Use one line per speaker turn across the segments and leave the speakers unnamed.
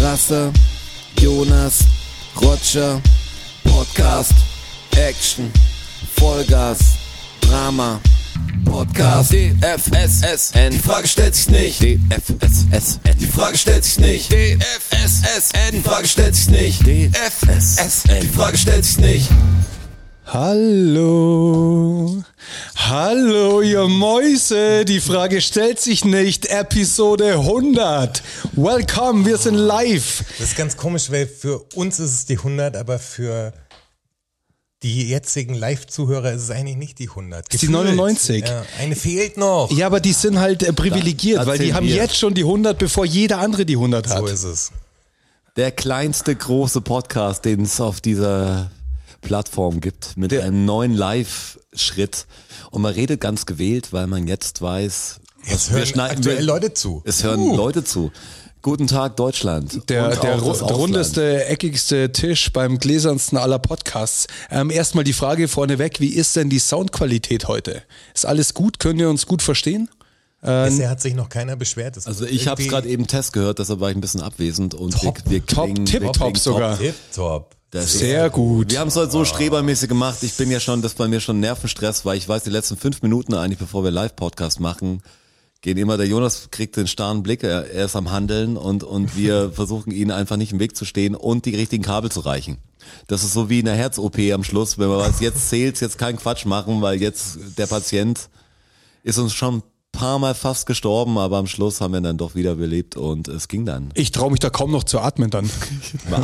Rasse, Jonas, Roger, Podcast, Action, Vollgas, Drama, Podcast, DFSSN, die Frage stellt sich nicht, DFSSN, die Frage stellt sich nicht, DFSSN, die Frage stellt sich nicht, DFSSN, die Frage stellt sich nicht.
Hallo. Hallo, ihr Mäuse. Die Frage stellt sich nicht. Episode 100. Welcome, wir sind live.
Das ist ganz komisch, weil für uns ist es die 100, aber für die jetzigen Live-Zuhörer ist es eigentlich nicht die 100.
Ist die 99.
Ja, eine fehlt noch.
Ja, aber die sind halt äh, privilegiert, weil die
erzählen
haben
wir.
jetzt schon die 100, bevor jeder andere die 100
So
hat.
ist es.
Der kleinste große Podcast, den es auf dieser Plattform gibt, mit einem neuen Live-Schritt. Und man redet ganz gewählt, weil man jetzt weiß,
Jetzt
wir
hören
schneiden-
aktuell
wir-
Leute zu.
es hören Leute zu. Guten Tag, Deutschland.
Der,
Und
der,
auch
ru-
das
der
Ausland.
rundeste, eckigste Tisch beim gläsernsten aller Podcasts. Ähm, erstmal die Frage vorneweg, wie ist denn die Soundqualität heute? Ist alles gut? Können wir uns gut verstehen?
Bisher hat sich noch keiner beschwert. Das
Also ich habe es gerade eben Test gehört, deshalb war ich ein bisschen abwesend und
Top,
wir, wir
top,
klingen, wir
tipptopp
klingen
sogar.
Tipptopp.
Das ist-
Sehr gut.
Wir haben es heute so strebermäßig gemacht. Ich bin ja schon, das ist bei mir schon Nervenstress, weil ich weiß, die letzten fünf Minuten eigentlich, bevor wir Live-Podcast machen, gehen immer, der Jonas kriegt den starren Blick, er, er ist am Handeln und, und wir versuchen ihn einfach nicht im Weg zu stehen und die richtigen Kabel zu reichen. Das ist so wie in der Herz-OP am Schluss, wenn man weiß, jetzt zählt, jetzt keinen Quatsch machen, weil jetzt der Patient ist uns schon ein paar Mal fast gestorben, aber am Schluss haben wir ihn dann doch wiederbelebt und es ging dann.
Ich traue mich da kaum noch zu atmen dann.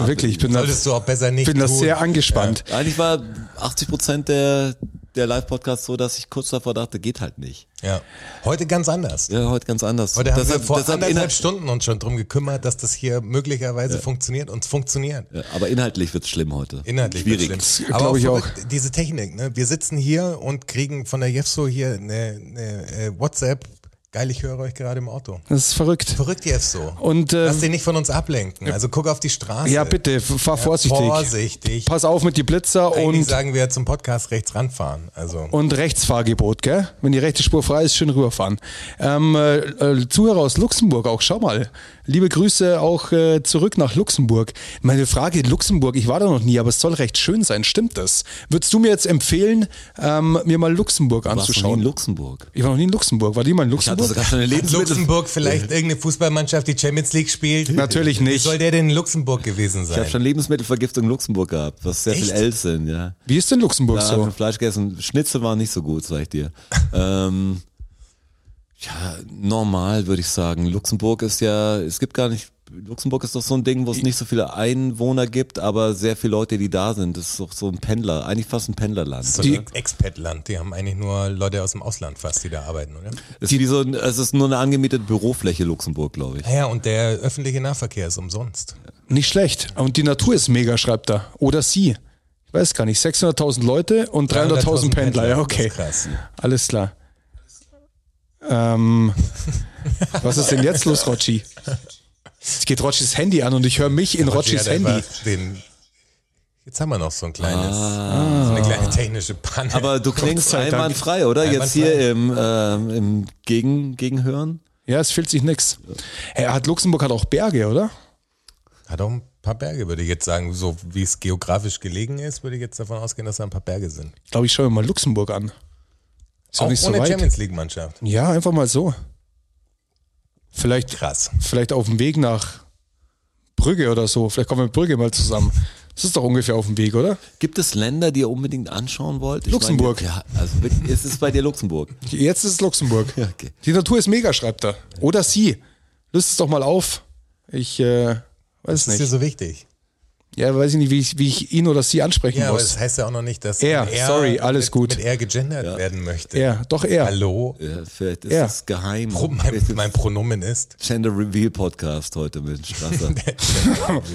Wirklich, ich bin da,
Solltest du auch besser nicht
bin da
tun.
sehr angespannt.
Eigentlich war 80 Prozent der, der Live-Podcast so, dass ich kurz davor dachte, geht halt nicht.
Ja. Heute ganz anders.
Ja, heute ganz anders.
Heute haben
Deshalb-
wir vor
deshalb
anderthalb
inhal-
Stunden uns schon drum gekümmert, dass das hier möglicherweise funktioniert und es funktioniert.
Ja, aber inhaltlich wird's schlimm heute.
Inhaltlich wird's
Schwierig.
schlimm.
Das
Aber
glaub ich
verrückt, diese Technik, ne? Wir sitzen hier und kriegen von der Jefso hier eine, eine äh, WhatsApp. Geil, ich höre euch gerade im Auto.
Das ist verrückt.
Verrückt, Jefso.
Und, ähm,
Lass dich nicht von uns ablenken. Also guck auf die Straße.
Ja, bitte, f- fahr
Ja,
vorsichtig.
Vorsichtig.
Pass auf mit die Blitzer
Eigentlich
und,
sagen wir zum Podcast rechts ranfahren. Also
und Rechtsfahrgebot, gell? Wenn die rechte Spur frei ist, schön rüberfahren. Ähm, äh, äh, Zuhörer aus Luxemburg auch, schau mal. Liebe Grüße auch äh, zurück nach Luxemburg. Meine Frage, Luxemburg, ich war da noch nie, aber es soll recht schön sein, stimmt das? Würdest du mir jetzt empfehlen, ähm, mir mal Luxemburg
Warst du nie in
anzuschauen?
Luxemburg?
Ich war noch nie in Luxemburg. War die mal in
Ich hatte
Luxemburg?
sogar schon eine
Hat
Lebensmittel.
Luxemburg vielleicht irgendeine Fußballmannschaft, die Champions League spielt?
Natürlich
Wie
nicht.
soll der denn in Luxemburg gewesen
Ich habe
sein?
schon Lebensmittelvergiftung in Luxemburg gehabt, was sehr viel
Echt?
L sind, ja.
Wie ist denn Luxemburg
Da so.
so?
wir Fleisch gegessen. Schnitzel waren nicht so gut, sag ich dir. ähm, ja, normal würde ich sagen. Luxemburg ist ja, es gibt gar nicht, Luxemburg ist doch so ein Ding, wo es nicht so viele Einwohner gibt, aber sehr viele Leute, die da sind. Das ist doch so ein Pendler, eigentlich fast ein Pendlerland.
So
Die-
ein Expat-Land. Die haben eigentlich nur Leute aus dem Ausland fast, die da arbeiten, oder?
Es ist, wie so ein, es ist nur eine angemietete Bürofläche Luxemburg, glaube ich.
Ja, und der öffentliche Nahverkehr ist umsonst.
Nicht schlecht. Und die Natur ist mega, schreibt er. Oder sie. Ich weiß gar nicht. 600.000 Leute und 300.000 Pendler. Ja, okay.
Das ist krass.
Alles klar. Ähm, was ist denn jetzt los, Rotschi? Es geht Rotschis Handy an und ich höre mich in Rotschis
Ja, der
Handy.
war Den, jetzt haben wir noch so ein kleines,
Ah.
so eine kleine technische Panne.
Aber du klingst
sei Dank.
einwandfrei, oder? Jetzt
Einwandfrei.
hier im, ähm, im Gegen, Gegenhören.
Ja, es fühlt sich nix. Hey, hat Luxemburg hat auch Berge, oder?
Hat auch ein paar Berge, würde ich jetzt sagen. So wie es geografisch gelegen ist, würde ich jetzt davon ausgehen, dass da ein paar Berge sind.
Glaube ich, schaue mir mal Luxemburg an. Ist doch
auch
nicht so
ohne
weit.
Champions League-Mannschaft.
Ja, einfach mal so. Vielleicht
Krass.
vielleicht auf dem Weg nach Brügge oder so. Vielleicht kommen wir mit Brügge mal zusammen. Das ist doch ungefähr auf dem Weg, oder?
Gibt es Länder, die ihr unbedingt anschauen wollt? Ich
Luxemburg.
Meine, ja, also wirklich, ist es bei dir Luxemburg?
Jetzt ist es Luxemburg.
Ja, okay.
Die Natur ist mega, schreibt er. Oder sie. Löst es doch mal auf. Ich äh, weiß
Das ist dir
nicht.
so wichtig.
Ja, weiß ich nicht, wie ich, wie ich ihn oder sie ansprechen
Ja, aber
muss.
das heißt ja auch noch nicht, dass
Er,
ein R
sorry, alles
mit,
gut.
mit er gegendert werden möchte.
Er, doch er.
Hallo?
Ja, vielleicht ist
Ja.
es geheim.
Pro, mein, mein Pronomen ist.
Gender Reveal Podcast heute mit Strasser.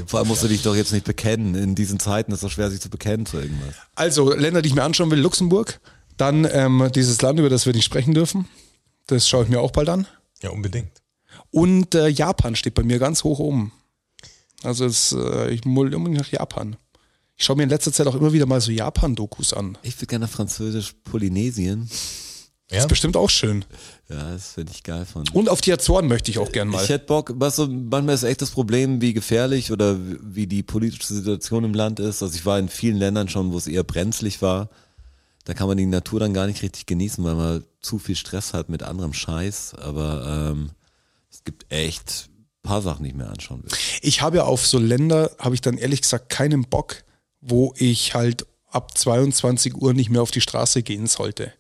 Vor allem musst du dich doch jetzt nicht bekennen. In diesen Zeiten ist es doch schwer, sich zu bekennen zu irgendwas.
Also, Länder, die ich mir anschauen will, Luxemburg. Dann ähm, dieses Land, über das wir nicht sprechen dürfen. Das schaue ich mir auch bald an.
Ja, unbedingt.
Und äh, Japan steht bei mir ganz hoch oben. Also es, äh, ich mull unbedingt nach Japan. Ich schaue mir in letzter Zeit auch immer wieder mal so Japan-Dokus an.
Ich will gerne nach Französisch Polynesien.
Ist bestimmt auch schön.
Ja, das finde ich geil von.
Und auf die Azoren möchte ich auch gern mal.
Ich hätte Bock, weißt du, manchmal ist echt das Problem, wie gefährlich oder wie die politische Situation im Land ist. Also ich war in vielen Ländern schon, wo es eher brenzlig war. Da kann man die Natur dann gar nicht richtig genießen, weil man zu viel Stress hat mit anderem Scheiß. Aber ähm, es gibt echt ein paar Sachen, die ich mir anschauen will.
Ich habe ja auf so Länder, habe ich dann ehrlich gesagt keinen Bock, wo ich halt ab 22 Uhr nicht mehr auf die Straße gehen sollte.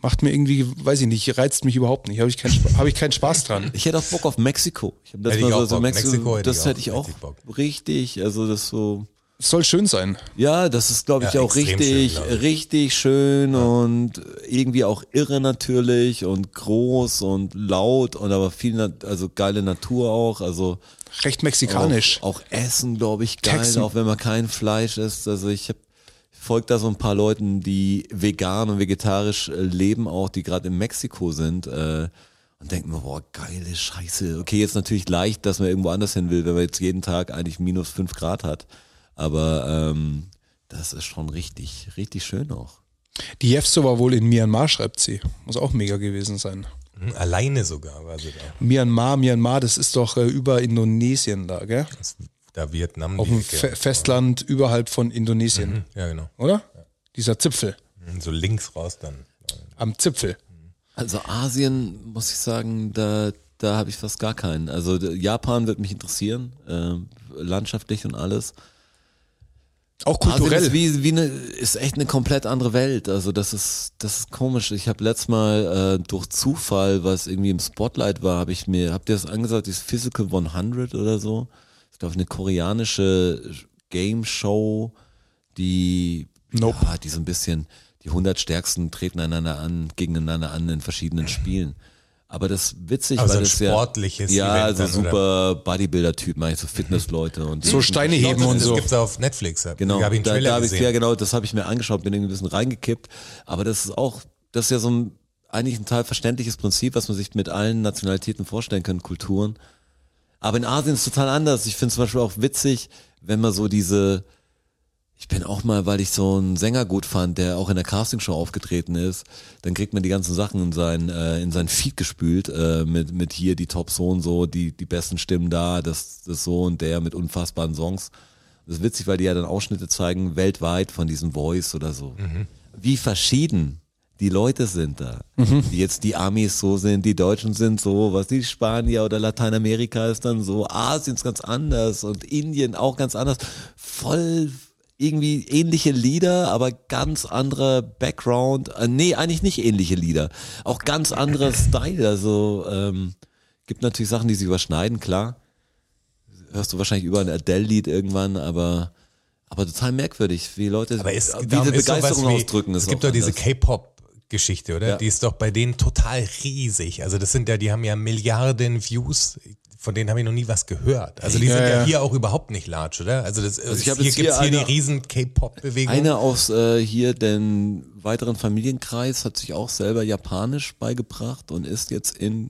Macht mir irgendwie, weiß ich nicht, reizt mich überhaupt nicht. Habe ich, keinen Spa- habe ich keinen Spaß dran.
Ich hätte auch Bock auf Mexiko. Ich habe das
Hätte
mal
ich
so,
auch
so
Bock.
Mexiko,
Mexiko hätte
das
ich
hätte
auch
ich auch
richtig Bock.
richtig, also das so.
Es soll schön sein.
Ja, das ist, glaube ich,
Ja,
auch
extrem
richtig,
schön, glaub ich.
richtig schön und irgendwie auch irre natürlich und groß und laut und aber viel, nat- also geile Natur auch, also
Recht mexikanisch.
Auch, auch Essen, glaube ich, geil,
Texan.
auch wenn man kein Fleisch isst. Also ich habe folgt da so ein paar Leuten, die vegan und vegetarisch äh, leben, auch die gerade in Mexiko sind äh, und denken mir, boah, geile Scheiße. Okay, jetzt natürlich leicht, dass man irgendwo anders hin will, wenn man jetzt jeden Tag eigentlich minus fünf Grad hat. Aber ähm, das ist schon richtig, richtig schön auch.
Die Jefso war wohl in Myanmar, schreibt sie. Muss auch mega gewesen sein.
Hm, Alleine sogar war sie da.
Myanmar, Myanmar, das ist doch äh, über Indonesien da, gell?
Das, da Vietnam
Auf
die
dem
Ecke.
Fe Festland überhalb von Indonesien,
Mhm.
Ja, genau.
oder? Dieser Zipfel.
Hm, So links raus dann.
Am Zipfel.
Also Asien, muss ich sagen, da, da habe ich fast gar keinen. Also d- Japan wird mich interessieren, ähm, landschaftlich und alles.
Auch
Asien
kulturell.
ist, wie, wie eine, ist echt eine komplett andere Welt. Also das ist, das ist komisch. Ich habe letztes Mal äh, durch Zufall, was irgendwie im Spotlight war, habe ich mir, habt ihr das angesagt, dieses Physical 100 oder so? Ich glaube, eine koreanische Game Show, die,
Nope.
ja, die so ein bisschen, die 100 Stärksten treten einander an, gegeneinander an in verschiedenen Spielen. Aber das ist witzig,
Also
weil
ein
das
sportliches
ja, ja,
Event
also
dann,
super Bodybuilder-Typen, eigentlich so Fitnessleute und die
So
sind
Steine
verschiedene-
heben und
Genau, das
so.
gibt's auf Netflix. Da-
Genau,
Da habe ich einen
da,
Trailer
da hab ich,
gesehen.
ja genau, das habe ich mir angeschaut, bin irgendwie ein bisschen reingekippt. Aber das ist auch, das ist ja so ein eigentlich ein total verständliches Prinzip, was man sich mit allen Nationalitäten vorstellen kann, Kulturen. Aber in Asien ist es total anders. Ich finde zum Beispiel auch witzig, wenn man so diese, ich bin auch mal, weil ich so einen Sänger gut fand, der auch in der Castingshow aufgetreten ist, dann kriegt man die ganzen Sachen in sein, äh, in sein Feed gespült, äh, mit, mit hier die Top so und so, die, die besten Stimmen da, das, das so und der mit unfassbaren Songs. Das ist witzig, weil die ja dann Ausschnitte zeigen, weltweit von diesem Voice oder so. Wie verschieden die Leute sind da.
Mhm.
Die jetzt die Amis so sind, die Deutschen sind so, was die Spanier oder Lateinamerika ist dann so, Asien ist ganz anders und Indien auch ganz anders. Voll irgendwie ähnliche Lieder, aber ganz anderer Background. Äh, nee, eigentlich nicht ähnliche Lieder. Auch ganz anderer Style. Also ähm, gibt natürlich Sachen, die sich überschneiden, klar. Hörst du wahrscheinlich über ein Adele-Lied irgendwann, aber, aber total merkwürdig, wie Leute
Aber es,
wie
darum
sie
ist sowas
Begeisterung
wie,
ausdrücken.
Es
ist
gibt
auch
doch diese
anders.
K-Pop-Geschichte, oder?
Ja.
Die ist doch bei denen total riesig. Also das sind ja, die haben ja Milliarden Views. Von denen habe ich noch nie was gehört. Also die
Ja,
sind ja,
ja.
hier auch überhaupt nicht large, oder? Also, das, also
ich habe
hier
jetzt hier
gibt's hier die
eine-
riesen K-Pop-Bewegung.
Einer aus äh, hier den weiteren Familienkreis hat sich auch selber Japanisch beigebracht und ist jetzt in,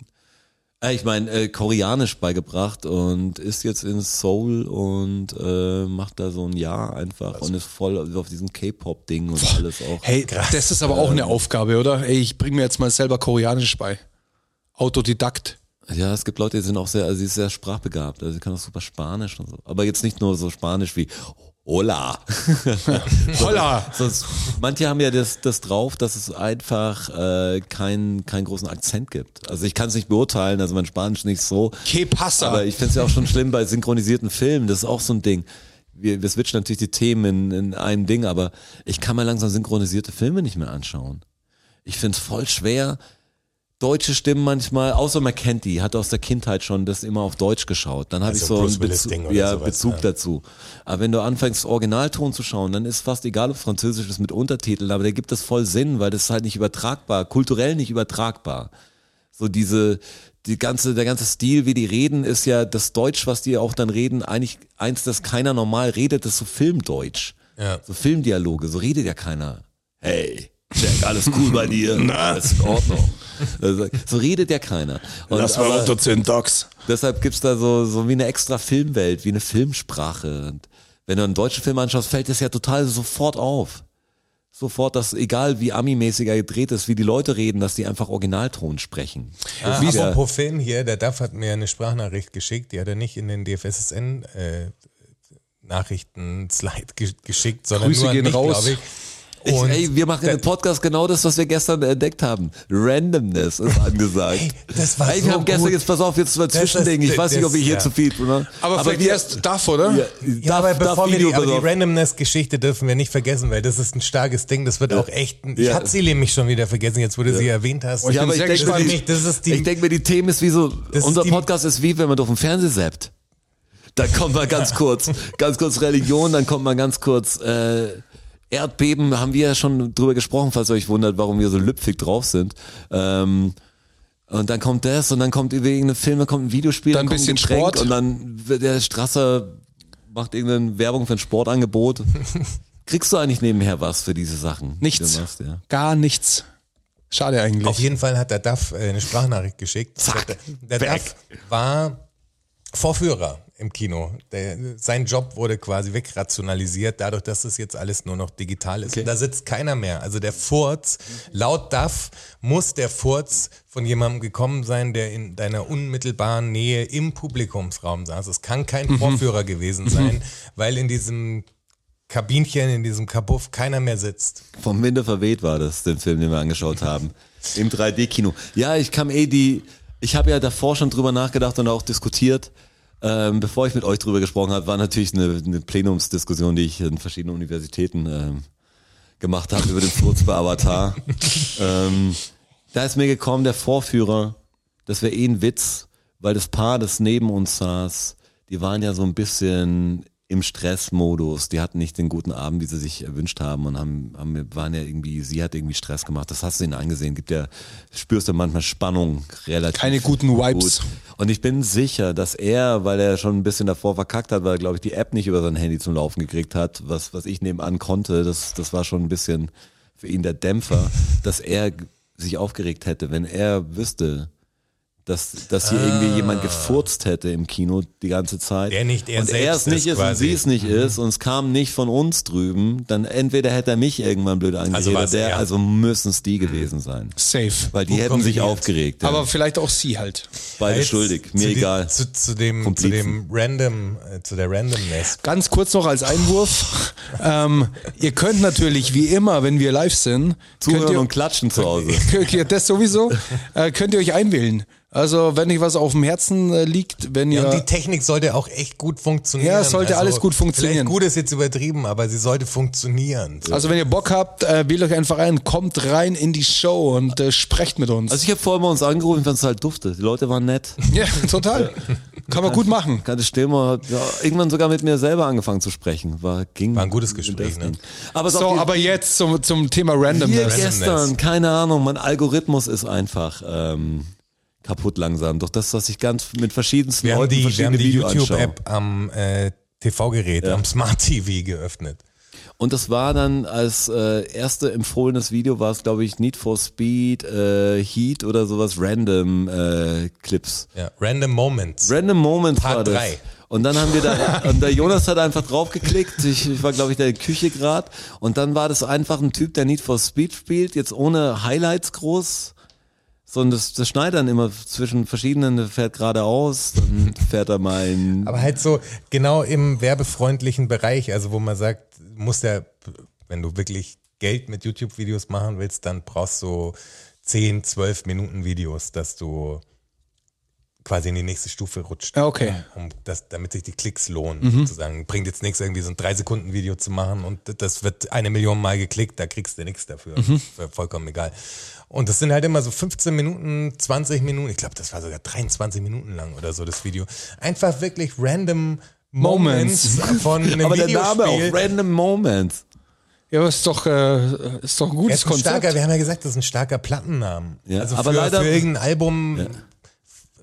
äh, ich meine äh, Koreanisch beigebracht und ist jetzt in Seoul und äh, macht da so ein Jahr einfach und ist voll auf diesem K-Pop-Ding und alles auch.
Hey, das ist aber auch
Ähm.
eine Aufgabe, oder? Ey, ich bringe mir jetzt mal selber Koreanisch bei. Autodidakt.
Ja, es gibt Leute, die sind auch sehr, also sie ist sehr sprachbegabt, also sie kann auch super Spanisch und so. Aber jetzt nicht nur so Spanisch wie Hola.
Holla!
Sonst, manche haben ja das, das drauf, dass es einfach äh, keinen keinen großen Akzent gibt. Also ich kann es nicht beurteilen, also mein Spanisch nicht so.
Que pasa!
Aber ich finde es ja auch schon schlimm bei synchronisierten Filmen, das ist auch so ein Ding. Wir, wir switchen natürlich die Themen in, in einem Ding, aber ich kann mal langsam synchronisierte Filme nicht mehr anschauen. Ich finde es voll schwer, deutsche Stimmen manchmal, außer man kennt die, hat aus der Kindheit schon das immer auf Deutsch geschaut. Dann habe
Also
ich so
Bruce
einen
Willis
Bezug,
Ding oder
ja,
sowas,
Bezug
ja.
dazu. Aber wenn du anfängst, Originalton zu schauen, dann ist fast egal, ob es Französisch ist mit Untertiteln, aber der gibt das voll Sinn, weil das ist halt nicht übertragbar, kulturell nicht übertragbar. So diese, die ganze, der ganze Stil, wie die reden, ist ja das Deutsch, was die auch dann reden, eigentlich eins, das keiner normal redet, das ist so Filmdeutsch.
Ja.
So Filmdialoge, so redet ja keiner. Hey, Jack, alles cool bei dir? Na? Alles in Ordnung. Also, so redet ja keiner. Und aber
runterziehen, Docs.
deshalb gibt's da so, so wie eine extra Filmwelt, wie eine Filmsprache. Und wenn du einen deutschen Film anschaust, fällt das ja total sofort auf. sofort, dass egal wie Ami-mäßig er gedreht ist, wie die Leute reden, dass die einfach Originalton sprechen.
Ah,
Wie ist der-
apropos Film hier, der Duff hat mir eine Sprachnachricht geschickt, die hat er nicht in den DFSSN äh, Nachrichten-Slide ge geschickt, sondern
Grüße
nur an
gehen
mich,
raus.
glaube ich.
Ich,
Und
ey, wir machen im Podcast genau das, was wir gestern entdeckt haben. Randomness ist angesagt.
Ey, das war
ey, wir
so
haben gestern
gut.
jetzt, pass auf, jetzt mal
Das ist-
Zwischending. Ich
das-
weiß nicht, ob wir hier
ja.
zu viel, oder?
Aber, vielleicht
wir-
erst darf, oder?
Ja,
ja, aber
darf- darf
bevor wir
Video
die, aber
besorgen.
die Randomness-Geschichte dürfen wir nicht vergessen, weil das ist ein starkes Ding. Das wird auch echt. Ein, ich
Ja.
hatte sie nämlich schon wieder vergessen, jetzt wo du sie erwähnt hast.
Ich
ja,
bin
aber ich
sehr
denke,
das,
gespannt.
ist
mir, die-
nämlich- das ist die.
ich denk mir, die Themen ist wie so,
Das ist
unser
die-
Podcast ist wie, wenn man auf dem Fernseher zappt. Da kommt man ganz kurz, ganz kurz Religion, dann kommt man ganz kurz äh, Erdbeben, haben wir ja schon drüber gesprochen, falls ihr euch wundert, warum wir so lüpfig drauf sind. Ähm, und dann kommt das und dann kommt über irgendeinen Film, dann kommt ein Videospiel,
Dann ein
kommt
bisschen
Getränk
Sport.
und dann wird der Strasser macht irgendeine Werbung für ein Sportangebot. Kriegst du eigentlich nebenher was für diese Sachen? die
Nichts.
du machst, ja?
Gar nichts. Schade eigentlich.
Auf jeden Fall hat der Duff äh, eine Sprachnachricht geschickt.
Zack,
der der
weg.
Duff war Vorführer im Kino. Der, sein Job wurde quasi wegrationalisiert, dadurch, dass das jetzt alles nur noch digital ist. Und da sitzt keiner mehr. Also der Furz, laut Duff muss der Furz von jemandem gekommen sein, der in deiner unmittelbaren Nähe im Publikumsraum saß. Es kann kein
Mhm.
Vorführer gewesen sein, weil in diesem Kabinchen, in diesem Kabuff keiner mehr sitzt.
Vom Winde verweht war das, den Film, den wir angeschaut haben. Im 3D-Kino. Ja, ich kam eh die, ich habe ja davor schon drüber nachgedacht und auch diskutiert. Ähm, bevor ich mit euch drüber gesprochen habe, war natürlich eine, eine Plenumsdiskussion, die ich in verschiedenen Universitäten ähm, gemacht habe über den Furz bei Avatar. ähm, da ist mir gekommen, der Vorführer, das wäre eh ein Witz, weil das Paar, das neben uns saß, die waren ja so ein bisschen im Stressmodus. Die hatten nicht den guten Abend, wie sie sich erwünscht haben und haben, haben waren ja irgendwie, sie hat irgendwie Stress gemacht. Das hast du ihnen angesehen. Gibt ja, spürst du manchmal Spannung relativ.
Keine guten Vibes.
Und ich bin sicher, dass er, weil er schon ein bisschen davor verkackt hat, weil er, glaube ich, die App nicht über sein Handy zum Laufen gekriegt hat, was, was ich nebenan konnte, das, das war schon ein bisschen für ihn der Dämpfer, dass er g- sich aufgeregt hätte, wenn er wüsste, dass, dass hier irgendwie jemand gefurzt hätte im Kino die ganze Zeit.
Ah. Der nicht er
und er es
selbst
nicht
ist
ist und
quasi. Mhm.
sie es nicht ist und es kam nicht von uns drüben, dann entweder hätte er mich irgendwann blöd angeredet,
war's
der,
er. Mhm.
also müssen es die gewesen sein.
Safe.
Weil die hätten sich
kombiniert.
aufgeregt. ja.
Aber vielleicht auch sie halt.
Beide
Jetzt
schuldig, mir
zu die-
egal.
Zu, zu dem, zu
Komplizen.
dem Random, äh, zu der Randomness.
Ganz kurz noch als Einwurf. ähm, ihr könnt natürlich, wie immer, wenn wir live sind, könnt
Zuhören
ihr,
und klatschen zu Hause.
könnt ihr das sowieso, äh, könnt ihr euch einwählen. Also wenn euch was auf dem Herzen äh, liegt, wenn
Ja,
ihr...
und die Technik sollte auch echt gut funktionieren. Also,
Ja, es sollte alles gut funktionieren.
Vielleicht gut ist jetzt übertrieben, aber sie sollte funktionieren. So.
also wenn ihr Bock habt, äh, wählt euch einfach ein, kommt rein in die Show und äh, sprecht mit uns.
Also ich habe vorher mal uns angerufen, wenn es halt dufte. Die Leute waren nett.
ja, total. Kann man gut machen.
Gerade Stilmer hat ja, irgendwann sogar mit mir selber angefangen zu sprechen. War, ging,
War ein gutes Gespräch,
das
ne?
ging. Aber, so,
So, aber jetzt zum, zum Thema
hier
Randomness.
gestern, keine Ahnung, mein Algorithmus ist einfach ähm, kaputt langsam. Durch das, was ich ganz mit verschiedensten
wir haben
Leuten
die, wir haben
verschiedene
die
Videos anschaue.
YouTube-App am äh, TV-Gerät, am Smart TV geöffnet.
Und das war dann als äh, erste empfohlenes Video war es, glaube ich, Need for Speed, äh, Heat oder sowas, Random äh, Clips.
Ja. Random Moments.
Random Moments
Part
war das.
drei.
Und dann haben wir da, und der Jonas hat einfach draufgeklickt. Ich, ich war, glaube ich, da in der Küche gerade. Und dann war das einfach ein Typ, der Need for Speed spielt, jetzt ohne Highlights groß. Sondern das, das schneidet dann immer zwischen verschiedenen, der fährt geradeaus, dann fährt er mal in,
aber halt so genau im werbefreundlichen Bereich, also wo man sagt, muss ja, wenn du wirklich Geld mit YouTube-Videos machen willst, dann brauchst du 10, 12 Minuten Videos, dass du quasi in die nächste Stufe rutscht.
Ah,
Ja, okay.
Um das, damit sich die Klicks lohnen,
Mhm.
sozusagen. Bringt jetzt nichts, irgendwie so ein 3-Sekunden-Video zu machen und das wird eine Million Mal geklickt, da kriegst du nichts dafür.
Mhm.
Voll- Vollkommen egal. Und das sind halt immer so 15 Minuten, 20 Minuten, ich glaube, das war sogar 23 Minuten lang oder so, das Video. Einfach wirklich random Moments, von einem
aber der Name
Videospiel.
auch, Random Moments.
Ja, aber ist doch, äh, ist doch ein
Er
gutes
ist ein
Konzept.
starker, wir haben ja gesagt, das ist ein starker Plattennamen.
Ja,
also
aber
für,
leider-
für irgendein Album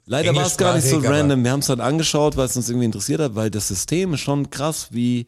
Leider war es gar nicht so
Englischsprachig, aber-
halt random. Wir haben es dann angeschaut, weil es uns irgendwie interessiert hat, weil das System ist schon krass, wie,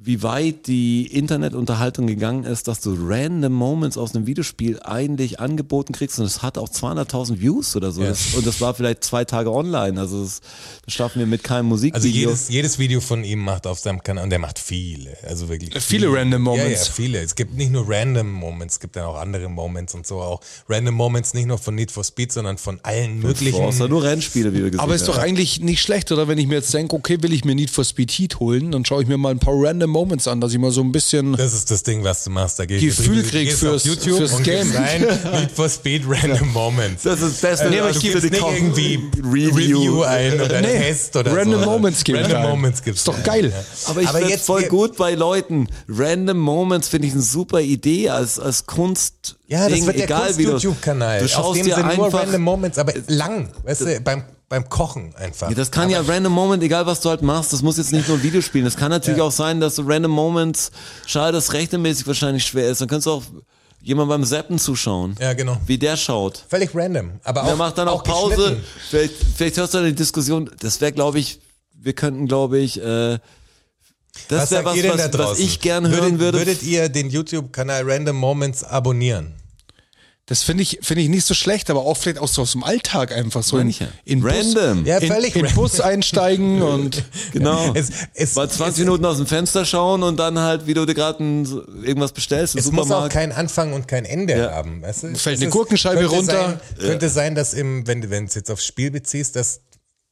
wie weit die Internetunterhaltung gegangen ist, dass du random Moments aus einem Videospiel eigentlich angeboten kriegst und es hat auch 200.000 Views oder so.
Ja.
Das, und das war vielleicht zwei Tage online. Also das, das schaffen wir mit keinem
Also
Musikvideo.
jedes, jedes Video von ihm macht auf seinem Kanal und der macht viele, also wirklich
Äh, Viele random Moments.
Ja, ja, viele. Es gibt nicht nur random Moments, es gibt dann auch andere Moments und so auch random Moments nicht nur von Need for Speed, sondern von allen möglichen.
Boah, es war nur Rennspiele, wie wir gesehen
Aber ist
haben.
doch eigentlich nicht schlecht, oder? Wenn ich mir jetzt denke, okay, will ich mir Need for Speed Heat holen, dann schaue ich mir mal ein paar random Moments an, dass ich mal so ein bisschen.
Das ist das Ding, was du machst. Da gehst
Gefühl
du- du
krieg
gehst
fürs-
auf YouTube
fürs
und
Game.
gibst rein, Need for Speed Random Moments.
Das ist das,
Also,
nee, aber
du
ich gebe
gibst
dir
nicht
kaum-
irgendwie
Review.
Review, ein oder
Nee,
Test oder
Random
so.
Moments gebe ich
Random
ein.
Moments gibt's.
Ist doch
ein,
geil.
Aber ich
Aber
find's
jetzt
voll
wir-
gut bei Leuten. Random Moments finde ich eine super Idee als, als Kunst.
Ja, das
Ding,
wird der
egal wie du-
YouTube-Kanal.
Du
Auf
schaust
dem
dir
sind nur
einfach.
Random Moments, aber lang. Weißt du, beim, beim Kochen einfach.
Ja, das kann ja Random Moment, egal was du halt machst, das muss jetzt nicht nur ein Video spielen. Das kann natürlich auch sein, dass du Random Moments, schade, dass rechtemäßig wahrscheinlich schwer ist. Dann kannst du auch jemand beim Zappen zuschauen.
Ja, genau.
Wie der schaut.
Völlig random. Aber auch,
Der macht dann auch, Pause.
geschnitten.
Vielleicht, vielleicht hörst du dann die Diskussion. Das wäre, glaube ich, wir könnten, glaube ich, äh, das
Was
wäre
sagt
was,
ihr denn da
was,
draußen?
was ich gerne hören
würdet,
würde.
Würdet ihr den YouTube-Kanal Random Moments abonnieren?
Das finde ich, finde ich nicht so schlecht, aber auch vielleicht auch so aus dem Alltag einfach so. In,
Manche.
in
Random.
Bus,
Ja,
in,
völlig
in
random.
Bus einsteigen und
Genau.
Es, es,
Mal 20 Minuten aus dem Fenster schauen und dann halt, wie du dir gerade ein- irgendwas bestellst im
Es muss auch
Supermarkt.
kein Anfang und kein Ende
Ja.
haben. Weißt du?
Fällt
Es
eine
ist-
Gurkenscheibe
könnte
runter.
Sein, könnte sein, dass im, wenn du es jetzt aufs Spiel beziehst, dass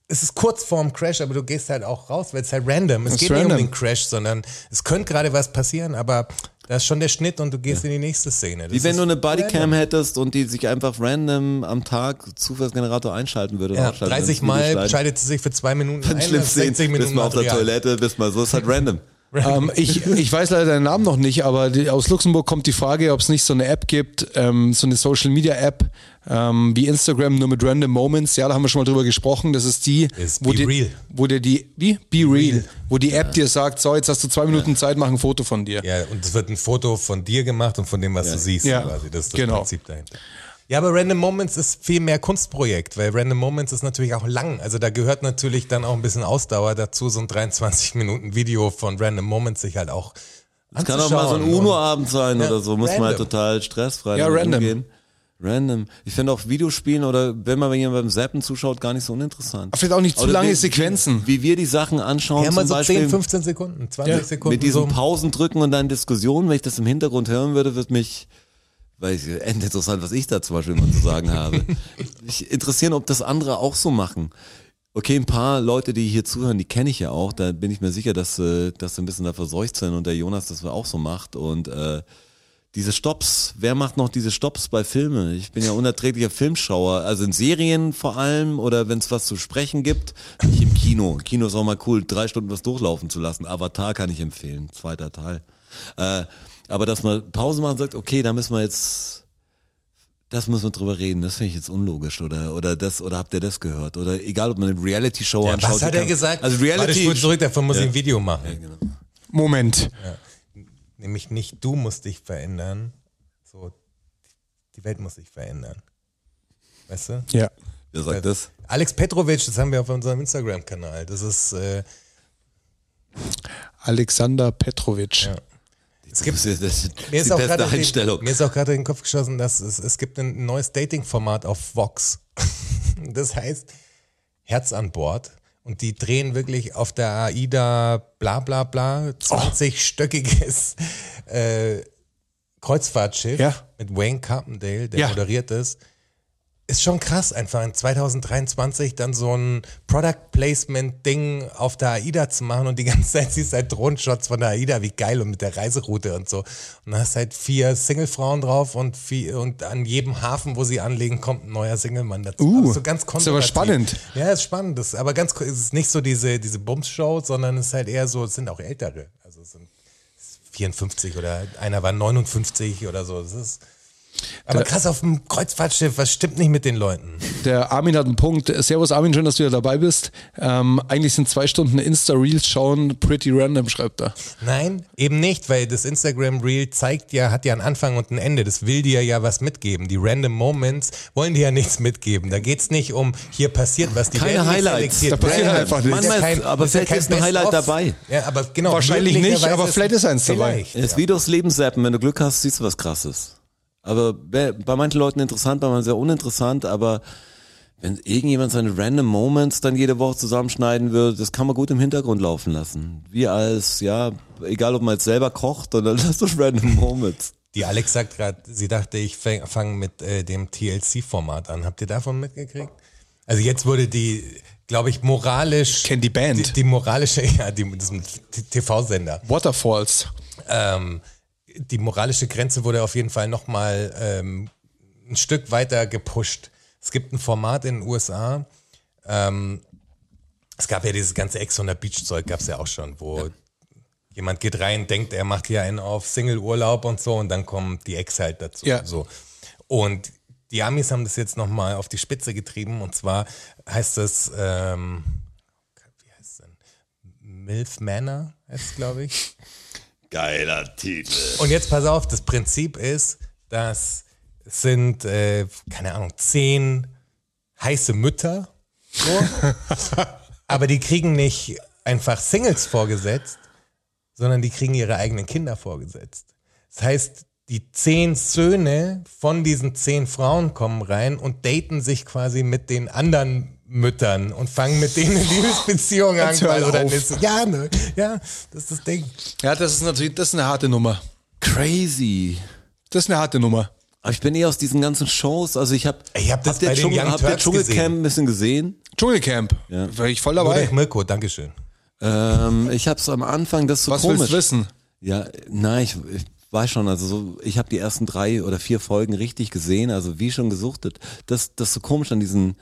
es ist kurz vorm Crash, aber du gehst halt auch raus, weil es halt random. Es
ist
geht
random.
nicht um den Crash, sondern es könnte gerade was passieren, aber da ist schon der Schnitt und du gehst in die nächste Szene. Das
Wie wenn
ist
du eine Bodycam
random.
hättest und die sich einfach random am Tag Zufallsgenerator einschalten würde. und
ja,
ausschalten
30
würde. Das Video
Mal
schneiden.
schaltet sie sich für zwei Minuten ein,
Schlimm
das ist 60
sehen, bist
Minuten
mal auf der
Material.
Toilette, bist mal so, ist halt random.
ähm, ich, ich weiß leider deinen Namen noch nicht, aber die, aus Luxemburg kommt die Frage, ob es nicht so eine App gibt, ähm, so eine Social Media App ähm, wie Instagram, nur mit Random Moments. Ja, da haben wir schon mal drüber gesprochen. Das ist die,
Ist
wo,
Be
dir,
Real.
wo dir die, wie? Be Real, wo die App dir sagt, so, jetzt hast du zwei Minuten Zeit, mach ein Foto von dir.
Ja, und es wird ein Foto von dir gemacht und von dem, was du siehst.
Ja.
Quasi. Das ist das
Genau.
Prinzip dahinter. Ja, aber Random Moments ist viel mehr Kunstprojekt, weil Random Moments ist natürlich auch lang. Also da gehört natürlich dann auch ein bisschen Ausdauer dazu, so ein 23-Minuten-Video von Random Moments sich halt auch
Das kann auch mal so ein
anzuschauen.
UNO-Abend sein
ne? Ja,
oder so, muss man halt
random.
total stressfrei
Ja,
damit
random.
umgehen. Random. Ich finde auch Videospielen oder wenn man jemand beim Zappen zuschaut, gar nicht so uninteressant.
Vielleicht auch nicht zu
Oder
lange
wie-
Sequenzen.
Wie wir die Sachen anschauen,
Und ja, mal
zum
so
Beispiel
10, 15 Sekunden, 20 Sekunden.
mit diesen
so.
Pausen drücken und dann Diskussionen, wenn ich das im Hintergrund hören würde, wird mich, weil ich end interessant, was ich da zum Beispiel immer zu sagen habe. Mich interessieren, ob das andere auch so machen. Okay, ein paar Leute, die hier zuhören, die kenne ich ja auch. Da bin ich mir sicher, dass, äh, dass sie ein bisschen da verseucht sind und der Jonas das auch so macht. Und äh, diese Stops, wer macht noch diese Stops bei Filmen? Ich bin ja unerträglicher Filmschauer, also in Serien vor allem oder wenn es was zu sprechen gibt, nicht im Kino. Kino ist auch mal cool, drei Stunden was durchlaufen zu lassen. Avatar kann ich empfehlen, zweiter Teil. Äh, aber dass man Pause machen und sagt, okay, da müssen wir jetzt, das müssen wir drüber reden, das finde ich jetzt unlogisch oder oder das oder habt ihr das gehört oder egal, ob man eine Reality Show
ja,
anschaut.
was hat
die
er
kann-
gesagt?
Also
Warte, ich
Reality.
spule zurück, davon muss ich ein Video machen.
Moment.
Nämlich nicht du musst dich verändern, so die Welt muss sich verändern. Weißt du?
Ja.
Wer sagt das?
Alex Petrovic, das haben wir auf unserem Instagram-Kanal. Das ist, äh,
Alexander Petrovic.
es gibt,
Das ist, das ist die
mir ist, auch
beste
gerade
Einstellung.
den, mir ist auch gerade in den Kopf geschossen, dass es, es gibt ein neues Dating-Format auf Vox. das heißt Herz an Bord. Und die drehen wirklich auf der AIDA bla bla bla 20-stöckiges
Oh.
äh, Kreuzfahrtschiff
Ja.
mit Wayne Carpendale, der
Ja.
moderiert ist. ist schon krass, einfach in 2023 dann so ein Product Placement-Ding auf der AIDA zu machen und die ganze Zeit siehst halt Drohnenshots von der AIDA, wie geil und mit der Reiseroute und so. Und da hast halt vier Singlefrauen drauf und, vier, und an jedem Hafen, wo sie anlegen, kommt ein neuer Singlemann dazu.
Uh,
Also
ist aber
konservativ.
spannend.
Ja, ist spannend. Das, aber ganz cool, es ist nicht so diese, diese Bums-Show, sondern es ist halt eher so, es sind auch ältere. Also es sind 54 oder einer war 59 oder so. Das ist Aber krass auf dem Kreuzfahrtschiff, was stimmt nicht mit den Leuten?
Der Armin hat einen Punkt. Servus Armin, schön, dass du wieder dabei bist. Ähm, eigentlich sind zwei Stunden Insta-Reels schauen pretty random, schreibt er.
Nein, eben nicht, weil das Instagram Reel zeigt ja, hat ja einen Anfang und ein Ende. Das will dir ja was mitgeben. Die Random Moments wollen dir ja nichts mitgeben. Da geht's nicht um, hier passiert was. Die
Keine
werden nicht
Highlights.
selektiert.
Da passiert
Nein,
einfach
das ist
nichts.
ja
Manchmal ist- aber
das ist ja
vielleicht
kein
ist ein
Best-of.
Highlight dabei.
Ja, aber genau.
Wahrscheinlich nicht,
möglicherweise
aber vielleicht ist eins dabei.
Es ist wie durchs Leben zappen. Wenn du Glück hast, siehst du was Krasses. Aber bei bei manchen Leuten interessant, bei manchen sehr uninteressant, aber wenn irgendjemand seine random Moments dann jede Woche zusammenschneiden würde, das kann man gut im Hintergrund laufen lassen. Wie als, ja, egal ob man jetzt selber kocht oder das sind random Moments.
Die Alex sagt gerade, sie dachte, ich fange mit äh, dem TLC-Format an. Habt ihr davon mitgekriegt? Also jetzt wurde die, glaube ich, moralisch.
kenn die Band.
Die, die moralische, ja, die, das ist ein TV-Sender.
Waterfalls.
Ähm, die moralische Grenze wurde auf jeden Fall nochmal ähm, ein Stück weiter gepusht. Es gibt ein Format in den USA. Ähm, es gab ja dieses ganze Ex on der Beach-Zeug, gab es ja auch schon, wo jemand geht rein, denkt, er macht hier einen auf Single-Urlaub und so und dann kommen die Ex halt dazu.
Ja.
So. Und die Amis haben das jetzt nochmal auf die Spitze getrieben und zwar heißt das, ähm, wie heißt es denn? Milf Manor heißt es, glaube ich.
Geiler Titel.
Und jetzt pass auf, das Prinzip ist, dass es sind, äh, keine Ahnung, zehn heiße Mütter. So. Aber die kriegen nicht einfach Singles vorgesetzt, sondern die kriegen ihre eigenen Kinder vorgesetzt. Das heißt, die zehn Söhne von diesen zehn Frauen kommen rein und daten sich quasi mit den anderen Müttern und fangen mit denen eine Liebesbeziehung an.
Jetzt hör
weil- Oder
auf.
ist, ja, ne, ja, das ist das Ding.
Ja, das ist natürlich, das ist eine harte Nummer.
Crazy.
Das ist eine harte Nummer.
Aber ich bin eh aus diesen ganzen Shows, also ich habe
Ich hab das bei den Young
habt ihr
Turks
Dschungelcamp ein bisschen gesehen?
Dschungelcamp. Wäre ich voll dabei.
Ulrich Mirko, Dankeschön.
Ähm, ich habe es am Anfang, das ist so
Was
komisch.
willst du wissen?
Ja, nein, ich, ich weiß schon, also so, ich habe die ersten drei oder vier Folgen richtig gesehen, also wie schon gesuchtet. Das, das ist so komisch an diesen,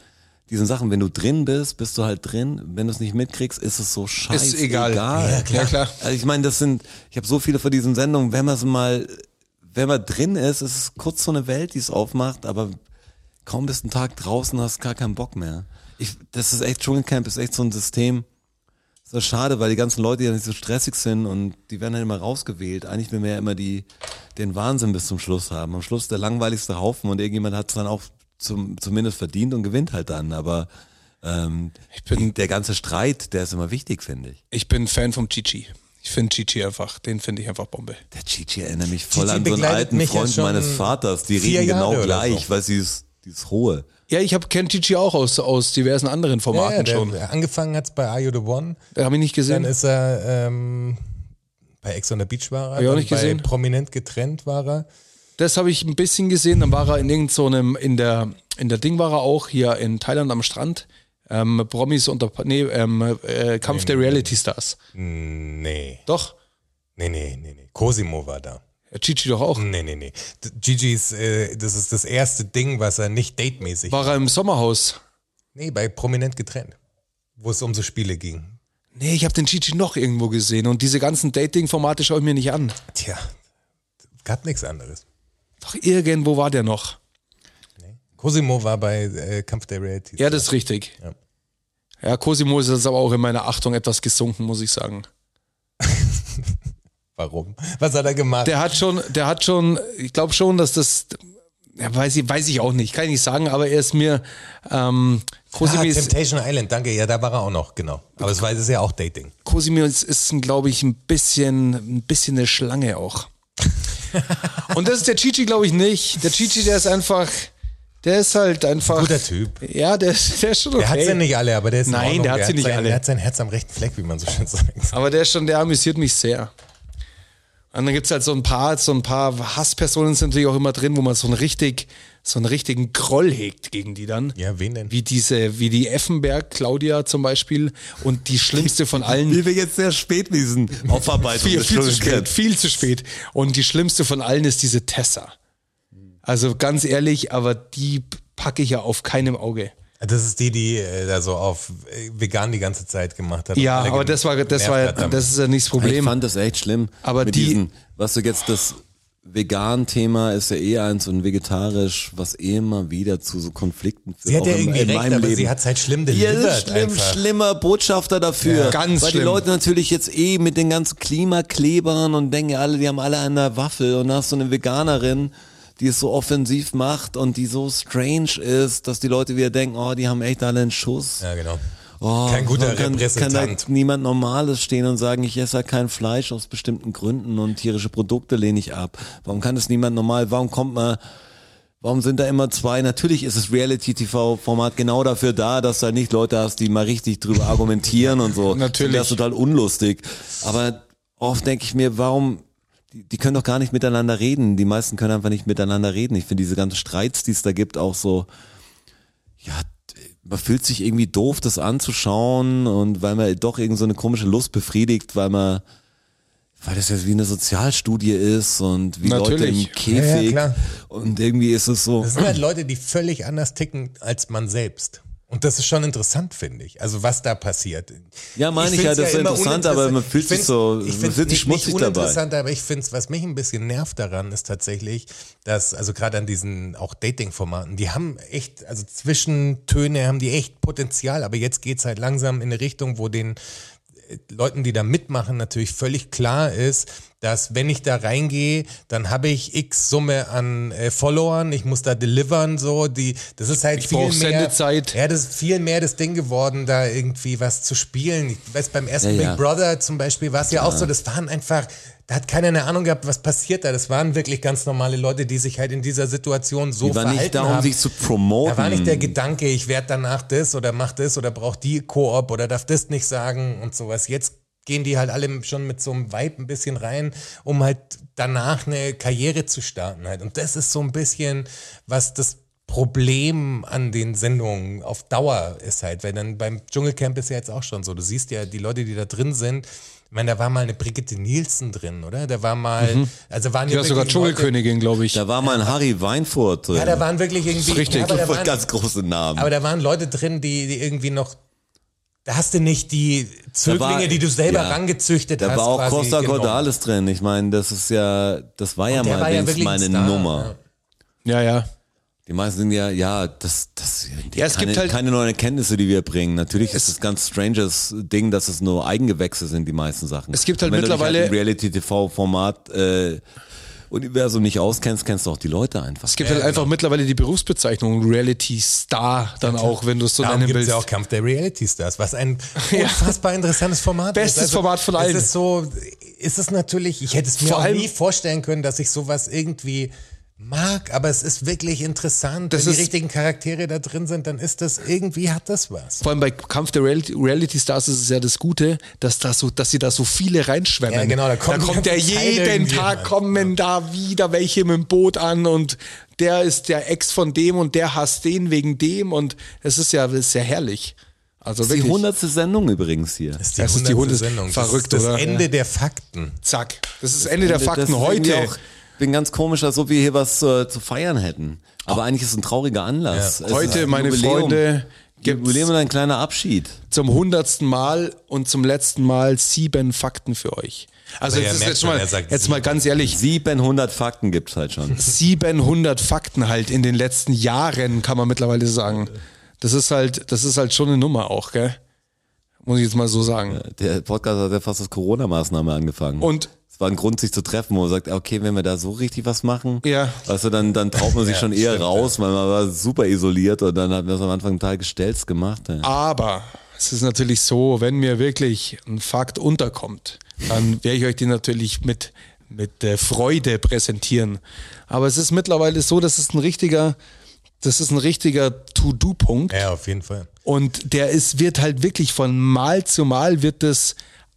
diesen Sachen. Wenn du drin bist, bist du halt drin. Wenn du es nicht mitkriegst, ist es so scheißegal.
Ist egal. Ja, klar. Ja, klar.
Also ich meine, das sind, ich habe so viele von diesen Sendungen, wenn man es mal, wenn man drin ist, ist es kurz so eine Welt, die es aufmacht, aber kaum bist du einen Tag draußen, hast gar keinen Bock mehr. Ich, das ist echt, Dschungelcamp ist echt so ein System, das ist schade, weil die ganzen Leute ja nicht so stressig sind und die werden dann immer rausgewählt. Eigentlich will man ja immer die, den Wahnsinn bis zum Schluss haben. Am Schluss der langweiligste Haufen und irgendjemand hat es dann auch zum, zumindest verdient und gewinnt halt dann. Aber ähm,
Ich bin-
der ganze Streit, der ist immer wichtig, finde ich.
Ich bin Fan vom Chichi. Ich finde Chichi einfach, den finde ich einfach Bombe.
Der Chichi erinnert mich voll
Chichi
an so einen
begleitet
alten
mich ja
Freund
schon
meines Vaters. Die
vier
reden
Jahre
genau
oder
gleich,
so.
weil sie ist dieses Hohe.
Ja, ich habe kennt Chichi auch aus, aus diversen anderen Formaten
Ja, der,
schon.
Angefangen hat's bei Are You The One,
Da habe ich nicht
dann
gesehen.
ist er ähm, bei Ex on the Beach war er,
ich auch
dann
nicht
bei
gesehen.
Prominent getrennt war er.
Das habe ich ein bisschen gesehen. Dann war er in irgendeinem, so einem- in der, in der Ding war er auch hier in Thailand am Strand. Ähm, Promis unter, nee, ähm, äh, Kampf der Reality Stars.
Nee,
Doch,
nee, nee, nee, nee. Cosimo war da.
Chichi doch auch.
Nee, nee, nee. D- Gigi's, äh, das ist das erste Ding, was er nicht datemäßig.
War er im Sommerhaus?
Nee, bei Prominent getrennt, wo es um so Spiele ging.
Nee, ich habe den Chichi noch irgendwo gesehen und diese ganzen Dating-Formate schaue ich mir nicht an.
Tja, gab nichts anderes.
Doch irgendwo war der noch.
Cosimo war bei äh, Kampf der Realities.
Ja, das ist richtig.
Ja.
Ja, Cosimo ist jetzt aber auch in meiner Achtung etwas gesunken, muss ich sagen.
Warum? Was hat er gemacht? Ah,
Der hat schon, der hat schon, ich glaube schon, dass das, ja, weiß ich, weiß ich auch nicht, kann ich nicht sagen, aber er ist mir, ähm, Cosimo,
ah,
ist,
Temptation Island, danke. Ja, da war er auch noch, genau. Aber es war es ist ja auch Dating.
Cosimo ist, ist glaube ich, ein bisschen, ein bisschen eine Schlange auch. Und das ist der Chichi, glaube ich, nicht. Der Chichi, der ist einfach, der ist halt einfach.
Guter Typ.
Ja, der, ist- der ist schon okay.
Der hat sie nicht alle, aber der ist in
Nein,
Ordnung.
der hat sie nicht
sein,
alle.
Der hat sein Herz am rechten Fleck, wie man so schön sagt.
Aber der ist schon, der amüsiert mich sehr. Und dann gibt's halt so ein paar, so ein paar Hasspersonen sind natürlich auch immer drin, wo man so einen richtig, so einen richtigen Groll hegt gegen die dann.
Ja, wen denn?
Wie diese, wie die Effenberg, Claudia zum Beispiel und die schlimmste von allen.
wir jetzt sehr spät mit diesen Aufarbeitungen
viel,
des
viel zu spät,
Dschungelcamps.
viel zu spät. Und die schlimmste von allen ist diese Tessa. Also ganz ehrlich, aber die packe ich ja auf keinem Auge.
Das ist die, die äh, da so auf äh, vegan die ganze Zeit gemacht hat.
Ja,
Alle
aber
genervt
das war, das war,
hat damit.
das ist ja nicht das
Ich
Problem.
fand das echt schlimm.
Aber
mit
die-
diesen, was du jetzt das, Vegan-Thema ist ja eh eins und vegetarisch, was eh immer wieder zu so Konflikten führt.
Sie hat
auch
ja
in-
irgendwie
in
recht,
meinem
aber
Leben.
sie hat es halt schlimm
Ja,
delivered
das ist schlimm,
einfach.
schlimmer Botschafter dafür.
Ja, ganz
Weil
schlimm.
die Leute natürlich jetzt eh mit den ganzen Klimaklebern und denken alle, die haben alle an der Waffel und da hast du eine Veganerin, die es so offensiv macht und die so strange ist, dass die Leute wieder denken, oh, die haben echt alle einen Schuss.
Ja, genau.
Oh,
Kein guter
man kann, Kann
Repräsentant.
da niemand Normales stehen und sagen, ich esse halt kein Fleisch aus bestimmten Gründen und tierische Produkte lehne ich ab. Warum kann das niemand normal? Warum kommt man, warum sind da immer zwei? Natürlich ist das Reality-TV-Format genau dafür da, dass du halt nicht Leute hast, die mal richtig drüber argumentieren und so.
Natürlich.
Das ist total unlustig. Aber oft denke ich mir, warum, die, die können doch gar nicht miteinander reden. Die meisten können einfach nicht miteinander reden. Ich finde diese ganzen Streits, die es da gibt, auch so, ja, d- man fühlt sich irgendwie doof, das anzuschauen und weil man doch irgend so eine komische Lust befriedigt, weil man, weil das jetzt wie eine Sozialstudie ist und wie Leute
Natürlich.
im Käfig
Ja, ja, klar.
und irgendwie ist es so.
Das sind halt Leute, die völlig anders ticken als man selbst. Und das ist schon interessant, finde ich. Also was da passiert.
Ja, meine ich ja,
find's
das ist
immer
interessant,
uninteressant-
aber man fühlt
Ich
sich
find's-
so-
ich
man
find's
fühlt sich
nicht- nicht
schmutzig dabei.
uninteressant, aber ich finde es, was mich ein bisschen nervt daran, ist tatsächlich, dass, also gerade an diesen auch Dating-Formaten, die haben echt, also Zwischentöne haben die echt Potenzial, aber jetzt geht's halt langsam in eine Richtung, wo den Leuten, die da mitmachen, natürlich völlig klar ist, dass wenn ich da reingehe, dann habe ich x Summe an äh, Followern, ich muss da delivern, so die, das ist halt viel mehr.
brauch Sendezeit.
Ja, das ist viel mehr das Ding geworden, da irgendwie was zu spielen. Ich weiß, beim ersten
Ja, ja.
Big Brother zum Beispiel war es ja auch so, das waren einfach, da hat keiner eine Ahnung gehabt, was passiert da. Das waren wirklich ganz normale Leute, die sich halt in dieser Situation so
Die waren
verhalten
nicht da, um
haben.
sich zu promoten.
Da war nicht der Gedanke, ich werde danach das oder mach das oder brauch die Koop oder darf das nicht sagen und sowas. Jetzt gehen die halt alle schon mit so einem Vibe ein bisschen rein, um halt danach eine Karriere zu starten halt. Und das ist so ein bisschen, was das Problem an den Sendungen auf Dauer ist halt, weil dann beim Dschungelcamp ist ja jetzt auch schon so, du siehst ja die Leute, die da drin sind, ich meine, da war mal eine Brigitte Nielsen drin, oder? Da war mal, also waren
Mhm. Die war sogar
wirklich Leute-
Dschungelkönigin, glaube ich.
da war mal ein Harry Weinfurt drin.
Ja, da waren wirklich irgendwie,
ist richtig.
ja, aber da waren,
ganz große Namen.
aber da waren Leute drin, die, die irgendwie noch. Da hast du nicht die
Da
Zöglinge,
war-
die du selber
ja.
rangezüchtet
Da
hast.
war auch
quasi genau.
Costa
genommen.
Cordalis drin. Ich meine, das ist ja, das war ja
Der
mal
war ja
wenigstens
wirklich ein
mal eine
Star,
Nummer.
ja.
Ja, ja.
Die meisten sind ja, ja, das, das,
Ja, es
keine,
gibt halt-
keine neuen Erkenntnisse, die wir bringen. Natürlich ist es ganz stranges Ding, dass es nur Eigengewächse sind, die meisten Sachen.
Es gibt halt
Und wenn du
mittlerweile-
dich halt im Reality-TV-Format äh, Universum nicht auskennst, kennst du auch die Leute einfach.
Es gibt halt einfach mittlerweile die Berufsbezeichnung Reality Star dann auch, wenn du es so
Darum
nennen
gibt es
willst.
ja auch Kampf der Reality Stars, was ein unfassbar interessantes Format ist. Also,
Bestes Format von allen.
Es ist so, ist es natürlich, ich hätte es mir
Vor
auch
allem-
nie vorstellen können, dass ich sowas irgendwie mag, aber es ist wirklich interessant.
Das
Wenn
ist-
die richtigen Charaktere da drin sind, dann ist das, irgendwie hat das was.
Vor allem bei Kampf der Reality, Reality Stars ist es ja das Gute, dass, da so, dass sie da so viele reinschwemmen.
Ja, genau, da kommen
da kommt ja
ganze Teile
jeden
irgendwie
Tag
rein.
kommen da wieder welche mit dem Boot an und der ist der Ex von dem und der hasst den wegen dem und es ist ja, ist ja herrlich. Also
Die
wirklich,
hundertste Sendung übrigens hier.
Das ist
Das ist die
100.
Hunde-
Sendung.
verrückt,
das ist
oder?
das Ende der Fakten.
zack, das ist das Ende der
Das
Fakten
ist irgendwie
heute.
Auch, bin ganz komisch, als ob wir hier was äh, zu feiern hätten. Aber eigentlich ist es ein trauriger Anlass.
Ja.
Es ist
Heute,
ein
meine
Jubiläum.
Freunde, gibt's
Jubiläum und ein kleiner Abschied.
zum hundertsten Mal und zum letzten Mal sieben Fakten für euch. Also jetzt,
Aber ihr
ist
merkt
jetzt,
schon,
mal,
er sagt
jetzt mal ganz ehrlich,
700 Fakten gibt's halt schon.
700 Fakten halt in den letzten Jahren, kann man mittlerweile sagen. Das ist halt, das ist halt schon eine Nummer auch, gell? Muss ich jetzt mal so sagen.
Der Podcast hat ja fast als Corona-Maßnahme angefangen.
Und-
es war ein Grund, sich zu treffen, wo man sagt, okay, wenn wir da so richtig was machen,
Ja.
weißt du, dann, dann traut man sich
Ja,
schon eher
stimmt,
raus, weil man war super isoliert und dann hat man es am Anfang total gestelzt gemacht. Ja.
Aber es ist natürlich so, wenn mir wirklich ein Fakt unterkommt, dann werde ich euch den natürlich mit, mit äh, Freude präsentieren. Aber es ist mittlerweile so, dass es ein richtiger, das ist ein richtiger To-Do-Punkt.
Ja, auf jeden Fall.
Und der ist, wird halt wirklich von Mal zu Mal wird es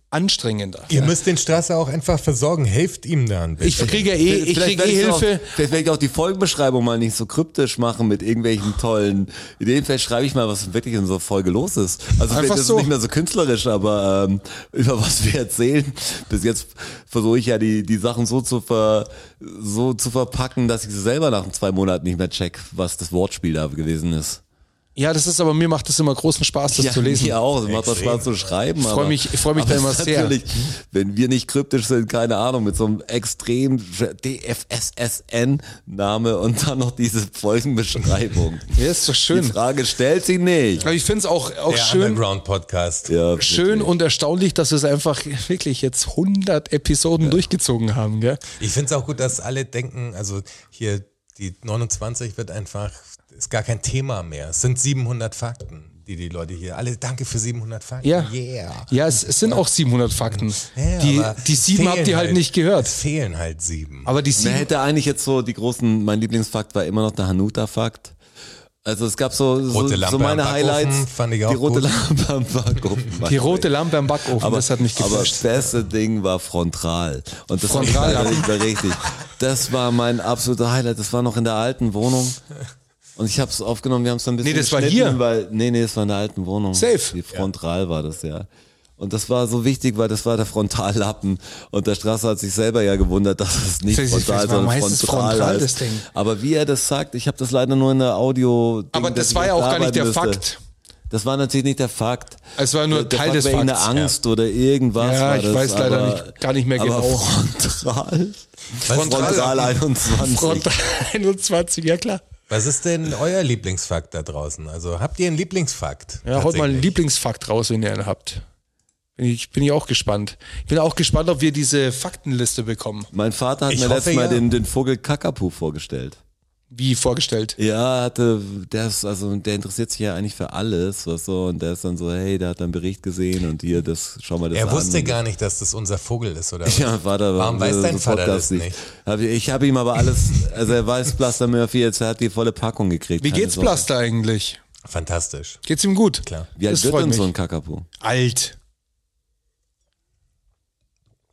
anstrengender.
Ihr müsst den Strasser auch einfach versorgen. Helft ihm da ein
Ich
bisschen.
kriege ja eh, ich
Vielleicht
kriege
werde
eh
ich's
Hilfe.
Auch, vielleicht werde ich auch die Folgenbeschreibung mal nicht so kryptisch machen mit irgendwelchen tollen Ideen. Vielleicht schreibe ich mal, was wirklich in unserer Folge los ist. Also
Einfach
vielleicht ist
so.
es nicht mehr so künstlerisch, aber ähm, über was wir erzählen. Bis jetzt versuche ich ja die, die Sachen so zu, ver, so zu verpacken, dass ich sie selber nach zwei Monaten nicht mehr check, was das Wortspiel da gewesen ist.
Ja, das ist aber mir macht es immer großen Spaß, das zu lesen.
Mir auch, es macht das
Extrem.
Spaß zu schreiben.
freu
aber-
mich- ich freu mich
aber
da immer
es ist
sehr.
Natürlich, wenn wir nicht kryptisch sind, keine Ahnung, mit so einem extrem DFSSN-Name und dann noch diese Folgenbeschreibung.
Ja, ist doch schön.
Die Frage stellt sie nicht.
Aber ich finde es auch, auch
Der
schön,
Underground-Podcast.
Ja,
schön und erstaunlich, dass wir es einfach wirklich jetzt 100 Episoden durchgezogen haben. Gell?
Ich finde es auch gut, dass alle denken, also hier die 29 wird einfach, ist gar kein Thema mehr. Es sind 700 Fakten, die die Leute hier, alle danke für 700 Fakten.
Ja.
Yeah.
Ja, es, es sind auch 700 Fakten.
Ja,
die,
aber
die
es
sieben habt
fehlen
ihr halt nicht
Es
gehört.
fehlen halt sieben.
Aber die
Man
sieben,
hätte eigentlich jetzt so die großen, mein Lieblingsfakt war immer noch der Hanuta-Fakt. Also es gab so, so,
Rote Lampe
so meine
am Backofen
Highlights.
fand ich auch
die rote
gut.
Lampe am Backofen.
die rote Lampe am Backofen,
aber,
das hat mich
aber
geflasht.
das beste Ding war frontal. Und das
Frontal,
war
ja.
nicht mehr richtig. Das war mein absoluter Highlight. Das war noch in der alten Wohnung. Und ich habe es aufgenommen, wir haben es dann ein bisschen
Nee, das war
geschnitten,
hier.
Weil, nee, nee, das war in der alten Wohnung.
Safe.
Die frontal war das, ja. Und das war so wichtig, weil das war der Frontallappen. Und der Straße hat sich selber ja gewundert, dass es nicht
Vielleicht-
frontal,
vielleicht war-
sondern
warum heißt es
frontal,
frontal,
heißt.
das Ding?
Aber wie er das sagt, ich habe das leider nur in der Audio.
Aber das war ja auch gar nicht der Fakt.
Das war natürlich nicht der Fakt.
Es war nur
Der- der
Teil
Fakt
des
war irgendeine
Fakts,
Angst oder irgendwas.
Ja,
war
ich
das,
weiß leider
aber,
nicht- gar nicht mehr
aber
genau.
Frontal.
Frontal-
Frontal 21.
Front 21, ja klar.
Was ist denn euer Lieblingsfakt da draußen? Also habt ihr einen Lieblingsfakt?
Ja, haut mal einen
Tatsächlich.
Lieblingsfakt raus, wenn ihr einen habt. Bin ich, bin ich auch gespannt. Ich bin auch gespannt, ob wir diese Faktenliste bekommen,
Mein Vater hat
Ich
mir
hoffe,
letztes Mal
ja.
den, den Vogel Kakapu vorgestellt.
wie vorgestellt.
Ja, hatte, der ist, also der interessiert sich ja eigentlich für alles, was so, und der ist dann so, hey, der hat einen Bericht gesehen und hier, das, schau mal das an.
Er wusste gar nicht, dass das unser Vogel ist, oder? was?
Ja, mein Vater war
Warum weiß dein
so
Vater
Podcast
das nicht?
Hab ich ich habe ihm aber alles, also er weiß Blaster Murphy jetzt, er hat die volle Packung gekriegt.
Wie
keine
geht's
Sorge.
Blaster eigentlich?
Fantastisch.
Geht's ihm gut?
Klar.
Wie alt
Das
wird
freut
denn so
mich.
ein Kakapo?
Alt.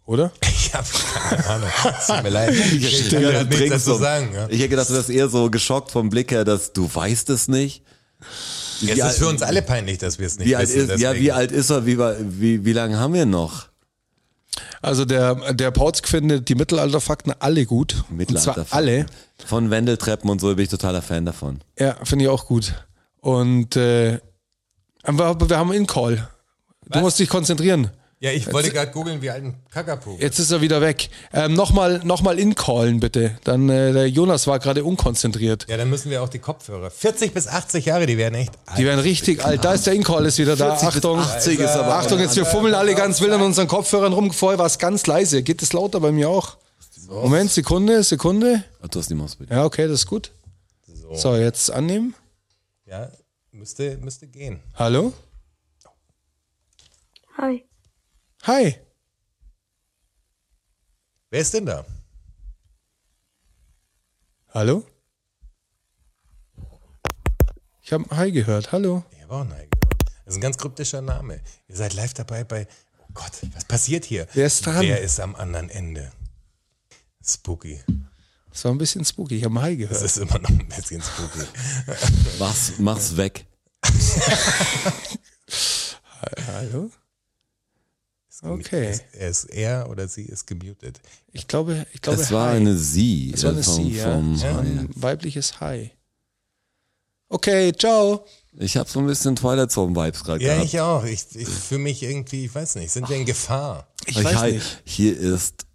Oder?
Ich habe keine Ahnung. Es Tut mir leid. Ich
Ja,
kann
du
halt nichts
trinkst
dazu
so.
sagen. Ja.
Ich hätte gedacht, du wärst eher so geschockt vom Blick her, dass du weißt es nicht.
Es
Wie
ist
alt-
für uns alle peinlich, dass wir es nicht
Wie alt
wissen.
ist, ja,
deswegen.
wie alt ist er? Wie, wa- wie, wie lange haben wir noch?
Also der, der Pautsk findet die Mittelalterfakten alle gut. Und zwar
Mittelalterfakten.
alle.
Von Wendeltreppen und so bin ich totaler Fan davon.
Ja, finde ich auch gut. Und äh, aber wir haben einen Call. Du musst dich konzentrieren.
ja, ich wollte gerade googeln, wie alt ein Kakapo ist.
Jetzt ist er wieder weg. Ähm, Nochmal noch mal incallen, bitte. Dann äh, der Jonas war gerade unkonzentriert.
Ja, dann müssen wir auch die Kopfhörer. 40 bis 80 Jahre, die werden echt alt.
Die werden richtig alt. Da ist der Incall ist wieder da.
40 bis
Achtung.
80 ist aber-
Achtung, jetzt wir fummeln alle ganz wild an unseren Kopfhörern rum. Vorher war es ganz leise. Geht es lauter bei mir auch? Moment, Sekunde, Sekunde.
Ah, Du hast die Maus bitte.
Ja, okay, das ist gut. So, jetzt annehmen.
Ja, müsste, müsste gehen.
Hallo?
Hi,
Hi.
Wer ist denn da?
Hallo? Ich habe Hi gehört. Hallo.
Ich habe auch einen Hai gehört. Das ist ein ganz kryptischer Name. Ihr seid live dabei bei. Oh Gott, was passiert hier?
Wer ist dran?
Wer ist am anderen Ende? Spooky.
Das war ein bisschen spooky. Ich habe Hi
Das
gehört.
ist immer noch ein bisschen spooky.
Mach's, mach's weg.
Hallo? Okay.
Er ist er oder sie ist gemutet.
Ich glaube, ich glaube,
Es war
Oh, Hi.
eine Sie.
Das war eine
äh, vom-
Sie, ja.
vom-
Das war ein weibliches Hi. Okay, ciao.
Ich habe so ein bisschen Twilight Zone Vibes gerade
Ja,
gehabt.
ich auch. Ich, ich fühle mich irgendwie, ich weiß nicht, sind wir in Gefahr?
Ich
Hi,
weiß
hi,
nicht.
Hier ist,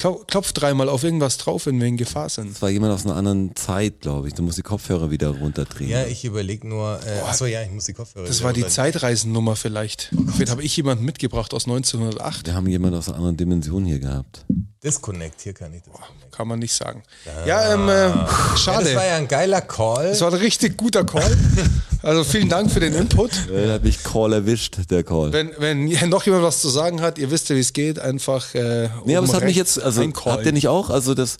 Klau- Klopf dreimal auf irgendwas drauf, wenn wir in Gefahr sind.
es war jemand aus einer anderen Zeit, glaube ich. Du musst die Kopfhörer wieder runterdrehen.
Ja, ich überlege nur, äh, achso, ja, ich muss die Kopfhörer.
Das
wieder
war die
runter-
Zeitreisennummer vielleicht. Vielleicht habe ich jemanden mitgebracht aus 1908.
Wir haben jemanden aus einer anderen Dimension hier gehabt.
Disconnect, hier kann ich das.
Kann man nicht sagen.
Ah.
Ja, ähm, äh,
Ja, das war
schade.
ja ein geiler Call.
Das war ein richtig guter Call. Also vielen Dank für den Input.
Äh, Da hat mich Call erwischt, der Call.
Wenn, wenn noch jemand was zu sagen hat, ihr wisst ja, wie es geht, einfach. Äh,
nee, aber
oben
es hat mich
rechts
jetzt, also
eincallen.
habt ihr nicht auch, also das,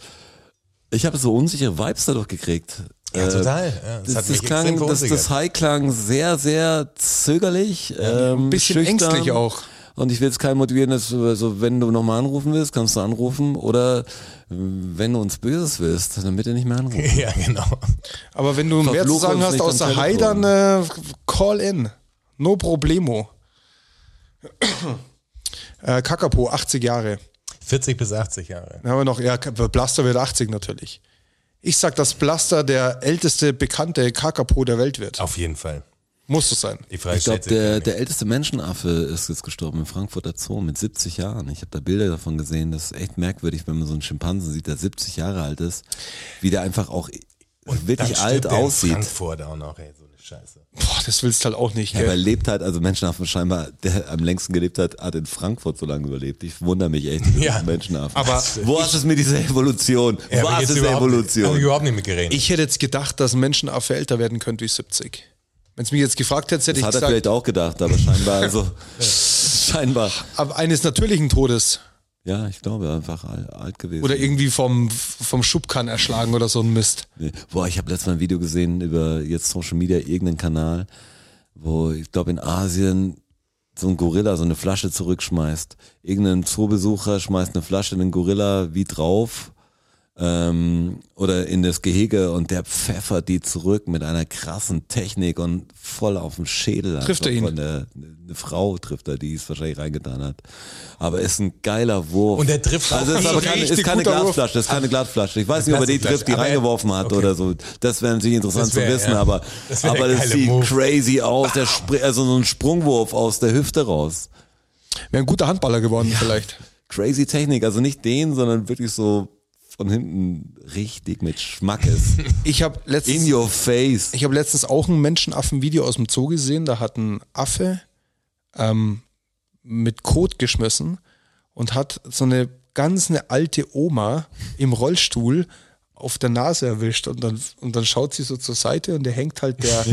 ich habe so unsichere Vibes dadurch gekriegt.
ja,
also
Äh,
total. Ja, das,
Das,
hat
das,
mich
klang,
extrem
das,
verunsichert.
das High klang sehr, sehr zögerlich. ähm,
ein bisschen
schüchtern.
ängstlich auch.
Und ich will jetzt keinen motivieren, dass du- also wenn du nochmal anrufen willst, kannst du anrufen. Oder äh, wenn du uns Böses willst, dann bitte nicht mehr anrufen.
Ja, genau.
Aber wenn du mehr zu
Verfluch
sagen
uns
hast
nicht
außer
am
Hi, dann
Telefon.
äh, call in. No problemo. Äh, Kakapo, 80 Jahre.
40 bis 80 Jahre.
Dann haben wir noch, ja, Blaster wird 80 natürlich. Ich sag, dass Blaster der älteste bekannte Kakapo der Welt wird.
Auf jeden Fall.
Muss es sein.
Die Frage
Ich glaube,
stellt sich gar
der,
nicht.
der älteste Menschenaffe ist jetzt gestorben im Frankfurter Zoo mit 70 Jahren. Ich habe da Bilder davon gesehen. Das ist echt merkwürdig, wenn man so einen Schimpansen sieht, der 70 Jahre alt ist, wie der einfach auch
Dann
wirklich
stirbt
alt
der in
aussieht.
Frankfurt auch noch, ey, so eine Scheiße.
Boah, das willst du halt auch nicht,
Aber
gell?
lebt halt, also Menschenaffen scheinbar, der am längsten gelebt hat, hat in Frankfurt so lange überlebt. Ich wundere mich echt über
Ja,
diesen Menschenaffen.
aber-
wo hast du es mit dieser Evolution?
Ja, aber
Was
jetzt
ist
überhaupt Nicht, hab ich
Evolution?
überhaupt nicht mitgeredet.
Ich hätte jetzt gedacht, dass ein Menschenaffe älter werden könnte wie 70. Wenn es mich jetzt gefragt hätte, hätte
Das
ich
hat er
gesagt,
vielleicht auch gedacht, aber scheinbar, also, scheinbar.
ab eines natürlichen Todes
Ja, ich glaube, einfach al- alt gewesen.
oder irgendwie vom, vom Schubkarren erschlagen oder so ein Mist.
Nee. Boah, ich habe letztes Mal ein Video gesehen über jetzt Social Media, irgendeinen Kanal, wo ich glaube in Asien so ein Gorilla so eine Flasche zurückschmeißt. Irgendein Zoobesucher schmeißt eine Flasche in den Gorilla wie drauf ähm, oder in das Gehege und der pfeffert die zurück mit einer krassen Technik und voll auf den Schädel. einfach
Trifft er ihn?
Von der, eine Frau trifft er, die es wahrscheinlich reingetan hat. Aber ist ein geiler Wurf.
Und der trifft
Also es ist
auch
aber
ein
keine, ist
richtig
keine
guter Wurf.
Glasflasche, das ist keine Glasflasche. Ich weiß nicht, ob er die
Plastikflasche.
trifft, die
Aber er-
reingeworfen hat
okay.
oder so. Das wäre natürlich interessant
Das wär,
zu wissen,
ja.
aber
Das wär
aber
der
das
geile
sieht
Move.
crazy aus. Der spr- also so ein Sprungwurf aus der Hüfte raus.
Wäre ein guter Handballer geworden vielleicht.
Crazy Technik, also nicht den, sondern wirklich so von hinten richtig mit Schmackes.
Ich habe letztens
In your face.
Ich habe letztens auch ein Menschenaffen-Video aus dem Zoo gesehen. Da hat ein Affe ähm, mit Kot geschmissen und hat so eine ganz eine alte Oma im Rollstuhl auf der Nase erwischt und dann, und dann schaut sie so zur Seite und der hängt halt der,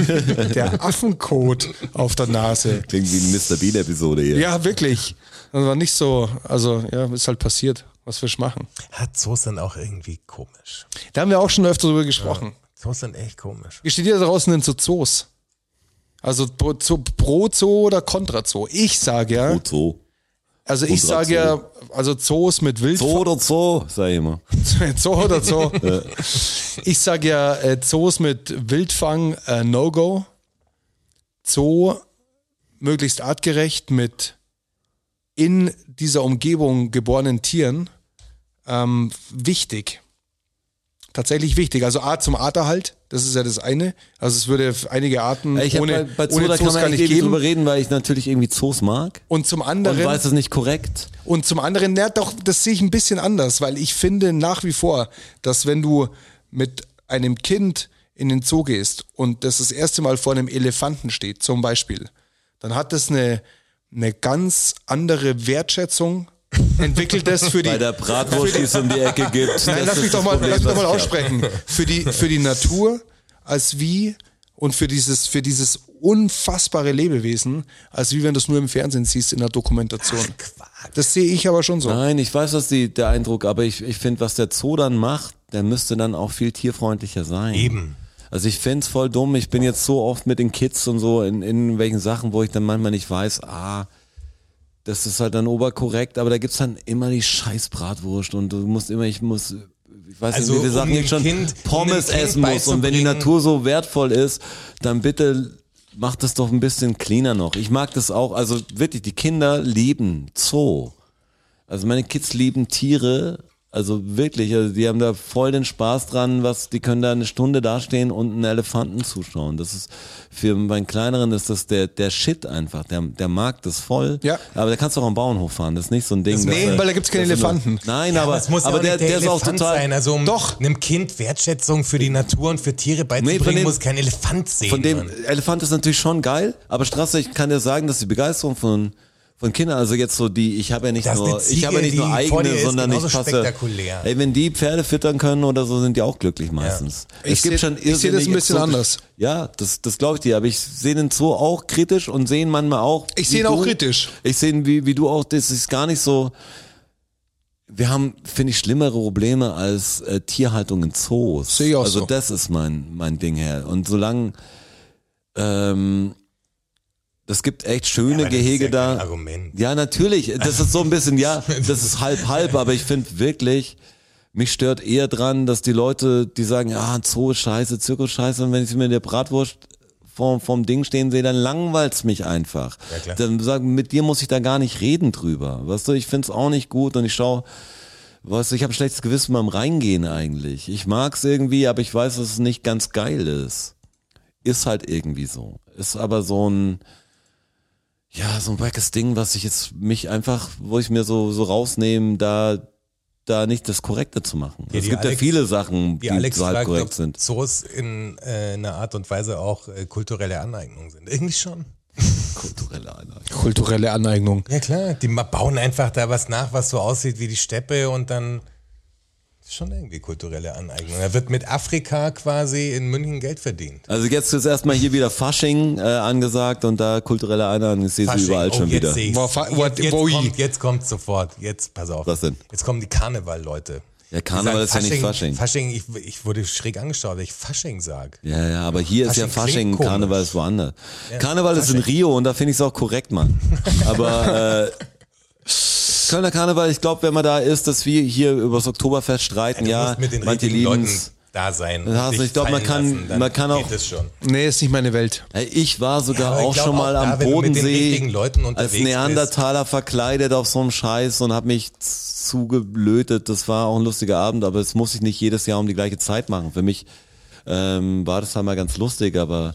der Affenkot auf der Nase.
Klingt wie eine Mr. Bean Episode hier.
Ja, wirklich. Das war nicht so, also ja, ist halt passiert. Was willst du machen?
Hat Zoos dann auch irgendwie komisch.
Da haben wir auch schon öfter drüber gesprochen.
Zoos sind echt komisch.
Wie steht ihr da draußen denn zu Zoos? Also pro, zu, pro Zoo oder kontra Zoo? Ich sage ja,
Oh, Zoo.
also ich
Kontra
sage ja, also Zoos mit Wild
Zoo oder Zoo, sag ich immer.
Zoo oder Zoo. ich sage ja, äh, Zoos mit Wildfang äh, No-Go. Zoo möglichst artgerecht mit in dieser Umgebung geborenen Tieren ähm, wichtig. Tatsächlich wichtig. Also Art zum Arterhalt, das ist ja das eine. Also es würde einige Arten
Ich hab
ohne,
bei, bei Zoo,
ohne
da kann
Zoos gar
man
nicht
nicht drüber
geben.
reden, weil ich natürlich irgendwie Zoos mag.
Und zum
Und
anderen
weiß es nicht korrekt.
und zum anderen, ja, doch, das sehe ich ein bisschen anders, weil ich finde nach wie vor, dass wenn du mit einem Kind in den Zoo gehst und das das erste Mal vor einem Elefanten steht, zum Beispiel, dann hat das eine, eine ganz andere Wertschätzung, entwickelt das für die,
Bei der Bratwurst, die es um die Ecke gibt.
Nein,
das
lass
ist
mich doch
das
mal,
Problem,
lass mich doch
was
mal
ich hab.
aussprechen. Für die, für die Natur als wie und für dieses, für dieses unfassbare Lebewesen, als wie wenn du es nur im Fernsehen siehst in der Dokumentation. das sehe ich aber schon so.
Also
Nein, ich weiß, was die, der Eindruck, aber ich, ich finde, was der Zoo dann macht, der müsste dann auch viel tierfreundlicher sein.
Eben.
Also ich find's voll dumm. Ich bin jetzt so oft mit den Kids und so in, in welchen Sachen, wo ich dann manchmal nicht weiß, ah, das ist halt dann oberkorrekt, aber da gibt's dann immer die scheiß Bratwurst und du musst immer, ich muss, ich weiß
Also,
nicht, wie wir
um
sagen
dem
jetzt schon,
Kind- um dem
Pommes
Kind
essen muss und wenn die
beizubringen-
Natur so wertvoll ist, dann bitte macht das doch ein bisschen cleaner noch. Ich mag das auch, also wirklich, die Kinder lieben Zoo. Also meine Kids lieben Tiere. Also wirklich, also die haben da voll den Spaß dran, was, die können da eine Stunde dastehen und einen Elefanten zuschauen. Das ist für meinen Kleineren ist das der, der Shit einfach. Der, der mag das voll.
Ja.
Aber der kannst du auch am Bauernhof fahren. Das ist nicht so ein Ding. dass
nee,
er-
weil da gibt's keine
dass er nur-
Elefanten.
Nein, aber,
Aber es muss ja
aber
auch
der,
nicht der,
der, ist auch
Elefant
total.
sein. Also um
Doch.
einem Kind Wertschätzung für die Natur und für Tiere beizubringen,
dem-
muss kein Elefant sehen.
Von dem
Mann.
Elefant ist natürlich schon geil, aber Straße, ich kann dir sagen, dass die Begeisterung von von Kindern, also jetzt so die, ich habe ja nicht
Das ist eine
nur, ich habe ja
Ziege,
nicht nur
die vor dir
eigene,
ist,
sondern ich
genauso
passe.
spektakulär.
Ey, wenn die Pferde füttern können oder so, sind die auch glücklich meistens.
Ich
es gibt
seh-
schon
ich seh das ein
irrsinnig
bisschen
exotisch-
anders.
Ja, das, das glaube ich dir, aber ich sehe den Zoo auch kritisch und sehe ihn manchmal auch.
Ich
wie
seh ihn auch
du.
kritisch.
Ich sehe ihn wie, wie du auch, das ist gar nicht so, wir haben, finde ich, schlimmere Probleme als äh, Tierhaltung in Zoos.
Sehe ich auch
also
so.
das ist mein, mein Ding her. Und solange ähm, das gibt echt schöne
Aber das ist
Gehege
ja
da.
kein Argument.
Ja, natürlich. Das ist so ein bisschen, ja, das ist halb halb, aber ich finde wirklich, mich stört eher dran, dass die Leute, die sagen, ah, Zoo ist scheiße, Zirkus ist scheiße, und wenn ich mir in der Bratwurst vorm, vorm Ding stehen sehe, dann langweilt's mich einfach.
Ja, klar.
dann sagen, mit dir muss ich da gar nicht reden drüber. Weißt du, ich find's auch nicht gut und ich schau Weißt du, ich habe ein schlechtes Gewissen beim Reingehen eigentlich. Ich mag's irgendwie, aber ich weiß, dass es nicht ganz geil ist. Ist halt irgendwie so. Ist aber so ein, ja, so ein wackes Ding, was ich jetzt mich einfach, wo ich mir so, so rausnehme, da, da nicht das Korrekte zu machen.
Ja,
es
die
gibt ja
Alex-
viele Sachen, die,
Die Alex
so halb
fragt,
korrekt
ob
sind.
Zoos in äh, einer Art und Weise auch äh, kulturelle Aneignung sind. Irgendwie schon.
Kulturelle Einheit.
Kulturelle Aneignung.
Ja klar, die ma- bauen einfach da was nach, was so aussieht wie die Steppe und dann ist schon irgendwie kulturelle Aneignung. Da wird mit Afrika quasi in München Geld verdient.
Also jetzt ist erstmal hier wieder Fasching äh, angesagt und da kulturelle Einladung, ich sehe sie
Fasching.
überall
Oh,
schon
jetzt
wieder.
seh ich's.
Wo- fa- what-
jetzt, jetzt,
wo i?
kommt, jetzt kommt sofort. Jetzt, pass auf.
Was denn?
Jetzt kommen die Karneval-Leute.
Ja,
Die
Karneval
sagen
ist ja nicht Fasching.
Fasching, ich, ich wurde schräg angeschaut, weil ich Fasching sag.
Ja, ja, aber hier ist ja
Fasching
Fasching,
klingt
Karneval
komisch.
ist woanders. Karneval ist in Rio und da finde ich es auch korrekt, Mann. Aber äh, Kölner Karneval, ich glaube, wenn man da ist, dass wir hier über das Oktoberfest streiten,
Du
ja,
musst mit den
manche
richtigen Leuten
lieben's.
da sein.
Das heißt,
dich
ich glaub, man
fallen
kann-
lassen, dann
man kann auch-
Geht es schon.
Nee, ist nicht meine Welt.
Ey, Ich war sogar
aber ich
auch
glaub
schon
auch
mal
da,
am
wenn du mit den
Bodensee
richtigen Leuten
als
unterwegs
Neandertaler verkleidet auf so einem Scheiß und habe mich zugeblötet. Das war auch ein lustiger Abend, aber das muss ich nicht jedes Jahr um die gleiche Zeit machen. Für mich ähm, war das halt mal ganz lustig, aber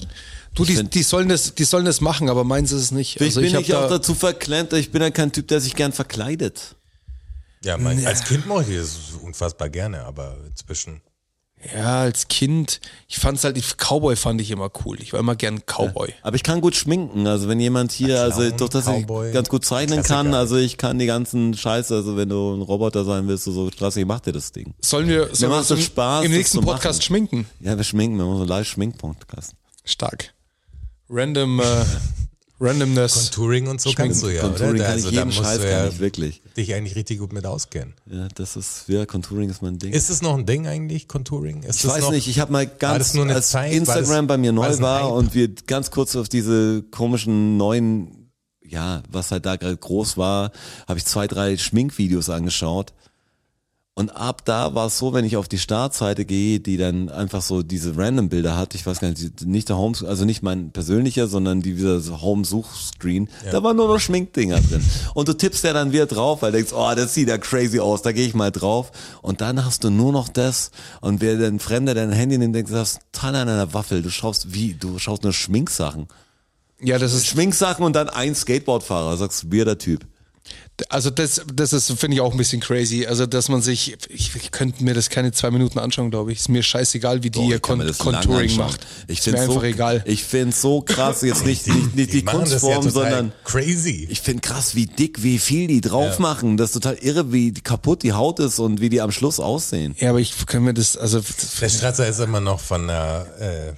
Du, die,
find-
die, sollen das, die sollen das machen, aber meins ist es nicht.
ich bin
Also hab
nicht auch dazu verklemmt. Ich bin ja kein Typ, der sich gern verkleidet.
Ja, mein, als Kind mochte ich das unfassbar gerne, aber inzwischen.
Ja, als Kind, ich fand's halt, ich- Cowboy fand ich immer cool. Ich war immer gern Cowboy.
Aber ich kann gut schminken. Also wenn jemand hier,
Ja,
also
Clown,
doch, dass
Cowboy,
ich ganz gut zeichnen
Klassiker.
kann. Also ich kann die ganzen Scheiße. Also wenn du ein Roboter sein willst, du so klasse, ich mach dir das Ding.
Sollen wir, sollen wir
macht
uns
das
im-
Spaß,
im
das
nächsten
zu
Podcast
machen.
schminken?
Ja, wir schminken, wir machen so einen Live-Schmink-Podcast.
Stark. Random, äh, Randomness.
Also Touring und so kannst du ja,
Contouring
oder?
kann
also
ich
da
jeden
musst
Scheiß,
du ja
kann ich wirklich.
dich eigentlich richtig gut mit auskennen.
Ja, das ist, ja, Contouring ist mein Ding.
Ist es noch ein Ding eigentlich, Contouring? Ist
ich weiß
noch,
nicht, ich habe mal
War
ganz,
das nur eine
als
Zeit? War
Instagram
das-
bei mir
war
neu
das ein
war
Hype?
und wir ganz kurz auf diese komischen neuen, ja, was halt da gerade groß war, habe ich zwei, drei Schminkvideos angeschaut. Und ab da war es so, wenn ich auf die Startseite gehe, die dann einfach so diese random Bilder hat, ich weiß gar nicht, die- nicht der Home, also nicht mein persönlicher, sondern die, dieser Home-Suchscreen, da waren nur noch Schminkdinger drin. Und du tippst ja dann wieder drauf, weil du denkst, oh, das sieht ja crazy aus, da gehe ich mal drauf. Und dann hast du nur noch das. Und wer denn Fremder dein Handy nimmt, denkst du, das ist total an einer Waffel. Du schaust wie, du schaust nur Schminksachen.
Ja, das ist
Schminksachen und dann ein Skateboardfahrer, sagst, weirder Typ.
Also das, das ist, finde ich auch ein bisschen crazy. Also dass man sich, ich, ich könnte mir das keine zwei Minuten anschauen, glaube ich. Ist mir scheißegal, wie die
Boah,
ihr
ich kann mir
Kon
das lang
Contouring
anschauen.
macht.
Ich
ist mir
find's
einfach
so,
egal.
Ich find's so krass, jetzt nicht, nicht, nicht die,
machen das ja
Kunstform,
total
sondern
Crazy.
ich find krass, wie dick, wie viel die drauf machen. Das ist total irre, wie kaputt die Haut ist und wie die am Schluss aussehen.
Ja, aber ich kann mir das, also das-
Der Stratzer ist immer noch von der, äh,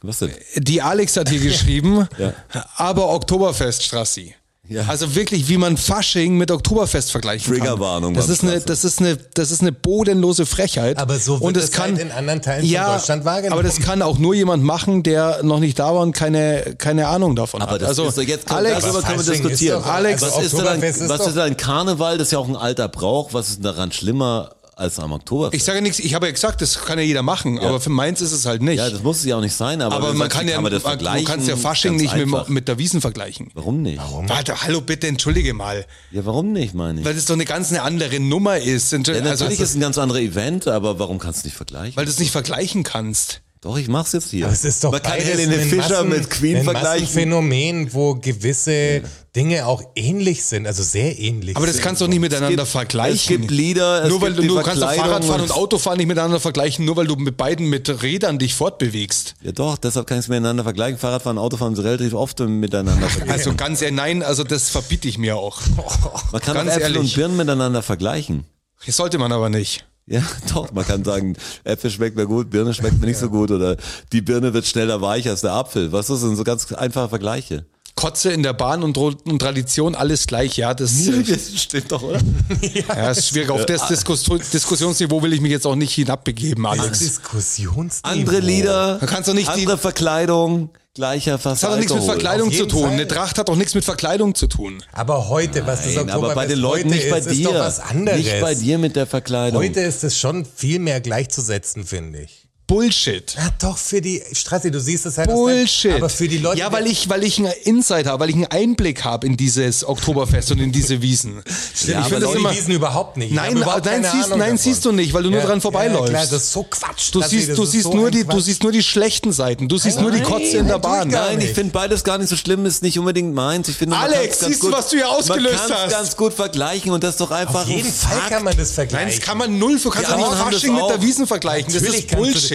Was denn?
die Alex hat hier geschrieben,
Ja.
aber Oktoberfest, Strassi.
Ja.
Also wirklich, wie man Fasching mit Oktoberfest vergleichen kann.
Triggerwarnung
Das
beim
ist eine,
Strassi.
das ist eine, das ist eine bodenlose Frechheit.
Aber so wird
und das
es
kann
halt in anderen Teilen von Deutschland wahrgenommen.
Aber das kann auch nur jemand machen, der noch nicht da war und keine, keine Ahnung davon
Aber
hat.
das
also
ist doch jetzt
Alex,
darüber können wir
Fasching ist
diskutieren.
doch-
Alex,
was
also
ist denn ein,
Oktoberfest ist
was
doch-
ist denn ein Karneval? Das ist ja auch ein alter Brauch. Was ist denn daran schlimmer als am Oktoberfest?
Ich sage nichts, ich habe ja gesagt, das kann ja jeder machen, aber für meins ist es halt nicht.
ja, das muss es ja auch nicht sein, aber,
aber
wenn du
man
sagst,
kann
wie
ja,
man das
man, du
vergleichen.
kannst ja Fasching
Ganz
nicht mit,
einfach.
mit der Wiesen vergleichen.
Warum nicht?
Warte, hallo bitte, entschuldige mal,
Ja, warum nicht, meine ich?
weil das doch eine ganz eine andere Nummer ist. Entschuldi-
Ja, natürlich
also,
ist es ein ganz anderes Event, aber warum kannst du nicht vergleichen?
weil du es nicht vergleichen kannst.
Doch, ich mach's jetzt hier.
Aber es ist doch
Man kann
beides
Helene
ein
Fischer
Massen-
mit Queen
ein
vergleichen.
Phänomen, wo gewisse Dinge auch ähnlich sind, also sehr ähnlich.
Aber das
sind.
kannst du auch nicht miteinander
gibt-
vergleichen.
es gibt Lieder, es
nur weil
gibt
du,
die
du kannst doch
Verkleidung
Fahrradfahren und
und-
Autofahren nicht miteinander vergleichen, nur weil du mit beiden mit Rädern dich fortbewegst.
Ja doch, deshalb kann ich es miteinander vergleichen. Fahrradfahren, Autofahren sind relativ oft miteinander vergleichen.
Also ganz ehrlich, nein, also das verbiete ich mir auch.
Man kann auch
ganz
Äpfel und
ehrlich,
Birnen miteinander vergleichen.
das sollte man aber nicht.
Ja, doch, man kann sagen, Äpfel schmeckt mir gut, Birne schmeckt mir nicht so gut oder die Birne wird schneller weicher als der Apfel. Was ist denn so ganz einfache Vergleiche?
Kotze in der Bahn und, Ro- und Tradition, alles gleich, ja, das, äh,
Das stimmt doch, oder?
ja, ist schwierig. Auf das Diskus Diskussionsniveau will ich mich jetzt auch nicht hinabbegeben,
Das
Alex.
Diskussionsniveau.
Andere Lieder,
Da kannst du nicht die-
andere Verkleidung, gleicher fast
Das hat doch nichts mit
Alkohol.
Verkleidung
Auf
zu
jeden
tun.
Fall.
Eine Tracht hat auch nichts mit Verkleidung zu tun.
Aber heute, was das
Nein, aber bei den
Oktoberfest
Leuten
heute
nicht bei
ist,
dir.
ist doch was anderes.
Nicht bei dir mit der Verkleidung.
Heute ist es schon viel mehr gleichzusetzen, finde ich.
Bullshit.
Na doch, für die Straße, du siehst es halt aus deinem-
Bullshit.
Aber für die Leute.
Ja, weil ich, weil ich einen Insight habe, weil ich einen Einblick habe in dieses Oktoberfest und in diese Wiesen.
Ja, ich finde die Wiesen überhaupt nicht. Ich
Nein,
habe überhaupt
nein,
keine
siehst,
Ahnung
nein
davon.
siehst du nicht, weil du nur
Ja,
dran vorbeiläufst.
Ja, klar, das ist so Quatsch.
Du
Tassi,
siehst,
das
du
ist
siehst
so
nur
ein
die, du
Quatsch.
siehst nur die schlechten Seiten. Du siehst nur die Kotze in der Bahn.
gar
Nein, ich
nicht.
finde beides gar nicht so schlimm, ist nicht unbedingt meins. Ich finde, man kann's
Alex,
ganz
siehst du,
gut-
was du hier ausgelöst
man kann's
hast?
ganz gut vergleichen und das ist doch einfach.
Auf jeden
ein
Fall
Fakt.
kann man das vergleichen.
Nein, das kann man null. Du kannst
Die
auch nicht
anderen haben das
Fasching mit der
auch.
Wiesen vergleichen. Das
Natürlich
ist
kannst du
Bullshit.
das-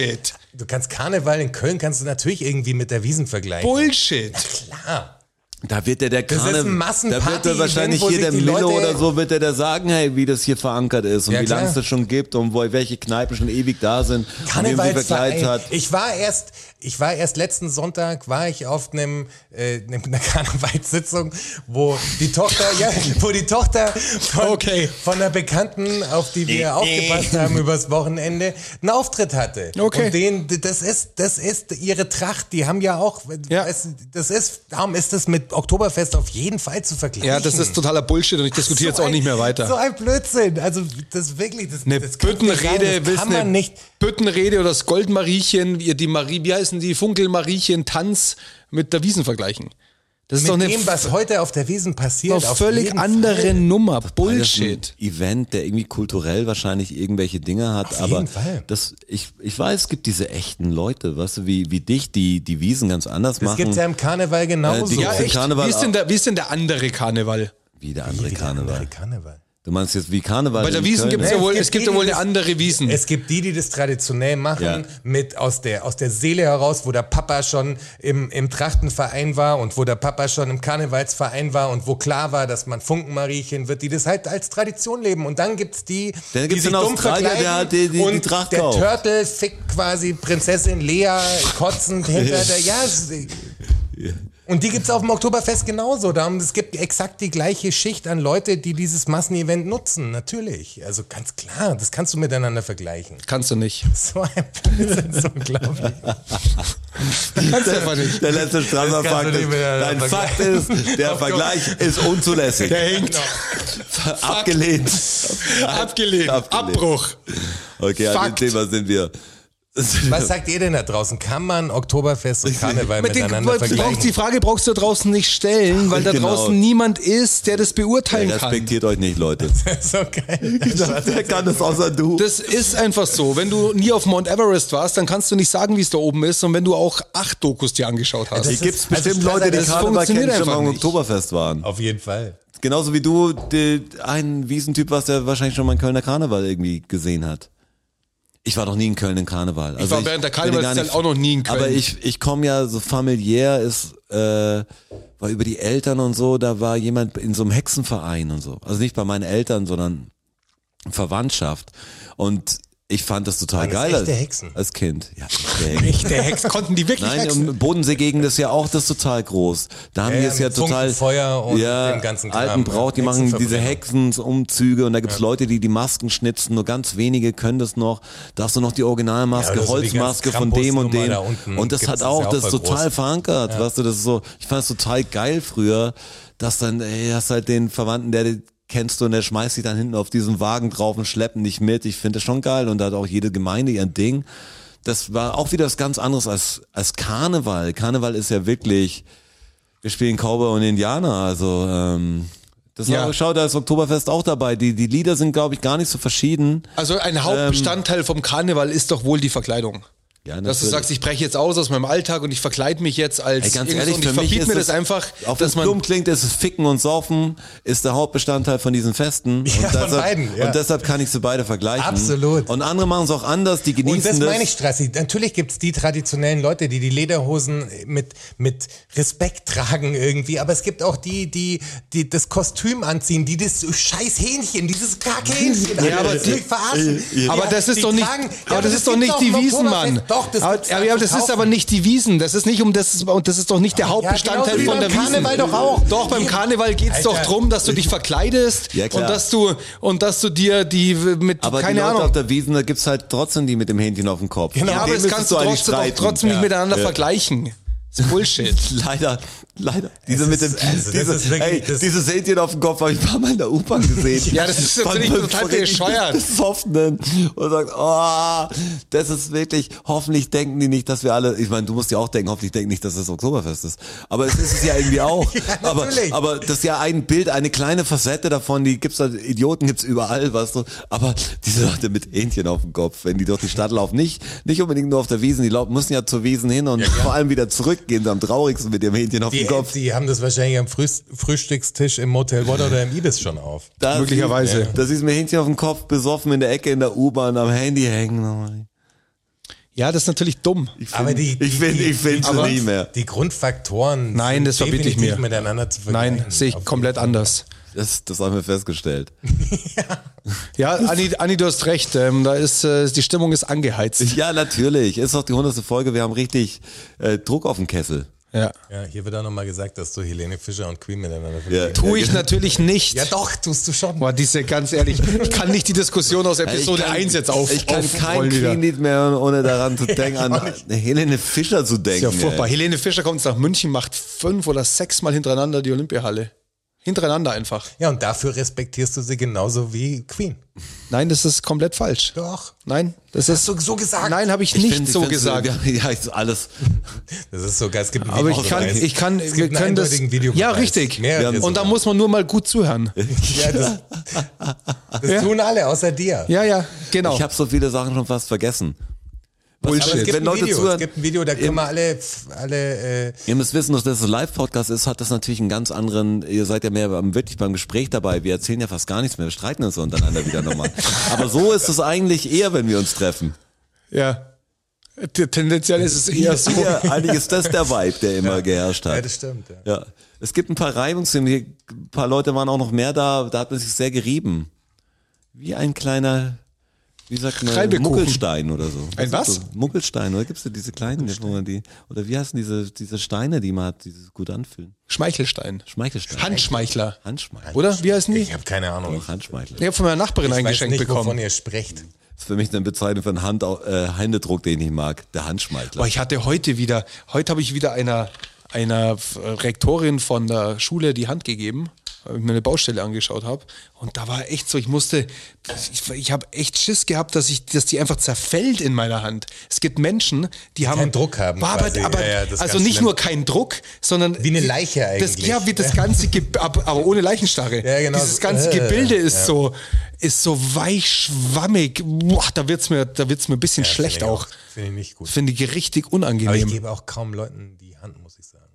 Du kannst Karneval in Köln kannst du natürlich irgendwie mit der Wiesen vergleichen.
Bullshit.
Klar.
Da wird der der
ist ein
Karne, da wird
Massenparty-Event,
der wahrscheinlich
wo
hier
sich
der
die
Milo
Leute-
oder so wird der da sagen, hey, wie das hier verankert ist und
Ja,
wie lange es
klar.
das schon gibt und wo welche Kneipen schon ewig da sind und wie man sie verkleidet
Karnevalsverein.
hat.
Ich war erst, ich war erst letzten Sonntag war ich auf einem äh, einem- einer Karnevalssitzung, wo die Tochter, ja, wo die Tochter von,
Okay.
von einer Bekannten, auf die wir aufgepasst haben übers Wochenende, einen Auftritt hatte.
Okay.
Und den, das ist, das ist ihre Tracht. Die haben ja auch,
Ja.
weißt du, das ist, darum ist das mit Oktoberfest auf jeden Fall zu vergleichen.
Ja, das ist totaler Bullshit und ich diskutiere jetzt auch
ein-
nicht mehr weiter.
So ein Blödsinn. Also das wirklich, das,
eine
das kannst du nicht sagen.
Büttenrede,
das
willst
kann
eine
man nicht.
Büttenrede oder das Goldmariechen, wie die Marie, wie heißen die Funkelmariechen Tanz mit der Wiesen vergleichen. Das ist doch
mit
eine
dem,
f-
was heute auf der Wiesen passiert.
doch
auf
völlig
jeden
andere
Fall.
Nummer.
Beides ein
Bullshit.
Event, der irgendwie kulturell wahrscheinlich irgendwelche Dinge hat,
Auf
aber
jeden Fall.
das ich ich weiß, es gibt diese echten Leute, weißt du, wie wie dich, die die Wiesen ganz anders
Das
machen.
gibt es ja im Karneval
Äh,
genauso.
die-
Ja,
Für
echt.
Karneval Also
Wie ist, denn
auch.
der, wie ist denn der andere Karneval?
wie der andere
Wie der
Karneval.
andere Karneval.
Du meinst jetzt wie Karneval
Bei der
in
Wiesen
Köln?
gibt's
Nee,
ja wohl,
es gibt
es gibt
die,
ja wohl
die
eine
das-
andere Wiesen.
Es gibt die, die das traditionell machen,
Ja.
mit aus der, aus der Seele heraus, wo der Papa schon im, im Trachtenverein war und wo der Papa schon im Karnevalsverein war und wo klar war, dass man Funkenmariechen wird, die das halt als Tradition leben. Und dann gibt's die,
Dann
die
gibt's den Australier, der hat die- die- die
und
Tracht
der
auf.
Turtle fickt quasi Prinzessin Lea kotzend hinter der, ja, es- Und die gibt's auf dem Oktoberfest genauso. Darum, es gibt exakt die gleiche Schicht an Leute, die dieses Massenevent nutzen. Natürlich. Also ganz klar, das kannst du miteinander vergleichen.
Kannst du nicht.
So ein Blödsinn, so unglaublich.
Kannst du einfach nicht.
Der letzte Strasser
kannst du
Fakt
nicht
ist,
mehr
dein Fakt
vergleichen.
ist, der Vergleich ist unzulässig.
Der hinkt.
Genau.
Abgelehnt.
Abgelehnt. Abbruch.
Okay, an dem
Fakt.
Thema sind wir.
Was sagt ihr denn da draußen? Kann man Oktoberfest und Karneval
Mit den,
miteinander
brauchst, die
vergleichen?
Frage brauchst du da draußen nicht stellen, weil da
Genau.
draußen niemand ist, der das beurteilen kann.
Respektiert euch nicht, Leute.
So geil.
Wer kann das außer du?
Das ist einfach so. Wenn du nie auf Mount Everest warst, dann kannst du nicht sagen, wie es da oben ist. Und wenn du auch acht Dokus dir angeschaut hast.
Hier
ist-
gibt es bestimmt
also,
Leute, die
das
Karneval
funktioniert
kennen, schon mal
einfach
im
nicht.
Oktoberfest waren.
Auf jeden Fall.
Genauso wie du die, ein Wiesentyp warst, der wahrscheinlich schon mal einen Kölner Karneval irgendwie gesehen hat. Ich war noch nie in Köln im Karneval. Also
war während
bin dir
der
gar
Karnevalszeit
nicht-
auch noch nie in Köln.
Aber ich, ich komme ja so familiär, ist, äh, war über die Eltern und so, da war jemand in so einem Hexenverein und so. Also nicht bei meinen Eltern, sondern Verwandtschaft. Und ich fand das total
das
geil.
echte
als-
Hexen?
Als Kind. Ja, echte Hexen.
der Hex konnten die wirklich
Nein,
hexen.
im Bodensee-Gegend ist ja auch das total groß. Da haben
Ja,
die
ja,
es ja
mit
total.
Funkenfeuer und
ja,
dem ganzen Kram, ne?
alten
ja.
Braut, die machen diese
Hexenverbrennung.
Hexensumzüge und da gibt's Leute, die die Masken schnitzen. Nur ganz wenige können das noch. Da hast du noch die Originalmaske,
Ja, oder so die
Holzmaske
ganze
von dem und
Krampus-Nummer
dem.
da unten
und das
gibt's,
hat
das ist
auch,
ja auch
das ist
voll
total
groß.
verankert. Weißt du, das ist so, ich fand es total geil früher, dass dann, ey, hast halt den Verwandten, der den kennst du und der schmeißt dich dann hinten auf diesen Wagen drauf und schleppen dich mit. Ich finde das schon geil und da hat auch jede Gemeinde ihr Ding das war auch wieder was ganz anderes als, als Karneval. Karneval ist ja wirklich, wir spielen Cowboy und Indianer, also ähm, das
Ja.
war, schau, da ist Oktoberfest auch dabei. Die, die Lieder sind, glaube ich, gar nicht so verschieden.
Also
Ähm.
ein Hauptbestandteil vom Karneval ist doch wohl die Verkleidung.
Ja,
Dass du
natürlich.
sagst, ich breche jetzt aus aus meinem Alltag und ich verkleide mich jetzt als
Ey, ganz
irgend so-
ehrlich,
und
für
ich
mich
verbiete
ist
mir das
es-
einfach,
auch wenn
dass
es
man
dumm klingt, ist es Ficken und Saufen ist der Hauptbestandteil von diesen Festen. und,
Ja, von
deshalb,
beiden, ja.
und deshalb kann ich sie beide vergleichen.
Absolut.
Und andere machen es auch anders, die genießen
Und das
das.
meine ich, Strassi. Natürlich gibt's die traditionellen Leute, die die Lederhosen mit, mit Respekt tragen irgendwie. Aber es gibt auch die, die, die das Kostüm anziehen, die das scheiß Hähnchen, dieses kacke Hähnchen. Alter,
aber
das
die- äh,
will ich verarschen. Die-
Aber das
die
ist doch nicht,
tragen- Ja,
aber das ist doch
gibt's
nicht
auch
die
im
Wiesen, Mann.
Oktoberfest. Doch, das
aber,
gibt's
aber,
da
ja,
zu
das ist
kaufen.
aber nicht die Wiesen. Das ist nicht um das, und das ist doch nicht der Hauptbestandteil
genauso wie
von der
beim
Wiesen.
Karneval doch auch.
Doch beim
Eben.
Karneval geht's
Alter.
doch drum, dass du dich verkleidest
Ja, klar.
und dass du und dass du dir die mit
aber
keine
die Leute
Ahnung.
auf der Wiesen, da gibt's halt trotzdem die mit dem Händchen auf dem Kopf.
Genau.
Ja,
Mit
aber
dem
das
müsstest
kannst du
eigentlich
trotzdem, auch
streiten.
trotzdem nicht
Ja.
miteinander
Ja.
vergleichen. Das ist Bullshit.
Leider, leider. Diese mit dem,
ist- also das
diese,
ist wirklich-
ey,
das-
dieses Hähnchen auf dem Kopf habe ich ein paar Mal in der U-Bahn gesehen.
Ja, das ist natürlich total bescheuert.
Besoffenen und sagt, oh, das ist wirklich, hoffentlich denken die nicht, dass wir alle, ich meine, du musst ja auch denken, hoffentlich denken nicht, dass das Oktoberfest ist. Aber es ist es ja irgendwie auch. aber,
natürlich.
aber das ist ja ein Bild, eine kleine Facette davon, die gibt's halt, Idioten gibt's überall, weißt du. Aber diese Leute mit Hähnchen auf dem Kopf, wenn die durch die Stadt laufen, nicht, nicht unbedingt nur auf der Wiesen, die lau- müssen ja zur Wiesen hin und vor allem wieder zurückgehen, am traurigsten mit dem Hähnchen auf
Die,
dem Kopf.
die haben das wahrscheinlich am Frühst Frühstückstisch im Motel One oder im Ibis schon auf.
Da
Möglicherweise.
Ist, das ist mir Hähnchen auf dem Kopf besoffen in der Ecke in der U-Bahn am Handy hängen.
Ja, das ist natürlich dumm.
Ich
Aber die-
ich will,
die-
ich will
die-
sie nie mehr.
Die Grundfaktoren
Nein,
sind
das verbiete ich
definitiv
mir.
miteinander zu vergleichen.
Nein, sehe ich
Auf-
komplett anders.
Das, das haben wir festgestellt.
Ja, Anni, Anni du hast recht. Ähm, da ist, äh, die Stimmung ist angeheizt.
Ja, natürlich. Ist doch die hundertste Folge. Wir haben richtig äh, Druck auf dem Kessel.
Ja.
Ja, hier wird auch nochmal gesagt, dass du Helene Fischer und Queen miteinander
Ja.
vergleichst.
Tue ich natürlich nicht.
Ja. doch, tust du schon.
Boah, diese, ganz ehrlich, ich kann nicht die Diskussion aus
Äh, Ich
Episode
kann-
1 jetzt auf.
Ich kann kein
aufrollen wieder.
Clean-Lied mehr hören, ohne daran zu denken, an Helene Fischer zu denken.
Ist ja furchtbar.
ey.
Helene Fischer kommt jetzt nach München, macht fünf oder sechs Mal hintereinander die Olympiahalle. Hintereinander einfach.
Ja, und dafür respektierst du sie genauso wie Queen.
Nein, das ist komplett falsch.
Doch.
Nein, das ist.
du so gesagt?
Nein, habe ich,
Ich
nicht
find's-
so
ich find's-
gesagt.
Ja, ja, ist alles.
Das ist sogar, es gibt einen
Aber ich kann,
Videobeweis.
ich kann,
es
wir
gibt
können
einen
das.
eindeutigen Videobeweis.
Ja, richtig.
Mehrere
Und da
sogar.
muss man nur mal gut zuhören.
Ja, das, das tun alle, außer dir.
Ja, ja, genau.
Ich habe so viele Sachen schon fast vergessen.
Aber es
Bullshit.
gibt,
Wenn
ein
Leute
Video,
zuhören-
es gibt ein Video, da können wir alle, alle äh,
Ihr müsst wissen, dass das ein Live-Podcast ist, hat das natürlich einen ganz anderen, ihr seid ja mehr am- wirklich beim Gespräch dabei, wir erzählen ja fast gar nichts mehr, wir streiten uns untereinander wieder nochmal. Aber so ist es eigentlich eher, wenn wir uns treffen.
Ja. T- Tendenziell ist es eher so.
Ja, eigentlich ist das der Vibe, der immer geherrscht
ja,
hat.
das stimmt. Ja.
Ja. Es gibt ein paar Reibungsthemen, hier, ein paar Leute waren auch noch mehr da, da hat man sich sehr gerieben. Wie ein kleiner, wie sagt man,
Reibekuchen.
Muckelstein oder so.
Ein was?
ist das? Muckelstein, oder gibt's da diese kleinen, wo man die, oder wie heißen diese, diese Steine, die man hat, die sich gut anfühlen?
Schmeichelstein.
Schmeichelstein.
Handschmeichler.
Handschmeichel.
Oder? Wie heißen die?
Ich habe keine Ahnung.
Auch Handschmeichel.
Ich habe von meiner Nachbarin ein
Ich weiß
Geschenk
nicht,
bekommen.
wovon ihr sprecht.
Das ist für mich eine Bezeichnung für einen Hand, äh, Händedruck, den ich nicht mag. Der Handschmeichler.
Boah, ich hatte heute wieder, heute habe ich wieder einer, einer äh, Rektorin von der Schule die Hand gegeben, weil ich mir eine Baustelle angeschaut habe. Und da war echt so, ich musste, ich, ich habe echt Schiss gehabt, dass ich, dass die einfach zerfällt in meiner Hand. Es gibt Menschen, die haben.
keinen Druck haben
War aber,
quasi.
aber,
Ja, ja, das ist
also
ganz
nicht
schlimm.
nur kein Druck, sondern.
Wie eine Leiche
Das,
eigentlich.
ja, wie das
Ja.
ganze, Ge- ab- aber ohne Leichenstarre.
Ja, genau.
Dieses ganze
Äh,
Gebilde ist
ja.
so, ist so weich, schwammig. Boah, da wird's mir, da wird's mir ein bisschen
Ja,
schlecht
finde ich
auch.
Finde ich nicht gut.
Finde ich richtig
Aber
Ähm,
ich
unangenehm.
gebe auch kaum Leuten die Hand, muss ich sagen.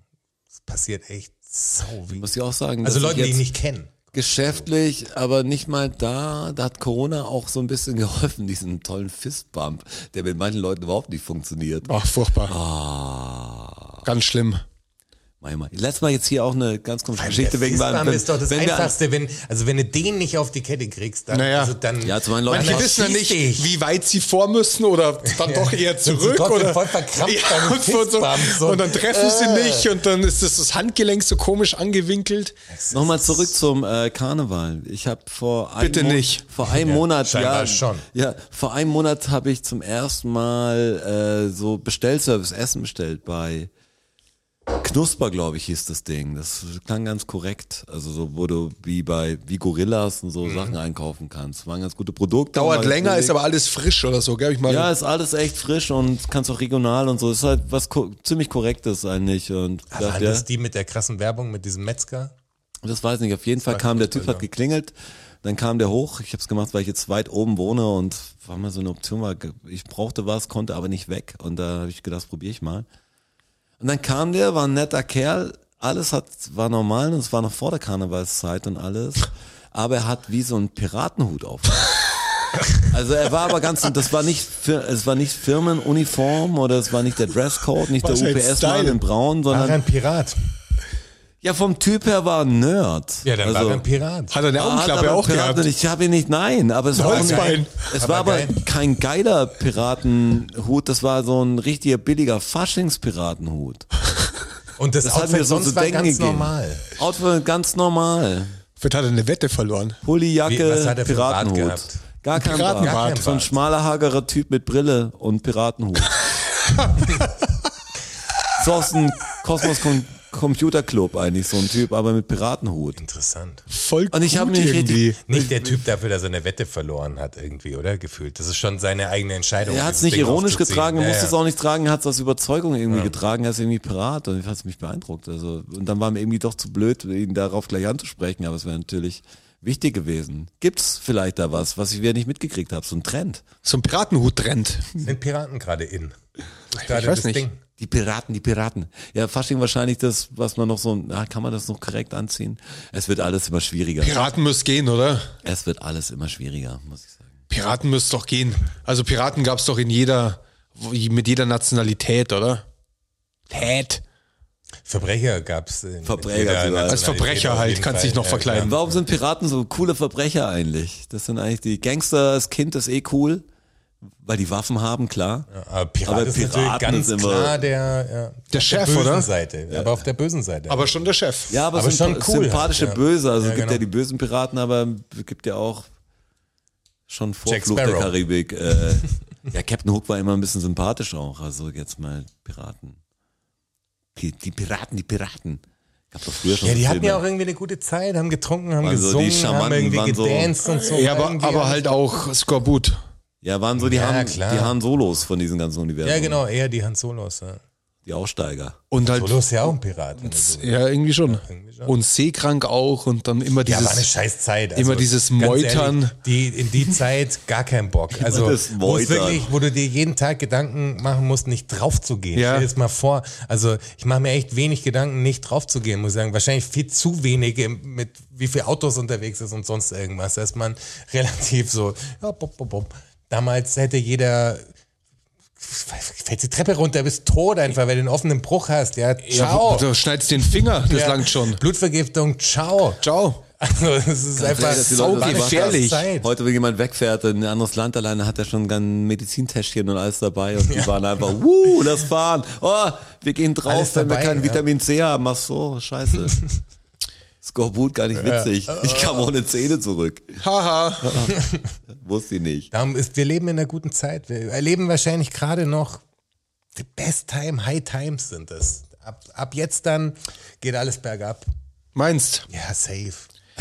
Es passiert echt so wenig.
muss ich auch sagen.
Also
dass
Leute, die
jetzt
ich nicht kennen.
Geschäftlich, aber nicht mal da. Da hat Corona auch so ein bisschen geholfen, diesen tollen Fistbump, der mit manchen Leuten überhaupt nicht funktioniert.
Oh.
Ah,
Ach, furchtbar. Ganz schlimm.
Manchmal. Letztes Mal jetzt hier auch eine ganz komische Geschichte wegen
Fistbump
wenn-
ist doch das
wenn wir-
Einfachste, wenn, also wenn du den nicht auf die Kette kriegst, dann,
Naja.
also dann
Ja, zu meinen Leuten-
dann
Manche
Manche
wissen ja
schieß
nicht,
dich.
wie weit sie vor müssen oder dann doch eher
Sind sie
zurück.
trotzdem
oder
voll verkrampft
ja,
beim
und, so,
Fistbump, so. Äh,
und dann treffen sie
Äh.
nicht und dann ist das, das Handgelenk so komisch angewinkelt.
Nochmal zurück zum äh, Karneval. Ich habe vor einem
Bitte
Mon-
nicht.
vor einem Monat
scheinbar
ja,
schon.
ja vor einem Monat habe ich zum ersten Mal äh, so Bestellservice Essen bestellt bei Knusper, glaube ich, hieß das Ding. Das klang ganz korrekt. Also so, wo du wie bei wie Gorillas und so Sachen einkaufen kannst. Waren ganz gute Produkte.
Mhm. Dauert
waren
länger,
billig.
ist aber alles frisch oder so, gell? Ich meine,
ja, ist alles echt frisch und kannst auch regional und so. Ist halt was ko ziemlich korrektes eigentlich. Und
Aber
dachte,
waren
ja.
das die mit der krassen Werbung, mit diesem Metzger?
Das weiß ich nicht. Auf jeden Fall kam der Typ, hat geklingelt. Dann kam der hoch. Ich habe es gemacht, weil ich jetzt weit oben wohne und war mal so eine Option. War, ich brauchte was, konnte aber nicht weg. Und da habe ich gedacht, probiere ich mal. Und dann kam der, war ein netter Kerl. Alles hat, war normal und es war noch vor der Karnevalszeit und alles. Aber er hat wie so einen Piratenhut auf. Also er war aber ganz, das war nicht, Fir- es war nicht Firmenuniform oder es war nicht der Dresscode, nicht
Was
der
ein
UPS-Mann
Style.
in Braun, sondern
Pirat.
ja vom Typ her war ein Nerd. Also
Ja, dann war er ein Pirat.
hat er eine Augenklappe auch
Piraten
gehabt.
und Ich habe ihn nicht, nein, aber es war, auch
Holzbein.
ein, es
Aber
war aber
geil.
kein geiler Piratenhut, das war so ein richtiger billiger Faschingspiratenhut.
Und das,
Das hat
Outfit
mir so zu
sonst war
denken
ganz
gegeben.
normal.
Outfit ganz normal.
Vielleicht hat er eine Wette verloren.
Pulli,
Wie- was
Jacke,
hat er für einen Bart
Piratenhut.
gehabt?
Gar kein
Piratenbart.
Bart.
Gar kein
So ein
Bart.
schmaler, hagerer Typ mit Brille und Piratenhut. so aus dem Cosmos Com Computer Club eigentlich, so ein Typ, aber mit Piratenhut.
Interessant.
Voll
Und ich hab
gut
mich richtig-
irgendwie.
Nicht der Typ dafür, dass er eine Wette verloren hat, irgendwie, oder? Gefühlt. Das ist schon seine eigene Entscheidung.
Er hat es
dieses
nicht
Ding
ironisch
aufzuziehen.
getragen,
Ja,
musste
ja.
es auch nicht tragen, hat es aus Überzeugung irgendwie getragen, er ist irgendwie Pirat und ich hat's mich beeindruckt. Also, und dann war mir irgendwie doch zu blöd, ihn darauf gleich anzusprechen, aber es wäre natürlich wichtig gewesen. Gibt's vielleicht da was, was ich wieder nicht mitgekriegt habe, so ein Trend?
So ein Piratenhut-Trend.
Sind Piraten gerade in? Ich gerade
weiß
das
nicht.
Ding.
Die Piraten, die Piraten. Ja, Fasching wahrscheinlich das, was man noch so, na, kann man das noch korrekt anziehen? Es wird alles immer schwieriger.
Piraten müsst gehen, oder?
Es wird alles immer schwieriger, muss ich sagen.
Piraten müsst doch gehen. Also Piraten gab's doch in jeder, wo- mit jeder Nationalität, oder? Tät.
Verbrecher gab's. in- in
Verbrecher
jeder
sogar.
Nationalität
Als Verbrecher
auf
halt,
jeden
kannst
Fall.
dich noch
Ja,
verkleiden.
Und warum sind Piraten so coole Verbrecher eigentlich? Das sind eigentlich die Gangster, das Kind ist eh cool, weil die Waffen haben, klar.
klar. Aber Pirat
Aber
ist natürlich
Piraten
ganz
sind immer-
klar der, ja, der
Chef,
bösen
oder?
Seite. Aber auf der bösen Seite.
Aber schon der Chef.
Ja, aber,
Aber
symp
schon cool
sympathische
halt, ja.
Böse. Also
Ja,
es gibt
genau.
ja die bösen Piraten, aber es gibt ja auch schon vor
Jack
Fluch der
Sparrow.
Karibik. Äh, ja, Captain Hook war immer ein bisschen sympathisch auch. Also jetzt mal Piraten. Die, die Piraten, die Piraten. Gab doch früher schon
ja, die
so
hatten
Filme.
ja auch irgendwie eine gute Zeit, haben getrunken, haben
Waren so die
gesungen, haben
Charmanten,
irgendwie
waren so-
gedanced und so.
Ja, aber,
Irgendwie
aber
alles-
halt auch Skorbut.
Ja, waren so die,
Ja,
Han,
klar.
die Han Solos von diesem ganzen Universum.
Ja, genau, eher die Han Solos. Ja.
Die Aussteiger.
Und halt,
Solo ist ja auch ein Pirat. wenn du so-
ja, irgendwie schon.
irgendwie schon.
Und seekrank auch und dann immer
Ja, war eine
dieses,
scheiß Zeit.
immer dieses
ganz
Meutern.
Ehrlich, die, in die Zeit gar kein Bock. Also
das
wo
Meutern.
es wirklich, wo du dir jeden Tag Gedanken machen musst, nicht drauf zu gehen.
Ja.
Stell dir das mal vor. Also ich mache mir echt wenig Gedanken, nicht drauf zu gehen, muss ich sagen. Wahrscheinlich viel zu wenig im- mit wie viel Autos unterwegs ist und sonst irgendwas. Da ist man relativ so, ja, bop, bop, bop. Damals hätte jeder fällt die Treppe runter, bist tot einfach, weil du einen offenen Bruch hast. Ja, ciao.
ja, du schneidest den Finger, das
Ja.
langt schon.
Blutvergiftung, ciao.
Ciao.
Also es ist einfach
ehrlich, dass die Leute das
saugefährlich.
gefährlich.
Zeit.
Heute, wenn jemand wegfährt in ein anderes Land alleine, hat er schon ein Medizintäschchen und alles dabei und die waren einfach, wuh, das fahren. Oh, wir gehen drauf,
Alles
wenn wir
dabei,
kein
ja.
Vitamin C haben. Ach so, scheiße. Skorbut gar nicht witzig. Ich kam ohne Zähne zurück.
Haha.
Wusste ich nicht.
Darum ist, wir leben in einer guten Zeit. Wir erleben wahrscheinlich gerade noch die Best Time, High Times sind es. Ab, ab jetzt dann geht alles bergab.
Meinst?
Ja, safe.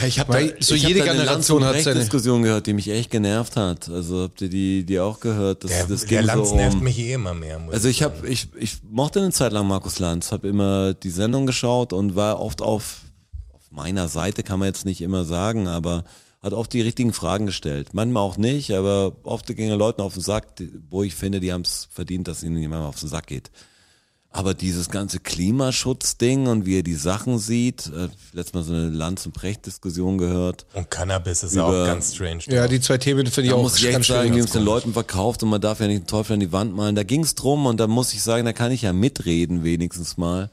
Ich habe
Weil so jede Generation hat seine-
Diskussion gehört, die mich echt genervt hat. Also habt ihr die, die auch gehört? Das,
Der,
das
der
ging
Lanz
so um.
nervt mich eh immer mehr. muss
Also ich habe ich, ich mochte eine Zeit lang Markus Lanz, habe immer die Sendung geschaut und war oft auf, auf meiner Seite, kann man jetzt nicht immer sagen, aber hat oft die richtigen Fragen gestellt. Manchmal auch nicht, aber oft ging er Leuten auf den Sack, die- wo ich finde, die haben es verdient, dass ihnen jemand auf den Sack geht. Aber dieses ganze Klimaschutzding und wie er die Sachen sieht, äh, letztes Mal so eine Lanz- und Precht-Diskussion gehört,
Und Cannabis ist
Über-
auch ganz strange.
Ja, die zwei Themen finde ich
da
auch
muss ich echt
ganz
sagen, die haben
schön.
es den Leuten verkauft und man darf ja nicht den Teufel an die Wand malen. Da ging's drum und da muss ich sagen, da kann ich ja mitreden wenigstens mal,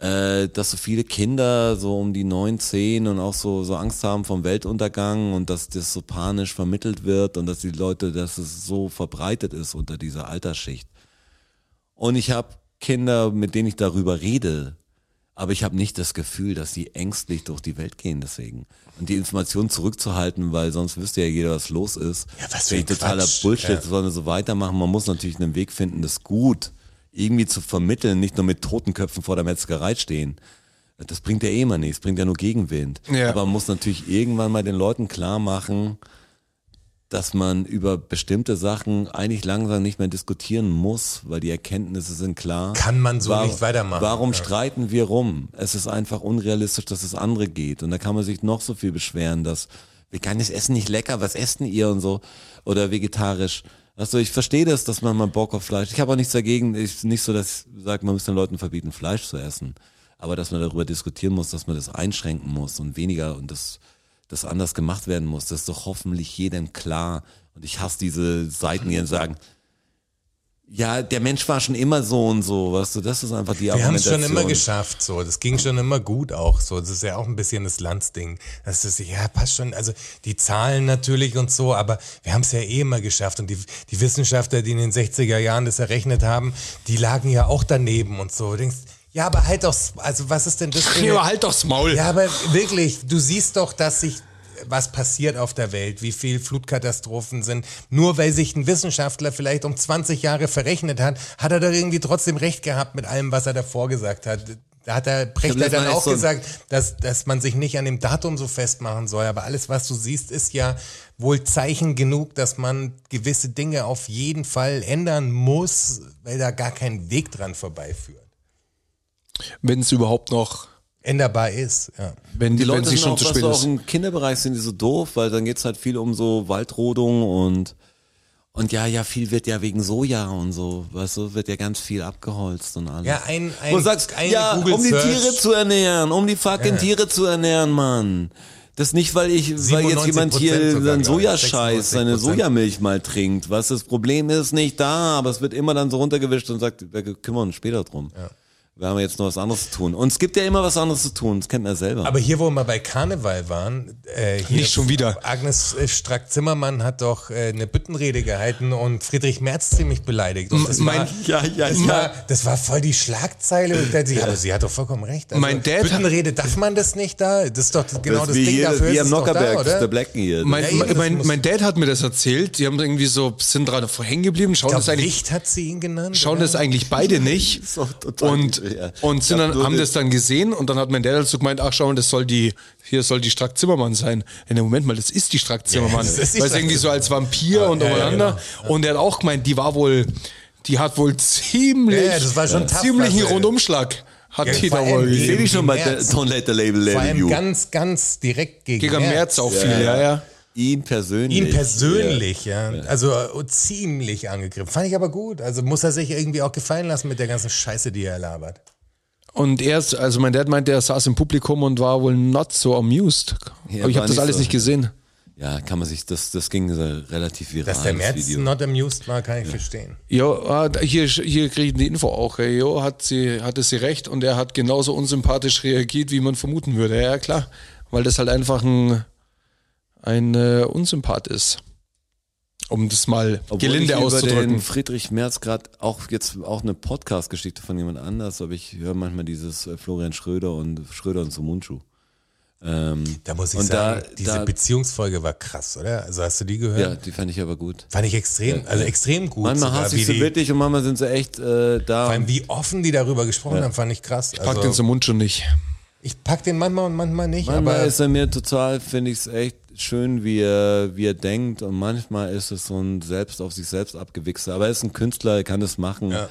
äh, dass so viele Kinder so um die neun, zehn und auch so, so Angst haben vom Weltuntergang und dass das so panisch vermittelt wird und dass die Leute, dass es so verbreitet ist unter dieser Altersschicht. Und ich habe Kinder, mit denen ich darüber rede, aber ich habe nicht das Gefühl, dass die ängstlich durch die Welt gehen deswegen. Und die Informationen zurückzuhalten, weil sonst wüsste ja jeder, was los ist.
Ja, was für
Finde
ein
ich totaler
Quatsch.
Bullshit,
Ja.
sondern so weitermachen. Man muss natürlich einen Weg finden, das gut irgendwie zu vermitteln, nicht nur mit Totenköpfen vor der Metzgerei stehen. Das bringt ja eh immer nichts, bringt ja nur Gegenwind.
Ja.
Aber man muss natürlich irgendwann mal den Leuten klar machen, dass man über bestimmte Sachen eigentlich langsam nicht mehr diskutieren muss, weil die Erkenntnisse sind klar.
Kann man so nicht weitermachen.
Warum
Ja.
streiten wir rum? Es ist einfach unrealistisch, dass es andere geht. Und da kann man sich noch so viel beschweren, dass veganes Essen nicht lecker, was essen ihr und so. Oder vegetarisch. Also ich verstehe das, dass man mal Bock auf Fleisch. Ich habe auch nichts dagegen. Ich nicht so, dass ich sage, man muss den Leuten verbieten, Fleisch zu essen. Aber dass man darüber diskutieren muss, dass man das einschränken muss und weniger und das, das anders gemacht werden muss, das ist doch hoffentlich jedem klar. Und ich hasse diese Seiten, die dann sagen, ja, der Mensch war schon immer so und so, weißt du, das ist einfach die
Wir haben es schon
Argumentation.
immer geschafft, so. Das ging schon immer gut auch, so. Das ist ja auch ein bisschen das Landsding. Das ist, ja, passt schon. Also, die Zahlen natürlich und so, aber wir haben es ja eh immer geschafft. Und die, die Wissenschaftler, die in den 60er Jahren das errechnet haben, die lagen ja auch daneben und so. Du denkst, ja, aber halt doch, also, was ist denn das? für eine-
Ja, halt doch's Maul.
ja, aber wirklich, du siehst doch, dass sich was passiert auf der Welt, wie viel Flutkatastrophen sind. Nur weil sich ein Wissenschaftler vielleicht um 20 Jahre verrechnet hat, hat er da irgendwie trotzdem recht gehabt mit allem, was er davor gesagt hat. Da hat der Prechter
letztes
dann
Mal
auch
so ein-
gesagt, dass, dass man sich nicht an dem Datum so festmachen soll. Aber alles, was du siehst, ist ja wohl Zeichen genug, dass man gewisse Dinge auf jeden Fall ändern muss, weil da gar kein Weg dran vorbeiführt.
Wenn es überhaupt noch,
Änderbar ist, ja.
wenn
Die
wenn
Leute
sie
sind
schon
auch,
zu
was
spät
so
ist.
auch im Kinderbereich sind die so doof, weil dann geht's halt viel um so Waldrodung und und ja, ja, viel wird ja wegen Soja und so, weißt du, wird ja ganz viel abgeholzt und alles.
Ja, ein, ein,
Wo du sagst,
ein
ja,
Google
um die
Search.
Tiere zu ernähren, um die fucking Tiere zu ernähren, Mann. Das nicht, weil ich, weil jetzt jemand
97%
hier
sogar,
seinen
glaube ich.
Sojascheiß,
96%.
seine Sojamilch mal trinkt. Was das Problem ist, nicht da, aber es wird immer dann so runtergewischt und sagt, wir kümmern uns später drum. Wir haben jetzt noch was anderes zu tun. Und es gibt ja immer was anderes zu tun, das kennt man selber.
Aber hier, wo wir mal bei Karneval waren, äh, hier
Nicht schon wieder.
Agnes äh, Strack-Zimmermann hat doch äh, eine Büttenrede gehalten und Friedrich Merz ziemlich beleidigt. Und das,
mein-
war,
ja, ja,
das, war, das war voll die Schlagzeile. Und ich dachte, ja, aber sie hat doch vollkommen recht. Also,
Mein Dad hat-
Büttenrede darf man das nicht da? Das ist doch genau das,
wie
Ding
hier,
dafür.
wie
ist
am
es doch
Nockerberg,
da,
das ist
oder?
der Blacken hier.
Mein,
Ja, eben, das
mein,
muss-
mein Dad hat mir das erzählt. Die haben irgendwie so, sind dran hängen geblieben, schauen
Ich
das
glaub,
eigentlich
Wicht hat sie ihn genannt.
schauen
oder?
das eigentlich beide nicht
ist auch total
und,
übel, ja.
und sind
Ich hab
dann,
nur
haben
den-
das dann gesehen und dann hat mein Dad dazu gemeint, ach schau, das soll die, hier soll die Strack Zimmermann sein. In dem Moment mal, das ist die Strack Zimmermann.
das ist die
Weil es
Strack
irgendwie so als Vampir und
ja, ja,
umeinander. Und er hat auch gemeint, die war wohl, die hat wohl ziemlich,
Ja, ja, das war schon tough,
ziemlichen
was er-
Rundumschlag hat
Ja,
die
vor
da
allem
wohl
die-
Sehe
gegeben.
ich schon bei
März.
Don't Let the Label
Vor
Label
allem
You.
ganz, ganz direkt gegen,
Gegen März auch viel, ja, ja.
Ihn persönlich.
Ihn persönlich, ja. Also äh, ziemlich angegriffen. Fand ich aber gut. Also muss er sich irgendwie auch gefallen lassen mit der ganzen Scheiße, die er labert.
Und er ist, also mein Dad meint, er saß im Publikum und war wohl not so amused.
Ja,
Aber ich
war
habe das
nicht
alles
so.
nicht gesehen.
Ja, kann man sich, das, das ging so relativ viral.
Dass der
das
März
Video.
not amused war, kann ich verstehen.
Ja, ah, da- hier, hier kriegen die Info auch. ey. Jo, hat sie, hatte sie recht und er hat genauso unsympathisch reagiert, wie man vermuten würde. Ja, klar. Weil das halt einfach ein, ein äh, Unsympath ist. Um das mal
Obwohl ich
gelinde
über Den
auszudrücken.
Friedrich Merz gerade auch jetzt auch eine Podcast-Geschichte von jemand anders, aber ich höre manchmal dieses äh, Florian Schröder und Schröder und Sumunchu. Ähm,
Da muss ich
Und
sagen,
da-
diese
da-
Beziehungsfolge war krass, oder? Also hast du die gehört?
ja, die fand ich aber gut.
Fand ich extrem, also extrem gut.
Manchmal
sogar,
hasse
wie
ich sie
die-
wirklich und manchmal sind sie echt äh, da.
Vor allem, wie offen die darüber gesprochen haben, fand ich krass.
Pack den
Also,
zum Mund schon nicht.
ich pack den manchmal und manchmal nicht,
Manchmal
aber
ist er mir total, finde ich es echt schön, wie er, wie er denkt und manchmal ist es so ein selbst auf sich selbst abgewichster. Aber er ist ein Künstler, er kann das machen.
Ja.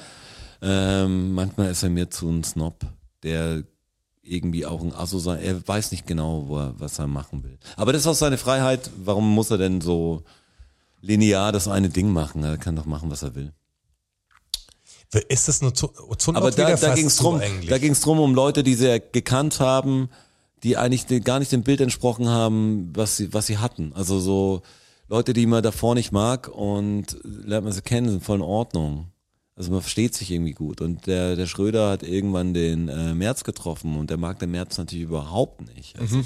Ähm, manchmal ist er mir zu ein Snob, der irgendwie auch ein Asso sein. Er weiß nicht genau, wo er, was er machen will. Aber das ist auch seine Freiheit. Warum muss er denn so linear das eine Ding machen? Er kann doch machen, was er will.
ist das nur Ozonloch
Aber da,
wieder
da
fast
ging es
zu
drum,
eigentlich?
da ging's drum um Leute, die sie gekannt haben, die eigentlich de- gar nicht dem Bild entsprochen haben, was sie, was sie hatten. Also so Leute, die man davor nicht mag und lernt man sie kennen, sind voll in Ordnung. Also man versteht sich irgendwie gut. Und der, der Schröder hat irgendwann den äh, März getroffen und der mag den März natürlich überhaupt nicht. Also,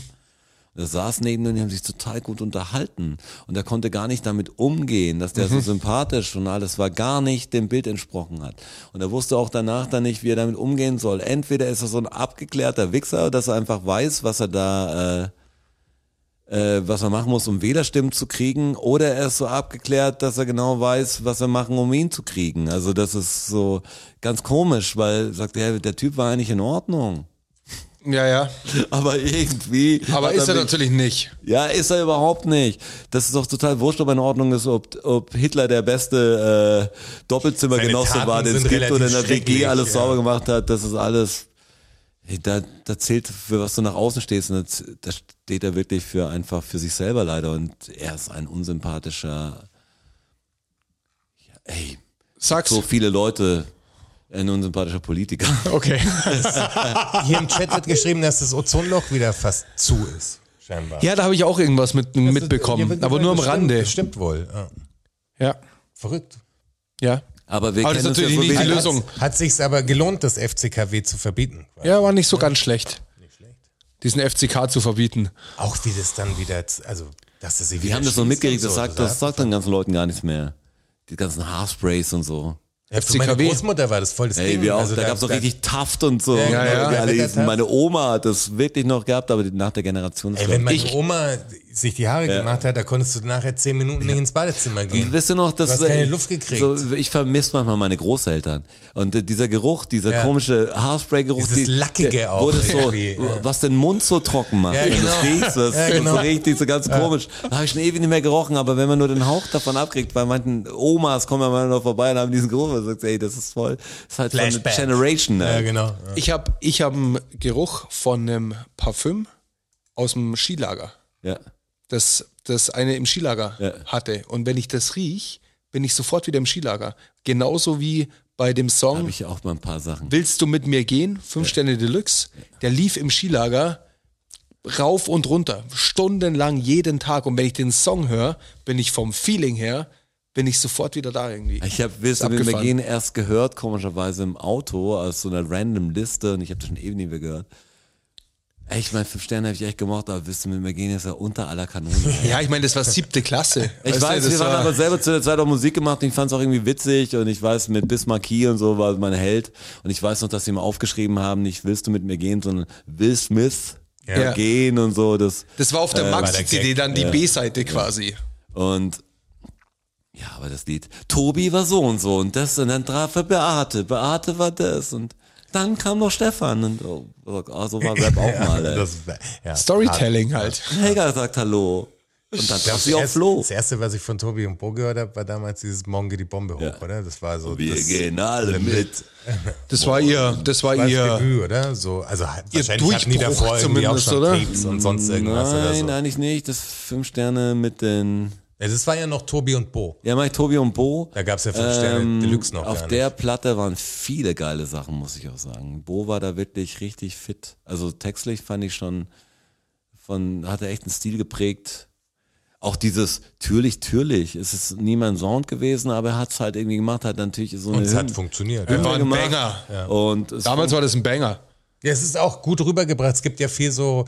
da saßen neben und die haben sich total gut unterhalten. Und er konnte gar nicht damit umgehen, dass
Mhm.
der so sympathisch und alles war, gar nicht dem Bild entsprochen hat. Und er wusste auch danach dann nicht, wie er damit umgehen soll. Entweder ist er so ein abgeklärter Wichser, dass er einfach weiß, was er da, äh, äh, was er machen muss, um Wählerstimmen zu kriegen, oder er ist so abgeklärt, dass er genau weiß, was er machen, um ihn zu kriegen. Also das ist so ganz komisch, weil sagt er, der Typ war eigentlich in Ordnung.
Ja, ja.
Aber irgendwie.
Aber
hat
ist er
mich-
natürlich nicht.
ja, ist er überhaupt nicht. Das ist doch total wurscht, ob er in Ordnung ist, ob, ob Hitler der beste äh, Doppelzimmergenosse
Seine
war, den es
Taten sind
gibt und in der
relativ
WG alles
schrecklich,
sauber
ja.
gemacht hat. Das ist alles. Hey, da, da zählt, für was du nach außen stehst. Und da z- da steht er wirklich für einfach für sich selber leider. Und er ist ein unsympathischer. Ja, ey,
Sag's.
so viele Leute. Ein unsympathischer Politiker.
Okay.
Hier im Chat wird geschrieben, dass das Ozonloch wieder fast zu ist, scheinbar.
Ja, da habe ich auch irgendwas
Also,
mit,
Hier
mitbekommen.
wird
Aber nur am
gesagt, das
Rande.
Stimmt, das stimmt wohl. Ja.
Ja.
Verrückt.
Ja.
Aber wir
Aber das
kennen uns
ist
ja
natürlich
so
nicht die
wenig.
Lösung.
Hat, hat sich's aber gelohnt, das FCKW zu verbieten. quasi.
Ja, war nicht so ganz schlecht.
Nicht schlecht.
Diesen FCK zu verbieten.
Auch wie das dann wieder, z- also dass das sich
Die
wieder
haben das so
schließt
mitgekriegt,
und
das
so,
sagt, das sagt den ganzen Leuten gar nichts mehr. Die ganzen Haarsprays und so.
Für meine
FCKW.
Großmutter war das voll das
Ey,
Ding. Also
wir auch, da
da-
gab's doch
da-
richtig Taft und so.
Ja,
Und
ja,
wie
ja.
die alle
Ja,
hießen.
ja.
meine Oma hat das wirklich noch gehabt, aber die- nach der Generation.
Ey, wenn meine
Ich-
Oma sich die Haare gemacht hat, da konntest du nachher zehn Minuten nicht ins Badezimmer gehen.
Wisst ihr noch, dass
hast keine Luft gekriegt.
So, ich vermisse manchmal meine Großeltern. Und äh, dieser Geruch, dieser
Ja.
komische Haarspray-Geruch, die-
Dieses Lackige
der-
auch
wo das so,
irgendwie, ja.
was den Mund so trocken macht.
Ja,
Wenn
genau.
Das riechst, das
Ja, genau.
ist so richtig, so ganz komisch. Da habe ich schon ewig nicht mehr gerochen, aber wenn man nur den Hauch davon abkriegt, bei manchen Omas kommen ja mal noch vorbei und haben diesen Geruch und sagt, ey, das ist voll, das ist halt
Flashback.
von eine Generation. ne?
Ja,
ey.
genau.
Ich habe ich hab einen Geruch von einem Parfüm aus dem Skilager,
genau.
Ja.
das, das eine im Skilager
Ja.
hatte. Und wenn ich das riech, bin ich sofort wieder im Skilager. Genauso wie bei dem
Habe
Song
ich auch mal ein paar Sachen.
Willst du mit mir gehen? Fünf Sterne Deluxe. Der lief im Skilager rauf und runter, stundenlang jeden Tag. Und wenn ich den Song höre, bin ich vom Feeling her, bin ich sofort wieder da irgendwie.
Ich habe Willst du
Ist
mit mir
abgefahren.
gehen erst gehört, komischerweise im Auto, aus so einer random Liste und ich habe das schon ewig nie mehr gehört. Ey, Ich meine, fünf Sterne habe ich echt gemocht, aber Willst du mit mir gehen ist ja unter aller Kanone. ey.
Ja, ich meine, das war siebte Klasse.
Ich
Weißt du,
weiß,
das
wir waren
war-
aber selber zu der Zeit auch Musik gemacht und ich fand es auch irgendwie witzig und ich weiß, mit Bismarcky und so war mein Held und ich weiß noch, dass sie mal aufgeschrieben haben, nicht Willst du mit mir gehen, sondern Will Smith
Ja.
gehen und so. Das,
Das war auf der
der
Max-CD
Gag.
dann die B-Seite quasi.
Und ja, aber das Lied. Tobi war so und so und das und dann traf er Beate. Beate war das und dann kam noch Stefan und oh, oh, so war Rap auch mal. Ey.
Das, ja.
Storytelling halt.
Helga sagt Hallo. Und dann traf
Das,
sie auf
erste-
Flo.
das erste, was ich von Tobi und Bo gehört habe, war damals dieses Morgen geht die Bombe hoch, oder? Das war so
Wir
das,
gehen alle mit.
Das war ihr, das war
war das
ihr.
Debüt, oder? So, also wahrscheinlich hatten die
Durchbruch
davor irgendwie auch
zumindest,
schon
oder?
Tapes und sonst irgendwas oder so.
Nein, eigentlich nicht. Das fünf Sterne mit den.
Ja, das war ja noch Tobi und Bo.
Ja, mein Tobi und Bo. Ähm,
Da gab's ja fünf Sterne Deluxe noch
Auf
gar
der Platte waren viele geile Sachen, muss ich auch sagen. Bo war da wirklich richtig fit. Also textlich fand ich schon von, hat er echt einen Stil geprägt. Auch dieses türlich, türlich. Es ist nie mein Sound gewesen, aber er hat's halt irgendwie gemacht, hat natürlich so eine
Und es hat
Hymn-
funktioniert.
Das
Ja.
war ein
gemacht.
Banger.
Und es
Damals war das ein Banger.
Ja, es ist auch gut rübergebracht. Es gibt ja viel so.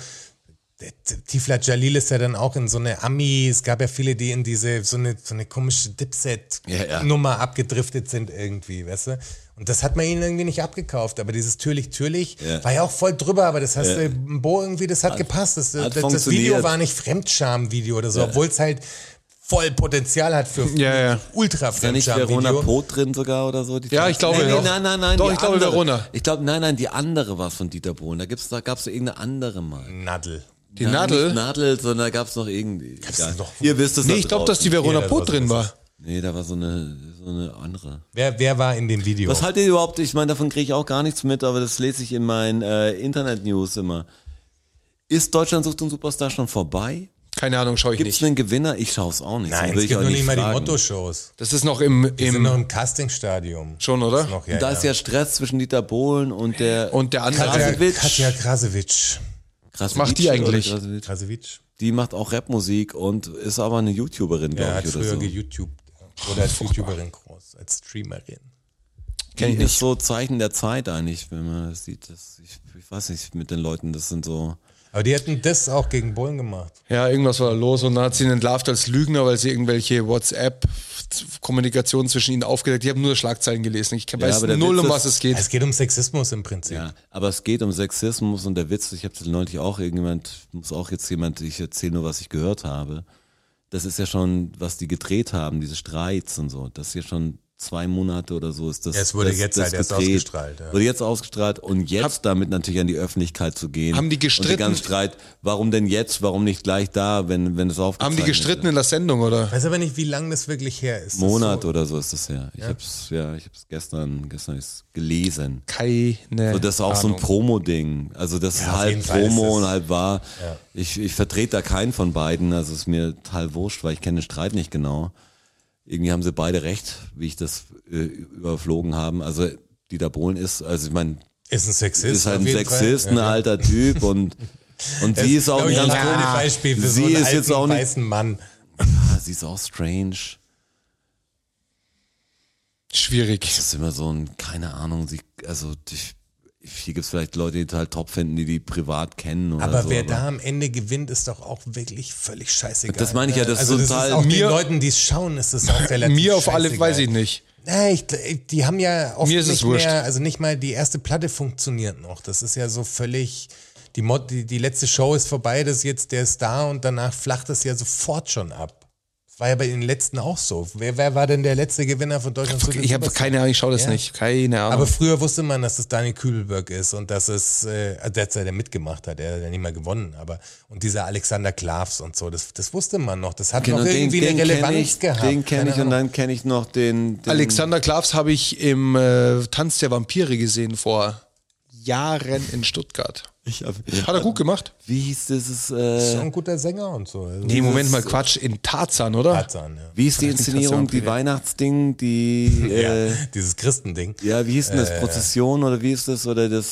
Tifla Jalil ist ja dann auch in so eine Ami, es gab ja viele, die in diese, so eine, so eine komische
Ja, ja.
Dipset-Nummer abgedriftet sind irgendwie, weißt du? Und das hat man ihnen irgendwie nicht abgekauft, aber dieses Türlich, Türlich
Ja.
war ja auch voll drüber, aber das hast du, Bo irgendwie, das hat, gepasst. Das, das, das
funktioniert.
Video war nicht Fremdscham-Video oder so, obwohl es halt voll Potenzial hat für
Ja, ja.
ultra
Ist da nicht Verona
Fremdscham-Video.
Pot drin sogar oder so? Die
Ja, ich glaube
Nein,
doch.
nein, nein, nein, nein.
Doch,
die
ich glaube,
andere.
Verona.
Ich glaube, nein, nein, die andere war von Dieter Bohlen. Da gibt's, da gab's so irgendeine andere mal.
Nadel.
Die
Ja,
Nadel.
Nicht Nadel, sondern da gab's noch irgendwie. Egal.
doch-
Ihr wisst es
Nee,
da
ich glaube,
draußen.
dass die Verona
Ja, das
Pot
war's,
drin
das
war.
Nee, da war so eine, so eine andere.
Wer, wer war in dem Video?
Was haltet ihr überhaupt? Ich meine, davon kriege ich auch gar nichts mit, aber das lese ich in meinen äh, Internet-News immer. Ist Deutschland sucht den Superstar schon vorbei?
Keine Ahnung, schaue ich
Gibt es
nicht.
einen Gewinner? Ich schaue es auch nicht.
Nein,
sonst will
es
ich
gibt
auch
noch nicht mal die
fragen.
Motto-Shows.
Das ist noch im,
Wir sind noch
im
im Castingstadium.
schon, oder?
Ist Noch,
Und da ist ja Stress zwischen Dieter Bohlen und der
Und der andere.
Katja,
Krasewitsch.
Katja Krasewitsch.
Krasewitsch
macht die
oder
eigentlich?
Krasewitsch?
Krasewitsch.
Die macht auch Rapmusik und ist aber eine YouTuberin,
Ja,
glaube
hat
ich, oder
früher
so.
geYouTubed. Oder als YouTuberin groß, als Streamerin.
Die ist so Zeichen der Zeit eigentlich, wenn man das sieht. Das, ich, ich weiß nicht, mit den Leuten, das sind so.
Aber die hätten das auch gegen Bullen gemacht.
Ja, irgendwas war da los und dann hat sie ihn entlarvt als Lügner, weil sie irgendwelche WhatsApp-Kommunikation zwischen ihnen aufgedeckt. Ich habe nur Schlagzeilen gelesen. Ich weiß
aber der
null,
Witz
um
ist-
was es geht.
Es geht um Sexismus im Prinzip.
Ja, aber es geht um Sexismus und der Witz, ich habe neulich auch irgendjemand, muss auch jetzt jemand, ich erzähle nur, was ich gehört habe. Das ist ja schon, was die gedreht haben, diese Streits und so. Das ist ja schon zwei Monate oder so ist das.
Ja, es wurde
das,
jetzt
das
halt erst ausgestrahlt, ja.
Wurde jetzt ausgestrahlt und jetzt damit natürlich an die Öffentlichkeit zu gehen.
Haben die
Und
gestritten?
den ganzen Streit, warum denn jetzt, warum nicht gleich da, wenn, wenn es aufgezeichnet
Haben die gestritten
wird?
in der Sendung, oder?
Weiß aber nicht, wie lang das wirklich her ist. Das
Monat
ist so,
oder so ist das her. Ich hab's, ja, ich hab's gestern, gestern ich's gelesen.
Keine.
So, das ist auch so ein
Ahnung.
Promo-Ding. Also das ist
auf jeden
halb
Fall ist
Promo
es-
und halb wahr. Ich, ich vertrete da keinen von beiden. Also ist mir total wurscht, weil ich kenne den Streit nicht genau. Irgendwie haben sie beide recht, wie ich das äh, überflogen haben. Also Dieter Bohlen ist, also ich meine,
Ist ein Sexist.
ist halt
auf
ein
jeden Fall.
Sexist, ein
Ja.
alter Typ und und sie ist auch
Glaub
ein
ich,
ganz
das
komisch.
schöne Beispiel für
Sie
so einen
ist
alten,
jetzt auch nicht-
weißen Mann.
Ah, Sie ist auch strange.
Schwierig.
Das ist immer so ein, keine Ahnung, sie, also ich, hier gibt es vielleicht Leute, die es halt top finden, die die privat kennen oder
Aber
so.
wer da am Ende gewinnt, ist doch auch wirklich völlig scheißegal.
Das meine ich ja,
ne?
das ist
also das
total-
ist auch
Mir-
den Leuten, die es schauen, ist das auch relativ
Mir auf alle
scheißegal.
weiß ich nicht.
Na, ich, äh, die haben ja oft
Mir ist es
nicht
wurscht.
mehr, also nicht mal die erste Platte funktioniert noch. Das ist ja so völlig, die, Mod, die, die letzte Show ist vorbei, das ist jetzt der Star und danach flacht das ja sofort schon ab. Das war ja bei den letzten auch so. Wer, wer war denn der letzte Gewinner von Deutschland? sucht den
Ich habe
Superstar?
keine Ahnung, ich schaue das
Ja.
nicht. Keine Ahnung.
Aber früher wusste man, dass es Daniel Kübelberg ist und dass es, äh, also der hat ja mitgemacht hat, der hat ja nicht mehr gewonnen, aber und dieser Alexander Klavs und so, das, das wusste man noch. Das hat
Genau,
noch irgendwie eine
kenn
Relevanz
ich,
gehabt.
Den kenne
Keine
ich und
Ahnung.
dann kenne ich noch den, den
Alexander Klavs habe ich im äh, Tanz der Vampire gesehen vor Jahren in Stuttgart.
Ich hab,
Hat er gut gemacht.
Wie hieß dieses?
ist
Äh,
auch ein guter Sänger und so. Also
Nee, Moment mal, Quatsch, in Tarzan, oder?
Tarzan, ja.
wie ist die Inszenierung? Die Weihnachtsding, die äh,
ja, Äh. dieses Christending.
ja, wie hieß denn das? Prozession oder wie ist das? Oder das?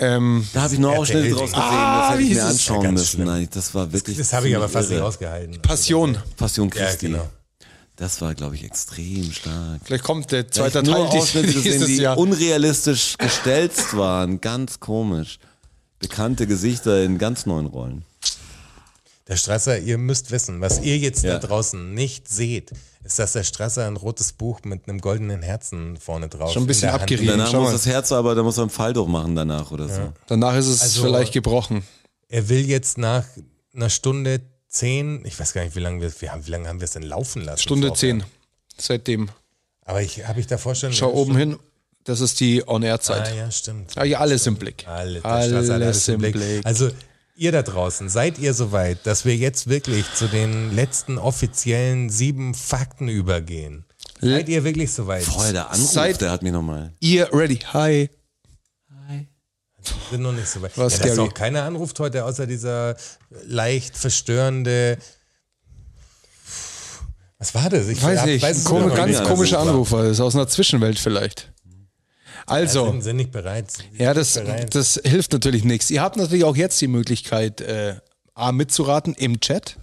Ähm,
Da habe ich nur
RTL
Ausschnitte draus
Ding.
gesehen,
Ah,
das hätte
wie
ich
hieß
mir
es?
anschauen
Ja, ganz
müssen.
schlimm.
Nein, das war wirklich.
Das habe ich aber
ziemlich
fast nicht
irre.
ausgehalten.
Passion.
Passion
Ja,
Christi.
genau.
Das war, glaube ich, extrem stark.
Vielleicht kommt der
Ich
zweite
nur
Teil
Ausschnitte
dieses
gesehen, die
Jahr.
unrealistisch gestellt waren. Ganz komisch. Bekannte Gesichter in ganz neuen Rollen.
Der Strasser, ihr müsst wissen, was ihr jetzt
Ja.
da draußen nicht seht, ist, dass der Strasser ein rotes Buch mit einem goldenen Herzen vorne drauf
Schon ein
in
bisschen
der Hand
abgerieben.
trägt.
Danach
schau
muss
mal.
das Herz aber, da muss er einen Fall durchmachen danach oder so.
Danach ist es
Also-
vielleicht gebrochen.
Er will jetzt nach einer Stunde zehn, ich weiß gar nicht, wie lange wir, wir haben, wie lange haben wir es denn laufen lassen?
Stunde
vorher?
10. Seitdem.
Aber ich habe ich davor schon.
Schau oben hin. Das ist die
Ah,
On-Air-Zeit.
ja, stimmt.
Ah, ja, alles im Blick.
Alle, also der Strasser hat
Alles im Blick.
Also ihr da draußen, seid ihr soweit, dass wir jetzt wirklich zu den letzten offiziellen sieben Fakten übergehen? Seid ihr wirklich soweit?
Boah, der Anruf,
Seit-
der hat mich nochmal.
Ihr ready? Hi.
Wir sind noch nicht soweit.
War
Ja, das ist
scary.
auch keiner anruft heute, außer dieser leicht verstörende. Was war das? Ich
Weiß
hab-
nicht.
es
Kom
immer noch
ganz
nicht.
Also,
komischer
super.
Anrufer. Das ist aus einer Zwischenwelt vielleicht. Also.
Sind, sind nicht bereit.
Ja, das,
bereit.
das hilft natürlich nichts. Ihr habt natürlich auch jetzt die Möglichkeit, äh, A, mitzuraten im Chat.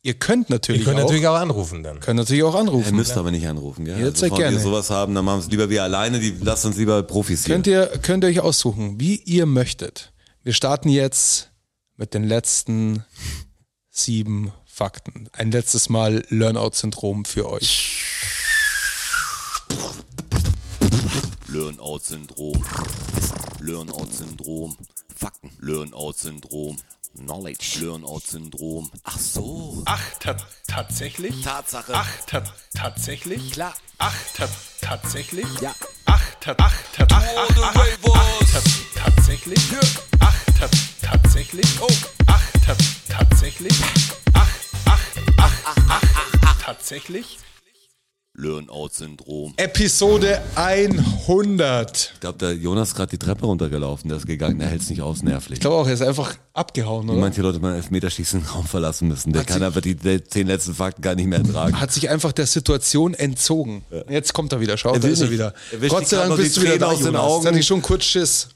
Ihr könnt natürlich,
Ihr könnt
auch,
natürlich auch anrufen dann.
könnt natürlich auch
Er
anrufen.
müsst aber nicht anrufen, gell?
Jetzt
also, wenn
gerne.
wir sowas haben, dann machen wir es lieber wir alleine, die lasst uns lieber Profis hier.
könnt, ihr, könnt ihr euch aussuchen, wie ihr möchtet. Wir starten jetzt mit den letzten sieben Fakten. Ein letztes Mal Learnout-Syndrom für euch.
Learn-out-Syndrom. Learn-out-Syndrom. Fakten. Learn-out-Syndrom. Knowledge. Learn-out-Syndrom. Ach so.
Ach, ta tatsächlich?
Tatsache.
Ach, ta tatsächlich?
Klar.
Ach, ta tatsächlich?
Ja.
Ach, ta ach, ta ach, ach, ach, ach, ta tatsächlich? Ach, ta tatsächlich? Oh. Ach, ta tatsächlich? Ach, ach, ach, ach, ach, ach, tatsächlich?
Learn-out-Syndrom.
Episode 100.
Ich glaube, der Jonas ist gerade die Treppe runtergelaufen, der ist gegangen, der hält es nicht aus, nervlich.
Ich glaube auch, er ist einfach abgehauen, oder?
Manche Leute beim Elfmeterschießen den Raum verlassen müssen. Der
Hat
kann
sie-
einfach die die zehn letzten Fakten gar nicht mehr ertragen.
Hat sich einfach der Situation entzogen. Jetzt kommt er wieder, schaut,
Er
da
will
ist er
nicht.
wieder.
Er wischt
Gott
die
sei Dank
Kamera
bist
die
du wieder
Tränen
da,
aus den
Jonas.
Augen.
Dann ich schon kurz Schiss.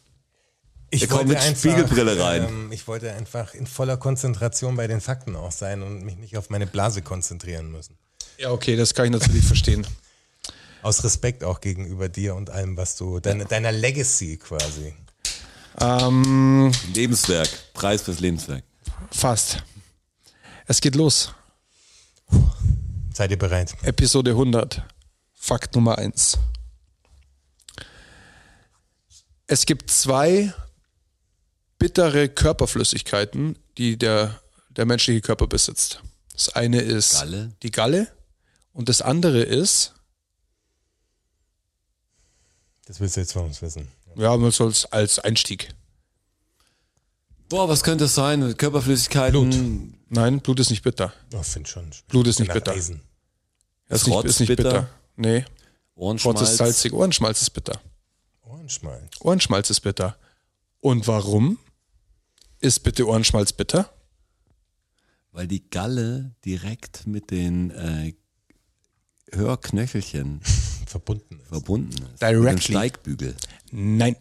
Ich
Er kommt mit Spiegelbrille rein.
Ähm, ich wollte einfach in voller Konzentration bei den Fakten auch sein und mich nicht auf meine Blase konzentrieren müssen.
Ja, okay, das kann ich natürlich verstehen.
Aus Respekt auch gegenüber dir und allem, was du, deine, deiner Legacy quasi.
Ähm,
Lebenswerk, Preis fürs Lebenswerk.
fast. Es geht los.
Seid ihr bereit?
Episode 100. Fakt Nummer 1. Es gibt zwei bittere Körperflüssigkeiten, die der, der menschliche Körper besitzt. Das eine ist
Galle?
die Galle und das andere ist,
Das willst du jetzt von uns wissen.
ja, man soll es als Einstieg.
Boah, was könnte es sein? Körperflüssigkeiten? Blut.
Nein, Blut ist nicht bitter.
Oh, find schon.
Blut ist nicht
Nach
bitter.
Eisen.
Das
Ist
ist nicht,
Rotz
ist nicht bitter.
bitter?
Nee, Rotz
Ohrenschmalz?
ist salzig, Ohrenschmalz ist bitter.
Ohrenschmalz.
Ohrenschmalz ist bitter. Und warum ist bitte Ohrenschmalz bitter?
Weil die Galle direkt mit den äh, Hörknöchelchen
Verbunden ist.
verbunden ist. Mit dem
Directly.
Steigbügel.
Nein.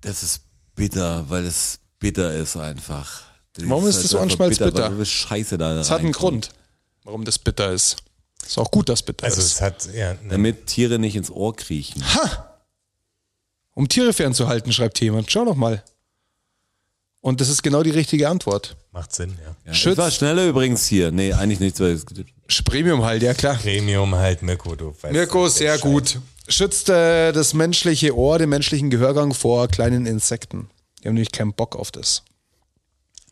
Das ist bitter, weil es bitter ist einfach. Das
Warum ist das
einfach
Ohrenschmalz bitter?
Weil so viel Scheiße da
Das hat einen Grund, warum das bitter ist. Ist auch gut, dass bitter
Also
ist.
es hat, ja, ne,
Damit Tiere nicht ins Ohr kriechen.
Um Tiere fernzuhalten, schreibt jemand. Schau doch mal. Und das ist genau die richtige Antwort.
macht Sinn, ja.
Ja, ich war schneller übrigens hier. Nee, eigentlich nicht. weil es-
Premium halt, ja klar.
Premium halt, Mirko, du weißt
Mirko,
den
sehr
Scheiß.
gut. Schützt äh, das menschliche Ohr, den menschlichen Gehörgang vor kleinen Insekten. Die haben nämlich keinen Bock auf das.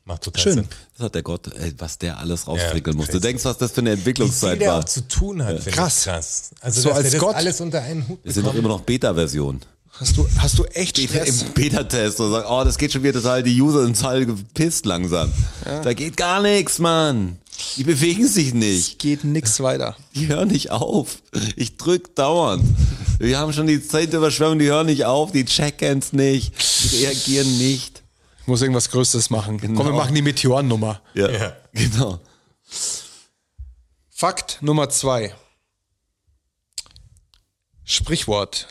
Macht total
Schön.
Sinn.
Das hat der Gott, ey, was der alles
Ja,
raustrickeln muss. Du
crazy.
denkst, was das für eine
Wie viel
Entwicklungszeit
der
war.
auch zu tun hat, finde
Krass.
ich krass. Also,
So
dass
als
der das
Gott.
alles unter einen Hut
Wir sind doch
bekommt.
immer noch Beta-Version.
Hast du, hast du echt
Beta,
Stress?
Im Beta-Test und sagen, oh, das geht schon wieder total, die User sind total gepisst langsam. Da geht gar nichts, Mann. Die bewegen sich nicht.
Geht nix weiter.
Die hören nicht auf. Ich drück dauernd. Wir haben schon die zehnte Überschwemmung, die hören nicht auf, die checken's nicht, die reagieren nicht.
Ich muss irgendwas Größeres machen. Komm, wir machen die Meteorennummer.
Ja,
Ja.
genau.
Fakt Nummer zwei. Sprichwort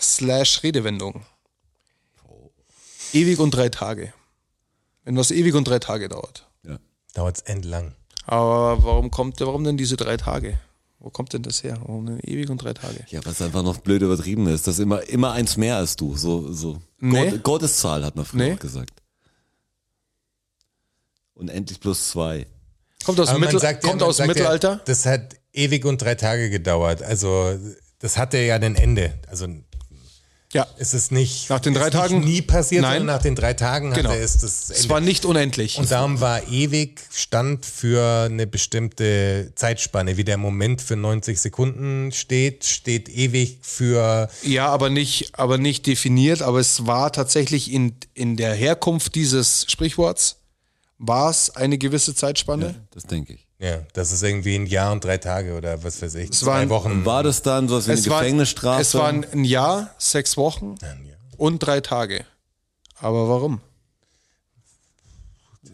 slash Redewendung. Ewig und drei Tage. Wenn was ewig und drei Tage dauert.
Dauert es endlang.
Aber warum kommt, warum denn diese drei Tage? Wo kommt denn das her? Warum denn ewig und drei Tage?
Ja, was einfach noch blöd übertrieben ist, dass immer, immer eins mehr als du, so, so.
Nee.
Gott- Gotteszahl hat man früher
Nee.
auch gesagt. Unendlich plus zwei.
Kommt aus, dem
Aber man
Mittel,
sagt ja-
kommt
man
aus dem
sagt ja,
Mittelalter?
das hat ewig und drei Tage gedauert. Also, das hatte ja ein Ende. Also,
Ja.
es ist nicht.
Nach den drei
ist nicht
Tagen?
Nie passiert,
Nein.
sondern nach den drei Tagen
Genau.
hatte es das
Es
Ende.
war nicht unendlich.
und darum war ewig stand für eine bestimmte Zeitspanne. Wie der Moment für 90 Sekunden steht, steht ewig für
Ja, aber nicht, aber nicht definiert, aber es war tatsächlich in, in der Herkunft dieses Sprichworts, war es eine gewisse Zeitspanne.
Das denke ich.
Ja, das ist irgendwie ein Jahr und drei Tage oder was weiß ich.
war
zwei
ein-
Wochen.
War das dann so wie eine
Es war-
Gefängnisstrafe?
Es waren ein Jahr, sechs Wochen und drei Tage. Aber warum?
äh,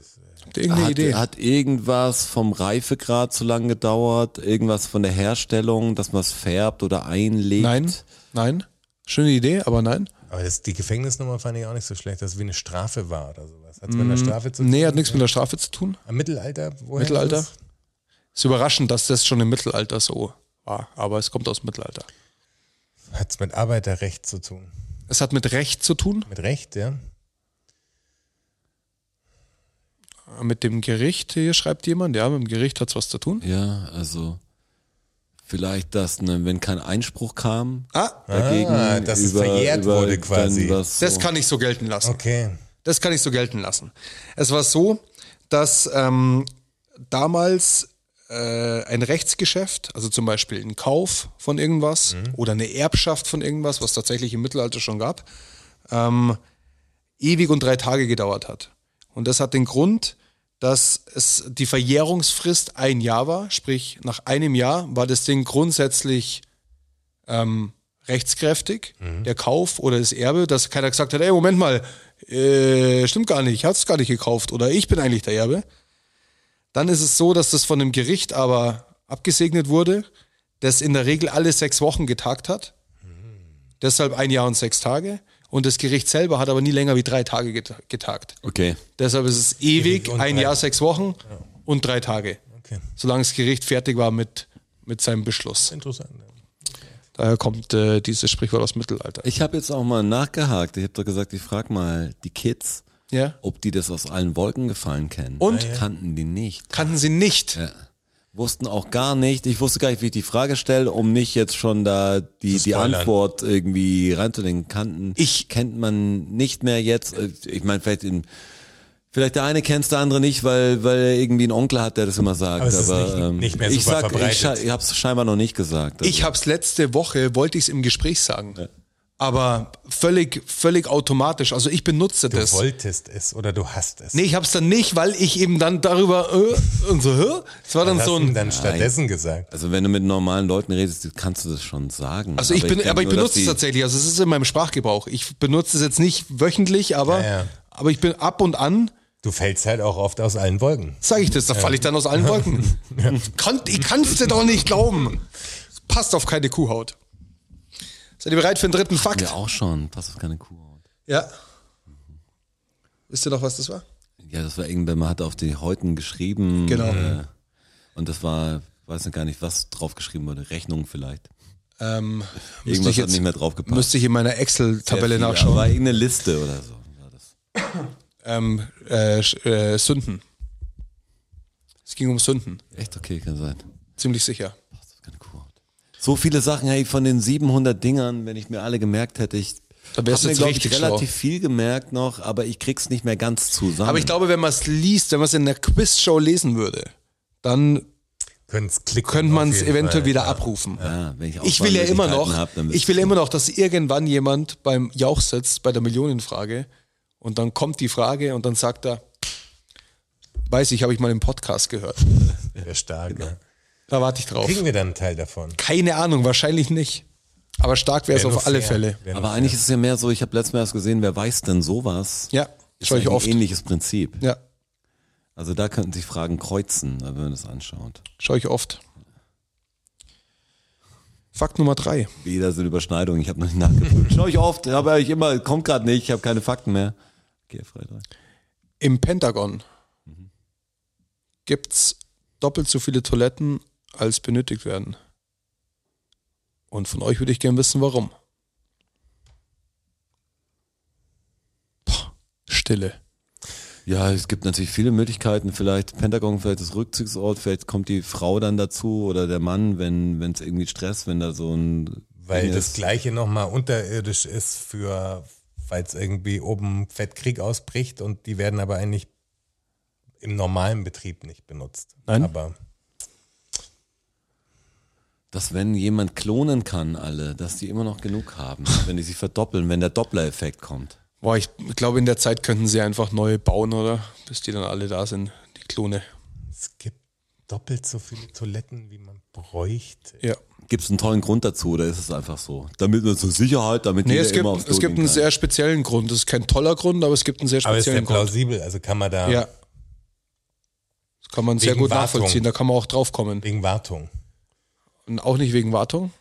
Habt ihr irgendeine
hat,
Idee?
hat irgendwas vom Reifegrad zu lang gedauert? Irgendwas von der Herstellung, dass man es färbt oder einlegt?
nein, nein. Schöne Idee, aber nein.
Aber das, die Gefängnisnummer fand ich auch nicht so schlecht, dass es wie eine Strafe war oder sowas. Hat es mit einer Strafe zu
Mm, Nee, hat nichts mit der Strafe zu tun.
Am Mittelalter? Woher
Mittelalter?
ist das?
Ist überraschend, dass das schon im Mittelalter so war, aber es kommt aus dem Mittelalter.
Hat's mit Arbeiterrecht zu tun.
Es hat mit Recht zu tun,
Mit Recht, ja?
mit dem Gericht, hier schreibt jemand, ja, mit dem Gericht hat es was zu tun.
Ja, also vielleicht, dass ne, wenn kein Einspruch kam
Ah,
dagegen,
Ah, dass es
über,
verjährt
über
wurde quasi.
Dann was
das
so.
kann ich so gelten lassen.
Okay.
Das kann ich so gelten lassen. Es war so, dass ähm, damals äh, ein Rechtsgeschäft, also zum Beispiel ein Kauf von irgendwas oder eine Erbschaft von irgendwas, was tatsächlich im Mittelalter schon gab, ähm, ewig und drei Tage gedauert hat. Und das hat den Grund, dass es die Verjährungsfrist ein Jahr war, sprich nach einem Jahr war das Ding grundsätzlich ähm, rechtskräftig,
Mhm.
der Kauf oder das Erbe, dass keiner gesagt hat, ey, Moment mal, äh, stimmt gar nicht, hat's gar nicht gekauft oder ich bin eigentlich der Erbe. Dann ist es so, dass das von dem Gericht aber abgesegnet wurde, das in der Regel alle sechs Wochen getagt hat,
Mhm.
deshalb ein Jahr und sechs Tage. Und das Gericht selber hat aber nie länger wie drei Tage geta- getagt.
Okay.
Deshalb ist es ewig,
Ewig und
ein
drei-
Jahr, sechs Wochen und drei Tage.
Okay.
Solange das Gericht fertig war mit, mit seinem Beschluss.
Interessant. ja.
Daher kommt äh, dieses Sprichwort aus dem Mittelalter.
Ich habe jetzt auch mal nachgehakt. Ich habe doch gesagt, ich frage mal die Kids,
Ja.
ob die das aus allen Wolken gefallen kennen.
Und?
Kannten die nicht.
Kannten sie nicht.
Wussten auch gar nicht. Ich wusste gar nicht, wie ich die Frage stelle, um nicht jetzt schon da die,
Zu
die
spoilern.
Antwort irgendwie reinzudenken. Kannten.
Ich-
kennt man nicht mehr jetzt. Äh, Ich meine, vielleicht in, vielleicht der eine kennt der andere nicht, weil, weil er irgendwie einen Onkel hat, der das immer sagt. Aber,
Aber es ist nicht-
ähm,
nicht mehr
ich
super
sag, ich,
verbreitet.
scha- ich hab's scheinbar noch nicht gesagt. Also,
Ich hab's letzte Woche, wollte ich's im Gespräch sagen. Aber völlig, völlig automatisch. Also ich benutze
Du
das.
wolltest es oder du hast es.
Nee, ich hab's dann nicht, weil ich eben dann darüber äh, und so, hä? Es war dann
hast
so
du
ein.
dann stattdessen gesagt.
also wenn du mit normalen Leuten redest, kannst du das schon sagen.
Also ich bin,
denk
aber ich
nur, dass
benutze es
die-
tatsächlich. Also es ist in meinem Sprachgebrauch. Ich benutze es jetzt nicht wöchentlich, aber,
Ja, ja.
aber ich bin ab und an,
Du fällst halt auch oft aus allen Wolken.
sage ich das, da falle ich dann aus allen Wolken. Kann, ich kann's dir doch nicht glauben. Es passt auf keine Kuhhaut. Seid ihr bereit für den dritten Fakt?
Ja, auch schon. Pass auf keine Kuh.
Ja. Wisst ihr noch, was das war?
Ja, das war irgendwann, man hat auf die Häuten geschrieben.
Genau.
Äh, und das war, weiß noch gar nicht, was drauf geschrieben wurde. Rechnung vielleicht.
Ähm, müsste,
Irgendwas hat
ich jetzt,
nicht mehr draufgepasst.
müsste ich in meiner
Sehr
Excel-Tabelle
viel,
nachschauen.
War irgendeine Liste oder so. war das.
Ähm, äh, Sch- äh, Sünden. Es ging um Sünden.
Echt okay, kann sein.
Ziemlich sicher.
Keine Kuhhaut. So viele Sachen, hey, von den 700 Dingern, wenn ich mir alle gemerkt hätte, ich
Da
hab
wärst du
mir,
jetzt
glaub
richtig
ich,
schlau.
relativ viel gemerkt noch, aber ich krieg's nicht mehr ganz zusammen.
Aber ich glaube, wenn man es liest, wenn man es in einer Quizshow lesen würde, dann
Können's klicken.
könnte man
auf
es
jeden
eventuell
Fall,
wieder
ja.
abrufen.
ja, wenn ich,
Ich will ja immer
Auswahlmöglichkeiten
noch,
hab, dann
ich will ja immer noch, dass irgendwann jemand beim Jauch sitzt, bei der Millionenfrage, und dann kommt die Frage und dann sagt er, weiß ich, habe ich mal im Podcast gehört.
Sehr stark.
Genau.
ja. ne?
Da warte ich drauf.
Kriegen wir dann einen Teil davon?
Keine Ahnung, wahrscheinlich nicht. Aber stark wäre es
Wär nur
auf alle
fair.
Fälle.
Wär nur
aber eigentlich ist es ja mehr so, ich habe letztes Mal erst gesehen, wer weiß denn sowas?
Ja,
Ist
schaue ich
eigentlich ein
oft.
ähnliches Prinzip.
Ja,
Also da könnten sich Fragen kreuzen, wenn man das anschaut.
schaue ich oft. Fakt Nummer drei.
Wie, da sind Überschneidungen, ich habe noch nicht nachgeprüft. Schau ich oft, aber ich immer, kommt gerade nicht, ich habe keine Fakten mehr. Okay, frei dran.
Im Pentagon gibt's doppelt so viele Toiletten, als benötigt werden. Und von euch würde ich gerne wissen, warum. Boah, Stille.
Ja, es gibt natürlich viele Möglichkeiten. Vielleicht Pentagon, vielleicht das Rückzugsort, vielleicht kommt die Frau dann dazu oder der Mann, wenn wenn es irgendwie Stress, wenn da so ein
Weil
Ding
das
ist.
Gleiche nochmal unterirdisch ist für, falls irgendwie oben Fettkrieg ausbricht und die werden aber eigentlich im normalen Betrieb nicht benutzt.
Nein.
Aber
dass wenn jemand klonen kann, alle, dass die immer noch genug haben, wenn die sich verdoppeln, wenn der Doppler-Effekt kommt.
Boah, ich glaube, in der Zeit könnten sie einfach neue bauen, oder? Bis die dann alle da sind, die Klone.
es gibt doppelt so viele Toiletten, wie man bräuchte.
Ja.
Gibt es einen tollen Grund dazu oder ist es einfach so? Damit man zur Sicherheit, damit
Nee,
jeder
es gibt,
immer aufs Klo
es gibt
gehen
einen
kann.
sehr speziellen Grund. Das ist kein toller Grund, aber es gibt einen sehr
Aber ist ja
speziellen Grund.
plausibel, also kann man da
Ja. Das kann man sehr
Wegen
gut
Wartung.
nachvollziehen, da kann man auch drauf kommen.
wegen Wartung.
Und auch nicht wegen Wartung.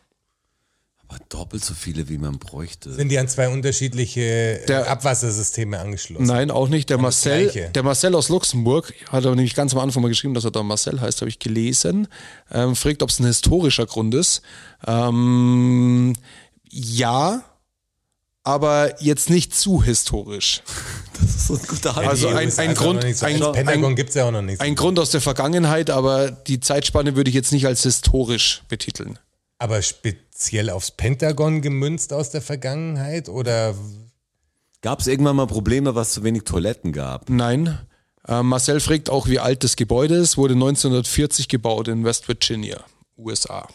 Aber doppelt so viele, wie man bräuchte.
Sind die an zwei unterschiedliche äh,
Der-
Abwassersysteme angeschlossen?
Nein, auch nicht. Der Marcel,
Gleiche.
der Marcel aus Luxemburg, hat aber nämlich ganz am Anfang mal geschrieben, dass er da Marcel heißt, habe ich gelesen. Ähm, fragt, ob es ein historischer Grund ist. Ähm, ja, aber jetzt nicht zu historisch.
Das ist so ein guter Hand.
Also
Die
ein,
USA
ein
ist auch
Grund,
noch nicht so- Also
ein,
Pentagon
ein,
gibt es ja auch noch nicht. so.
ein Grund aus der Vergangenheit, aber die Zeitspanne würde ich jetzt nicht als historisch betiteln.
Aber speziell aufs Pentagon gemünzt aus der Vergangenheit oder
Gab es irgendwann mal Probleme, was zu wenig Toiletten gab?
Nein. Äh, Marcel fragt auch, wie alt das Gebäude ist. Wurde 1940 gebaut in West Virginia, USA.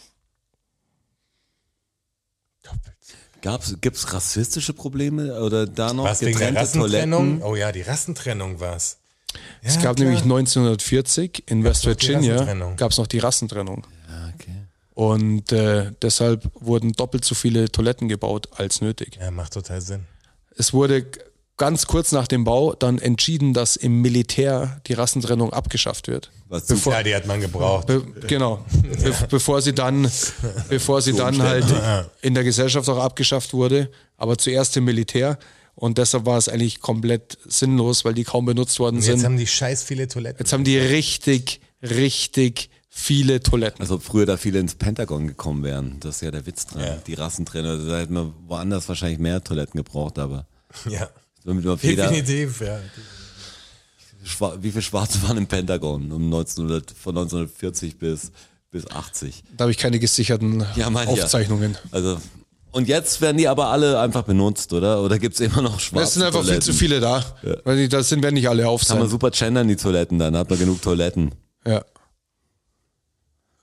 Gibt es rassistische Probleme oder da noch
was wegen der
getrennte
Rassentrennung?
Toiletten?
Oh ja, die Rassentrennung war es.
Es gab nämlich 1940 in West
noch die
Virginia
Rassentrennung.
gab es noch die Rassentrennung.
Ah, okay.
Und äh, deshalb wurden doppelt so viele Toiletten gebaut als nötig.
Ja, macht total Sinn.
Es wurde g- ganz kurz nach dem Bau dann entschieden, dass im Militär die Rassentrennung abgeschafft wird.
Was zu
Ja, die hat man gebraucht.
Be genau. Be bevor sie dann, bevor sie dann halt in der Gesellschaft auch abgeschafft wurde, aber zuerst im Militär. Und deshalb war es eigentlich komplett sinnlos, weil die kaum benutzt worden
Und jetzt
sind.
haben die scheiß viele Toiletten.
Jetzt haben die richtig, richtig viele Toiletten.
Also ob früher da viele ins Pentagon gekommen wären, das ist ja der Witz dran.
Ja.
Die Rassentrainer, also da hätten wir woanders wahrscheinlich mehr Toiletten gebraucht, aber
Ja,
damit wir auf jeder,
definitiv. Ja.
Schwa- wie viele Schwarze waren im Pentagon um 1900, von 1940 bis, bis 80?
Da habe ich keine gesicherten
mein ich
Aufzeichnungen.
Also, und jetzt werden die aber alle einfach benutzt, oder? Oder gibt's immer noch schwarze
Es sind einfach viel
Toiletten?
zu viele da. Weil die- Das sind werden nicht alle
Kann man
aufzeichnen.
super gendern, die Toiletten, dann hat man genug Toiletten.
Ja.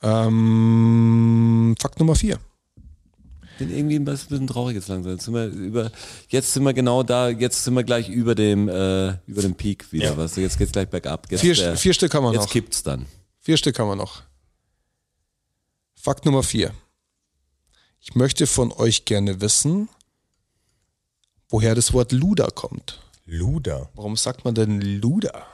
Ähm, Fakt Nummer vier.
bin irgendwie ein bisschen traurig jetzt langsam. Jetzt sind wir, über, jetzt sind wir genau da, jetzt sind wir gleich über dem, äh, über dem Peak wieder.
Ja.
Weißt du, jetzt geht's gleich bergab. Jetzt, äh,
Vier, vier Stück haben wir
jetzt
noch.
kippt's dann.
Vier Stück haben wir noch. Fakt Nummer vier. Ich möchte von euch gerne wissen, woher das Wort Luder kommt.
Luder.
Warum sagt man denn Luder?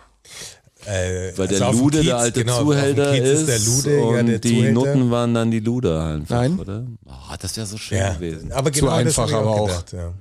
Äh,
Weil der
also auf dem
Lude
Kiez,
der alte
genau, auf dem
Zuhälter
Kiez
ist,
der Lude,
und
ja, der
die
Zuhälter.
Noten waren dann die Luder einfach,
Nein.
oder? Ah, das wäre so schön
Ja,
gewesen.
aber
Zu
genau das
einfach,
hab ich
aber auch.
gedacht, Ja.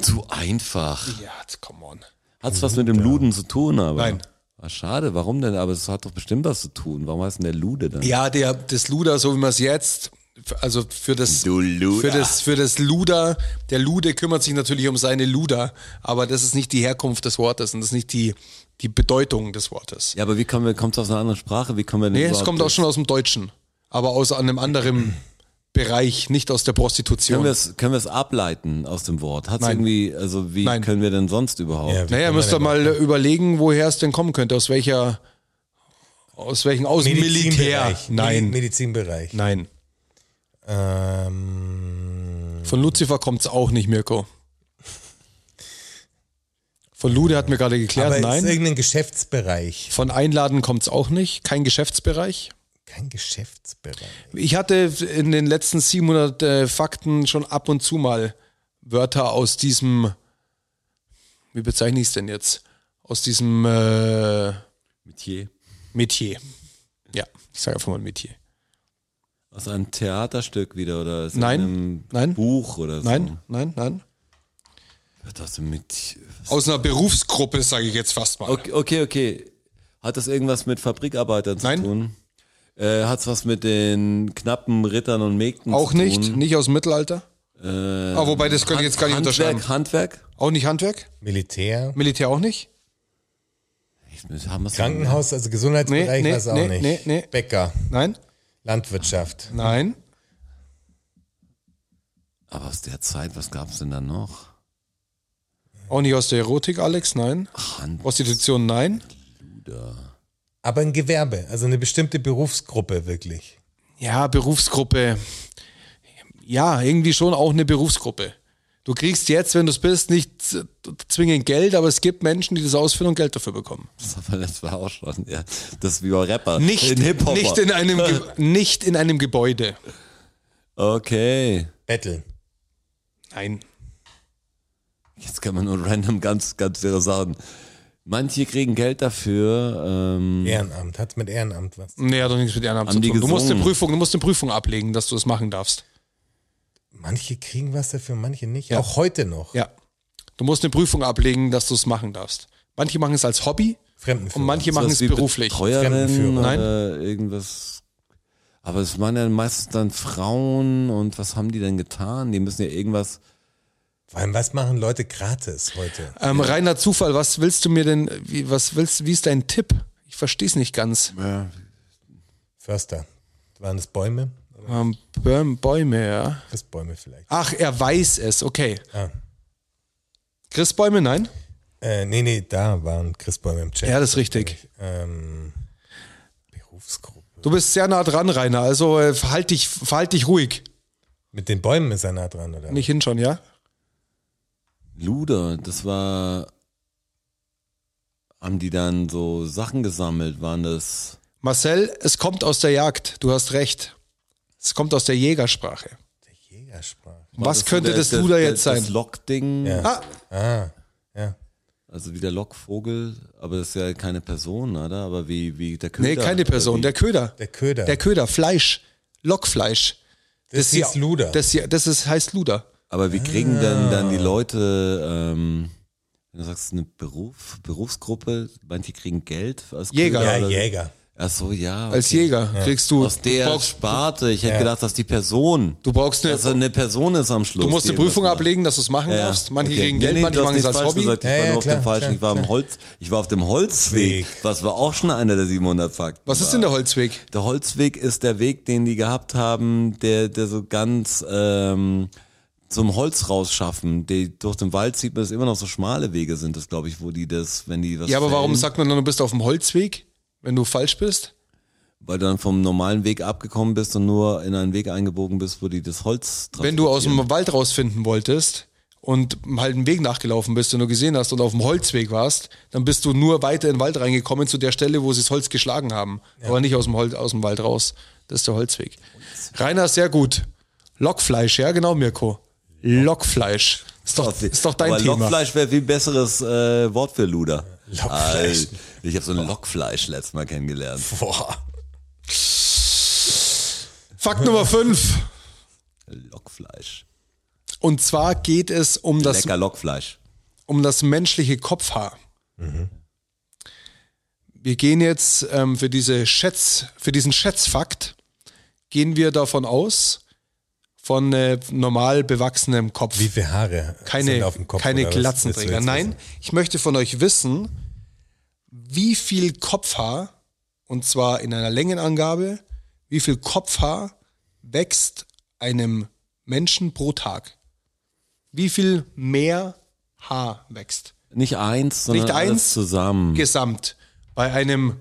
Zu einfach.
Ja, come on.
Hat's was mit dem Luden zu tun, aber?
Nein.
Ah, schade, warum denn? Aber es hat doch bestimmt was zu tun. Warum heißt denn der Lude dann?
Ja, der, das Luder, so wie man es jetzt, also für das,
Du Luder.
für das, für das Luder, der Lude kümmert sich natürlich um seine Luder, aber das ist nicht die Herkunft des Wortes und das ist nicht die, die Bedeutung des Wortes.
Ja, aber wie kommen wir, kommt's aus einer anderen Sprache? Wie kommen wir denn
Nee, es
überhaupt-
kommt auch schon aus dem Deutschen. aber aus einem anderen Bereich, nicht aus der
Können
Prostitution.
wir es können wir's ableiten aus dem Wort? Hat's
Nein.
irgendwie, also wie
Nein.
können wir denn sonst überhaupt?
Ja, wie
Naja,
kann
müsst ihr
man denn-
mal überlegen, woher es denn kommen könnte, aus welcher, aus welchen, aus dem Militär.
Medizinbereich.
Nein,
Medi- Medizinbereich.
nein.
Ähm,
Von Lucifer kommt es auch nicht, Mirko. Von Lude hat mir gerade geklärt,
aber ist
nein.
irgendein Geschäftsbereich.
Von Einladen kommt es auch nicht, kein Geschäftsbereich.
Kein Geschäftsbereich.
Ich hatte in den letzten 700 äh, Fakten schon ab und zu mal Wörter aus diesem, wie bezeichne ich es denn jetzt? Aus diesem äh,
Metier.
Metier. Ja, ich sage einfach mal Metier.
Aus einem Theaterstück wieder oder aus
Nein,
einem
nein.
Buch oder so.
Nein, nein, nein.
Wird das mit.
Aus einer Berufsgruppe, sage ich jetzt fast mal.
Okay, okay, okay. Hat das irgendwas mit Fabrikarbeitern zu
Nein.
tun? Äh, hat's was mit den knappen Rittern und Mägden
Auch
zu tun?
nicht, nicht aus dem Mittelalter.
Äh,
Ah, wobei, das könnte ich jetzt gar nicht unterschreiben.
Handwerk, Handwerk?
Auch nicht Handwerk?
Militär.
Militär auch nicht?
Ich- Haben wir's-
Krankenhaus, also Gesundheitsbereich,
Nee, nee,
weiß auch
nee,
nicht.
nee, nee.
Bäcker,
Nein?
Landwirtschaft.
Nein?
Aber aus der Zeit, was gab's denn da noch?
Auch nicht aus der Erotik, Alex? Nein?
Hand,
Prostitution? Nein?
Aber ein Gewerbe, also eine bestimmte Berufsgruppe wirklich.
Ja, Berufsgruppe. Ja, irgendwie schon auch eine Berufsgruppe. Du kriegst jetzt, wenn du es bist, nicht z- zwingend Geld, aber es gibt Menschen, die das ausführen und Geld dafür bekommen.
aber das war auch schon, ja. Das ist wie bei Rapper.
Nicht,
Ein Hip-Hopper.
nicht, in einem Ge- nicht in einem Gebäude.
Okay.
Battle.
Nein.
Jetzt kann man nur random ganz, ganz irre Sachen. Manche kriegen Geld dafür.
Mhm.
Ähm,
Ehrenamt. Hat mit Ehrenamt was.
Nee, hat doch nichts mit Ehrenamt
Haben
zu
die
tun. Du musst, eine
gesungen?
Prüfung, du musst eine Prüfung ablegen, dass du das machen darfst.
Manche kriegen was dafür, manche nicht.
Ja.
Auch heute noch.
Ja. Du musst eine Prüfung ablegen, dass du es machen darfst. Manche machen es als Hobby
Fremdenführer.
und manche machen
sowas
es
wie
beruflich.
Betreuerin
Fremdenführer.
Nein.
oder irgendwas. Aber es waren ja meistens dann Frauen und was haben die denn getan? Die müssen ja irgendwas.
Vor allem, was machen Leute gratis heute?
Ähm, Reiner Zufall, was willst du mir denn, wie, was willst, wie ist dein Tipp? Ich verstehe es nicht ganz.
Förster. Waren das Bäume?
Ähm, Bäum- Bäume, ja.
Das Bäume vielleicht.
Ach, er weiß es, okay.
Ah.
Christbäume, nein?
Äh, nee, nee, da waren Christbäume im Chat.
Ja, das ist richtig.
Ähm, Berufsgruppe.
Du bist sehr nah dran, Rainer, also äh, verhalt dich, verhalt dich ruhig.
Mit den Bäumen ist er nah dran, oder?
Nicht hinschauen, ja?
Luder, das war. Haben die dann so Sachen gesammelt? Waren das.
Marcel, es kommt aus der Jagd, du hast recht. Es kommt aus der Jägersprache.
Jägersprache.
Was
das
könnte
Also der-
das
der-
Luder
der-
jetzt
Das
sein?
Lockding.
Ja.
Ah,
Ah, ja.
Also wie der Lockvogel, aber das ist ja keine Person, oder? Aber wie, wie der Köder.
nee, keine Person, der Köder.
Der Köder.
Der Köder, Fleisch, Lockfleisch.
das
hier-
hieß Luder.
Das, hier, das ist, heißt Luder.
Aber wie kriegen denn dann
Ah.
die Leute, ähm, wenn du sagst, eine Beruf, Berufsgruppe, manche kriegen Geld als
Jäger.
Köder
ja,
oder-
Jäger.
Ach so, ja.
Als
okay.
Jäger kriegst du.
Aus der
du brauchst,
Sparte. Ich hätte gedacht, dass die Person,
du brauchst eine,
dass eine Person ist am Schluss.
du musst
die
eine Prüfung
irgendwas macht.
ablegen, dass du es machen
Ja,
darfst. Manche
okay.
kriegen
Nee,
Geld,
nee,
manche
du hast
machen es
nichts
als
falsch
Hobby.
Gesagt. Ich
Ja,
war
ja,
nur auf
klar,
dem falschen,
klar,
ich war am
klar.
Holz, ich war auf dem Holzweg.
Weg.
Was war auch schon einer der 700 Fakten.
Was ist
war.
denn der Holzweg?
Der Holzweg ist der Weg, den die gehabt haben, der, der so ganz ähm, zum Holz rausschaffen. Die, durch den Wald sieht man, dass immer noch so schmale Wege sind, das glaube ich, wo die das, wenn die was.
Ja, aber warum
fällen,
sagt man dann, du bist auf dem Holzweg, wenn du falsch bist?
Weil du dann vom normalen Weg abgekommen bist und nur in einen Weg eingebogen bist, wo die das Holz.
Wenn du aus
transportieren.
dem Wald rausfinden wolltest und halt einen Weg nachgelaufen bist, den du gesehen hast und auf dem Holzweg warst, dann bist du nur weiter in den Wald reingekommen zu der Stelle, wo sie das Holz geschlagen haben. Aber nicht aus dem, Holz, aus dem Wald raus. Das ist der Holzweg. Rainer, sehr gut. Lockfleisch, ja genau, Mirko. Lockfleisch. Ist doch, ist doch dein
aber
Thema.
Lockfleisch wäre viel besseres äh, Wort für Luder.
Lockfleisch.
Alter, ich habe so ein Lockfleisch letztes Mal kennengelernt.
Boah.
Fakt Nummer 5.
Lockfleisch.
Und zwar geht es um das,
Lecker Lockfleisch.
um das menschliche Kopfhaar. Wir gehen jetzt ähm, für, diese Schätz, für diesen Schätzfakt, gehen wir davon aus, von äh, normal bewachsenem Kopf.
Wie viele Haare sind
keine
auf dem Kopf?
keine
oder was willst du
Glatzenträger.
jetzt
Nein,
wissen?
ich möchte von euch wissen, wie viel Kopfhaar, und zwar in einer Längenangabe, wie viel Kopfhaar wächst einem Menschen pro Tag? Wie viel mehr Haar wächst?
Nicht eins, sondern
Nicht
alles
eins?
zusammen.
Gesamt. Bei einem,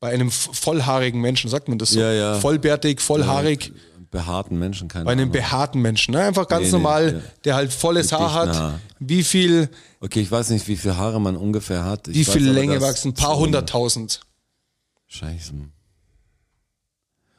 bei einem vollhaarigen Menschen, sagt man das so?
Ja, ja.
Vollbärtig, vollhaarig.
Behaarten Menschen, keine
Bei einem
Ahnung.
behaarten Menschen, ne? einfach ganz
Nee, nee,
normal,
ja.
der halt volles
Mit
Haar
dichten
hat.
Haar.
Wie viel,
Okay, ich weiß nicht, wie viele Haare man ungefähr hat. Ich
wie
weiß
viel
aber,
Länge
dass
wachsen? Ein paar
so-
hunderttausend.
Wahrscheinlich, so-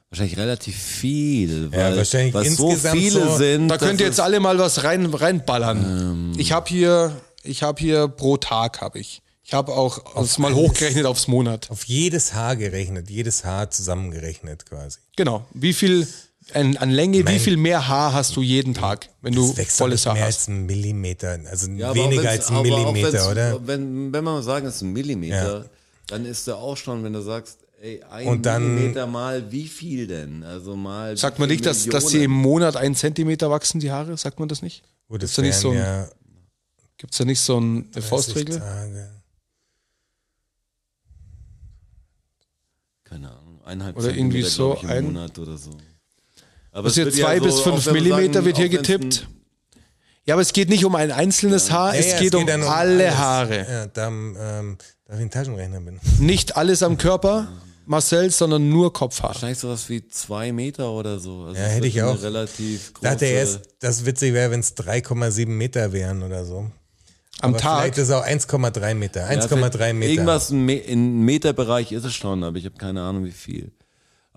wahrscheinlich relativ viel, weil,
wahrscheinlich
weil so
insgesamt
viele
so-
sind.
Da
dass
könnt ihr
es-
jetzt alle mal was rein,
Ähm.
reinballern. ich habe hier, ich habe hier pro Tag habe ich. Ich habe auch das mal
alles.
hochgerechnet aufs Monat.
Auf jedes Haar gerechnet, jedes Haar zusammengerechnet quasi.
Genau. Wie viel an, an Länge, wie
Mein-
viel mehr Haar hast du jeden Tag, wenn du
Das wächst doch
volles
nicht
Haar
mehr
hast?
als ein Millimeter, also
Ja, aber auch
weniger
wenn's-
als ein
aber auch wenn's-
Millimeter, oder?
Wenn, wenn man sagen, es ist ein Millimeter,
Ja.
dann ist da auch schon, wenn du sagst, ey, ein
Und dann-
Millimeter mal wie viel denn? Also mal.
Sagt
wie
man
viel
nicht, dass, dass sie im
Millionen?
Monat einen Zentimeter wachsen, die Haare? Sagt man das nicht?
Gut,
Gibt's
das
da
wären
nicht so ein,
ja
gibt's da nicht so ein, eine
30
Faustregel?
Tage.
Keine Ahnung, eineinhalb
Oder irgendwie
Zentimeter,
so
glaub ich, im
ein-
Monat oder so. Aber
Das
es
hier
wird ja
zwei
so,
bis
auch
fünf
wenn wir
Millimeter
sagen,
wird hier
auch wenn's ein-
getippt. Ja, aber es geht nicht um ein einzelnes Haar,
Ja,
es,
ja,
geht um
dann
alle
alles.
Haare.
Ja, da, ähm, da ich ein Taschenrechner bin.
Nicht alles am Körper, Marcel, sondern nur Kopfhaar.
Wahrscheinlich sowas wie zwei Meter oder so. Also
Ja,
es
hätte
wird
ich
eine
auch.
Relativ große,
Dachte erst, das witzig wäre, wenn es 3,7 Meter wären oder so.
Am
Aber
Tag.
Vielleicht ist es auch 1,3 Meter.
Ja, vielleicht
1,3 Meter.
Irgendwas im Me- im Meterbereich ist es schon, aber ich habe keine Ahnung, wie viel.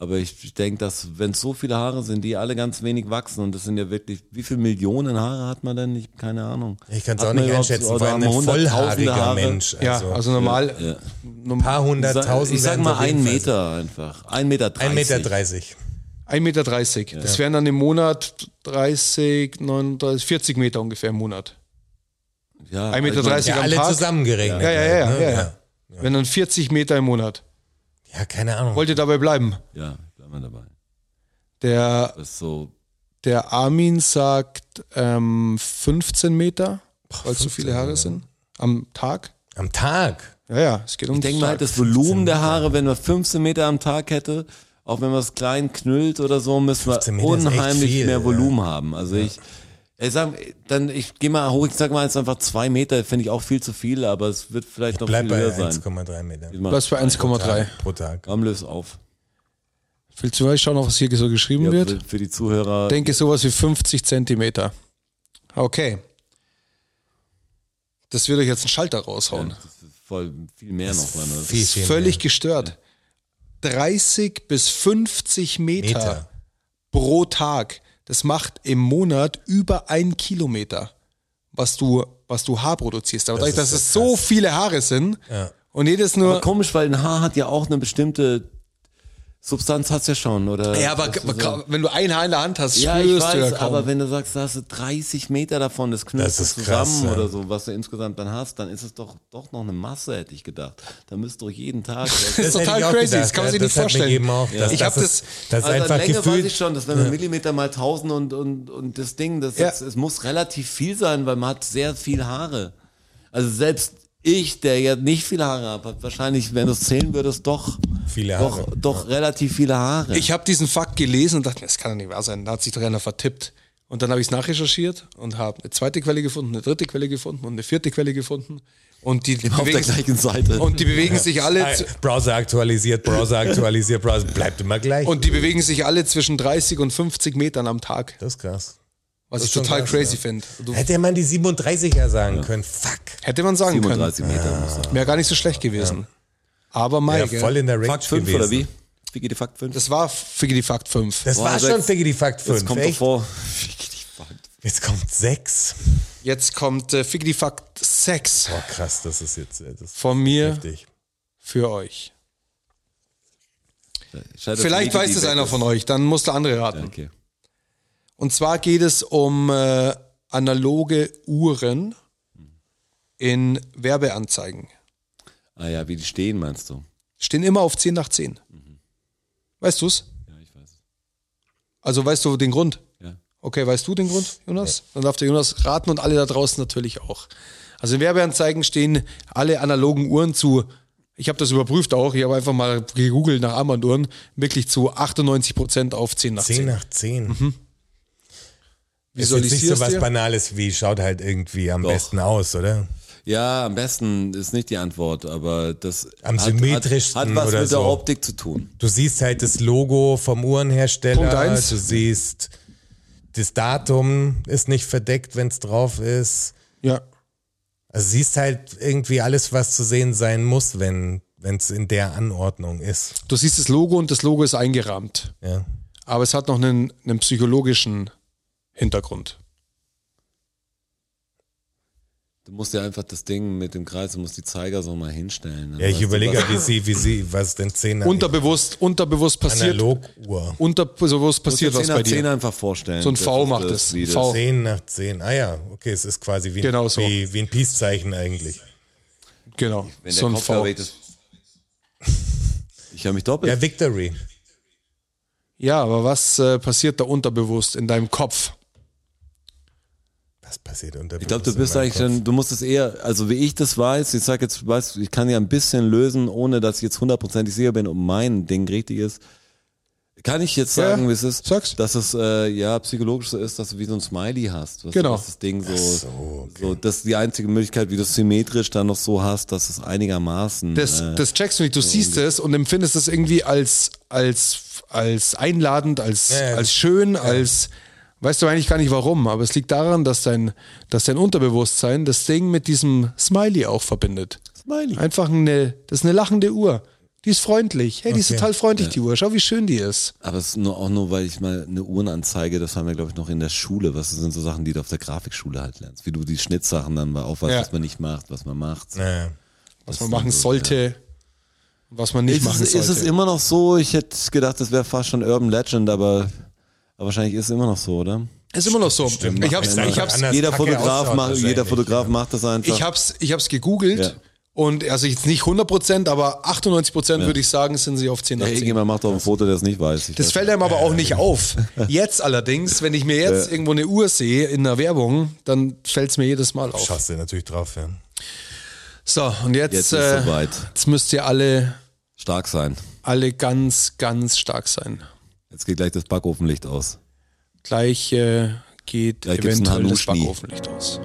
Aber ich denke, dass wenn es so viele Haare sind, die alle ganz wenig wachsen und das sind ja wirklich, wie viele Millionen Haare hat man denn? Ich habe keine Ahnung.
Ich kann es
Hat
auch
man
nicht
überhaupt-
einschätzen,
oder
vor allem
haben wir
ein
hunderttausende
vollhaariger
Haare?
Mensch.
Ja,
also
also normal.
ein paar hunderttausend.
Ich sag
wären's
mal
auf jeden
ein
Fall.
Meter einfach. Ein Meter dreißig.
Ein Meter.
1,30
30.
Meter. Das wären dann im Monat 30, 39, 40 Meter ungefähr im Monat.
Ja,
1,30 Meter
also-
Ja,
am
alle
Tag.
zusammengerechnet.
Ja, ja, ja.
halt,
ja,
ne?
ja. Wenn dann 40 Meter im Monat.
Ja, keine Ahnung.
Wollt ihr dabei bleiben?
Ja, bleiben wir dabei.
Der,
Das ist so,
der Armin sagt ähm, 15 Meter, weil es so viele Haare sind. Am Tag?
Am Tag.
Ja, ja, es geht um
ich denke mal, halt das Volumen der Haare, wenn man 15 Meter am Tag hätte, auch wenn man es klein knüllt oder so, müssen
15
wir
Meter ist echt
unheimlich
viel,
mehr
ja.
Volumen haben. Also ich, ich sag, dann, ich gehe mal hoch, ich sag mal jetzt einfach zwei Meter, finde ich auch viel zu viel, aber es wird vielleicht noch
Bleib
viel
bei
höher sein.
1,3 Meter.
Was für 1,3.
Pro Tag.
Komm, löse auf.
Willst du mal schauen, auf was hier so geschrieben
Ja,
wird?
für, für die Zuhörer.
denke sowas wie 50 Zentimeter. Okay. Das wird euch jetzt einen Schalter raushauen.
das ist voll viel mehr noch. Mann. Das
Viel,
ist
viel
Völlig gestört. 30 bis 50 Meter,
mehr. Meter.
pro Tag. Das macht im Monat über ein Kilometer, was du, was du Haar produzierst. Aber dadurch,
ist
dass
ja
es so
krass.
viele Haare sind und jedes
Aber
nur.
komisch, weil ein Haar hat ja auch eine bestimmte Substanz, hast du ja schon, oder?
Ja, aber
Das ist
ka-
so-
ka- wenn du ein Haar in der Hand hast,
Ja, ich
spürst du ja
weiß,
kaum.
aber wenn du sagst, da hast du 30 Meter davon, das knüpft
Das ist
zusammen
krass, ja.
oder so, was du insgesamt dann hast, dann ist es doch, doch noch eine Masse, hätte ich gedacht. Da müsst du jeden Tag. also
Das ist
hätte
total
ich auch
crazy,
gedacht,
das kann man
ja,
sich nicht
das hat mir
vorstellen.
eben auch- das-
ich
das
habe das, also
ist- das ist einfach
Länge weiß
gefühlt-
ich schon, das wäre ein Millimeter mal 1000 und, und, und das Ding, das
Ja.
ist, es muss relativ viel sein, weil man hat sehr viel Haare. Also selbst ich, der ja nicht viele Haare hat, hat wahrscheinlich, wenn du es zählen würdest, doch,
Viele
doch,
Haare.
doch relativ viele Haare.
Ich habe diesen Fakt gelesen und dachte, mir, das kann doch nicht wahr sein. Da hat sich doch einer vertippt. Und dann habe ich es nachrecherchiert und habe eine zweite Quelle gefunden, eine dritte Quelle gefunden und eine vierte Quelle gefunden. Und die,
auf der
bewegen,
gleichen Seite.
und die bewegen sich alle.
Ah,
zu-
Browser aktualisiert, Browser aktualisiert, Browser bleibt immer gleich.
Und die bewegen sich alle zwischen 30 und 50 Metern am Tag,
das ist krass.
was ich
ist schon
total
krass,
crazy
ja.
finde. Du-
Hätte man die 37er sagen können. Fuck.
Hätte man sagen
37 Meter muss er.
können. Wäre gar nicht so schlecht gewesen. Aber Mai,
Ja,
gell?
voll in der Range
Fakt 5
gewesen.
oder wie? Wie geht die Fakt 5?
das war für die Fakt 5.
Das
Boah,
war
also
schon
jetzt-
Figgy Fakt 5.
Jetzt kommt
echt?
davor.
Jetzt kommt 6.
Jetzt kommt äh, Figgy die Fakt 6
Boah, krass, das ist jetzt äh, das ist
von mir
heftig.
für euch.
Schade,
Vielleicht
dass die
weiß es
weg
einer
ist.
von euch, dann muss der andere raten.
Okay.
Und zwar geht es um äh, analoge Uhren in Werbeanzeigen.
Ah ja, wie die stehen, meinst du?
Stehen immer auf 10 nach 10. Weißt du's?
Ja, ich weiß.
Also weißt du den Grund?
Ja.
Okay, weißt du den Grund, Jonas? Dann darf der Jonas raten und alle da draußen natürlich auch. Also in Werbeanzeigen stehen alle analogen Uhren zu, Ich habe das überprüft auch. Ich habe einfach mal gegoogelt nach Armbanduhren. Wirklich zu 98 Prozent auf 10 nach 10.
10
Mhm.
nach 10. Ist jetzt nicht so
Visualisierst
was
dir?
Banales wie schaut halt irgendwie am
Doch.
besten aus, oder?
Ja, am besten ist nicht die Antwort, aber das
Am
hat, hat,
symmetrischsten
hat was
oder
mit der
so.
Optik zu tun.
Du siehst halt das Logo vom
Punkt
Uhrenhersteller,
eins.
du siehst das Datum ist nicht verdeckt, wenn es drauf ist.
Ja.
Also siehst halt irgendwie alles, was zu sehen sein muss, wenn es in der Anordnung ist.
Du siehst das Logo und das Logo ist eingerahmt.
Ja.
Aber es hat noch einen, einen psychologischen Hintergrund.
Du musst ja einfach das Ding mit dem Kreis, du musst die Zeiger so mal hinstellen. dann
Ja, ich
weißt du,
überlege,
was-
wie sie, wie sie, was denn 10 nach
Unterbewusst, unterbewusst passiert.
Analoguhr.
Unterbewusst
Du musst dir
passiert was
10
bei
nach 10
dir.
einfach vorstellen.
So ein
Das
V
ist
macht
das,
es.
wie das-
V.
10 nach 10. Ah ja, okay, es ist quasi wie,
Oh. Genau so.
wie, wie ein Peace-Zeichen eigentlich.
Genau.
Wenn der
So ein
Kopf da
V.
weg ist- Ich höre mich doppelt.
Ja, Victory.
Ja, aber was äh, passiert da unterbewusst in deinem Kopf?
Was passiert unter
Ich glaube, du bist eigentlich dann, du musst es eher, also wie ich das weiß, ich sag jetzt, weißt, du, ich kann ja ein bisschen lösen, ohne dass ich jetzt hundertprozentig sicher bin, ob mein Ding richtig ist. Kann ich jetzt
Ja,
sagen, wie es ist,
sag's.
dass es äh, ja psychologisch so ist, dass du wie so ein Smiley hast. Was
Genau.
Du, dass das Ding so, so, das ist die einzige Möglichkeit, wie du es symmetrisch dann noch so hast, dass es einigermaßen.
Das,
äh,
das checkst du nicht, du siehst es und empfindest es irgendwie als, als, als einladend, als,
Ja, ja.
als schön, als weißt du eigentlich gar nicht warum, aber es liegt daran, dass dein, dass dein Unterbewusstsein das Ding mit diesem Smiley auch verbindet.
Smiley.
Einfach eine, das ist eine lachende Uhr. Die ist freundlich. Hey, die ist
Okay.
total freundlich, die Uhr. Schau, wie schön die ist.
Aber es ist nur, auch nur, weil ich mal eine Uhrenanzeige, das haben wir, glaube ich, noch in der Schule. Was das sind so Sachen, die du auf der Grafikschule halt lernst? Wie du die Schnittsachen dann mal aufweisst,
Ja.
was man nicht macht, was man macht.
Ja.
Was man machen sollte, was man nicht
Ist,
machen
es,
sollte.
ist es immer noch so? Ich hätte gedacht, das wäre fast schon Urban Legend, aber, aber wahrscheinlich ist es immer noch so, oder?
Ist immer noch so. ich hab's,
Wenn
ich
man
hab's,
anders
jeder
kacke
Fotograf,
ausschaut
macht, jeder
wahrscheinlich.
Fotograf macht das einfach.
Ich hab's, ich hab's gegoogelt
Ja.
und also jetzt nicht 100%, aber 98% würde ich sagen, sind sie auf 10 nach
hey,
10.
irgendjemand macht doch ein Foto, der es nicht weiß. Ich
Das
weiß
fällt einem aber auch nicht
genau.
auf. Jetzt allerdings, wenn ich mir jetzt irgendwo eine Uhr sehe in einer Werbung, dann fällt's mir jedes Mal auf.
Schaust du natürlich drauf, ja.
So, und jetzt,
Jetzt ist
äh,
soweit.
jetzt müsst ihr alle,
Stark sein.
alle ganz, ganz stark sein.
Jetzt geht gleich das Backofenlicht aus.
Gleich äh, geht
Gleich gibt's einen
eventuell das
Hanuschni.
Backofenlicht aus.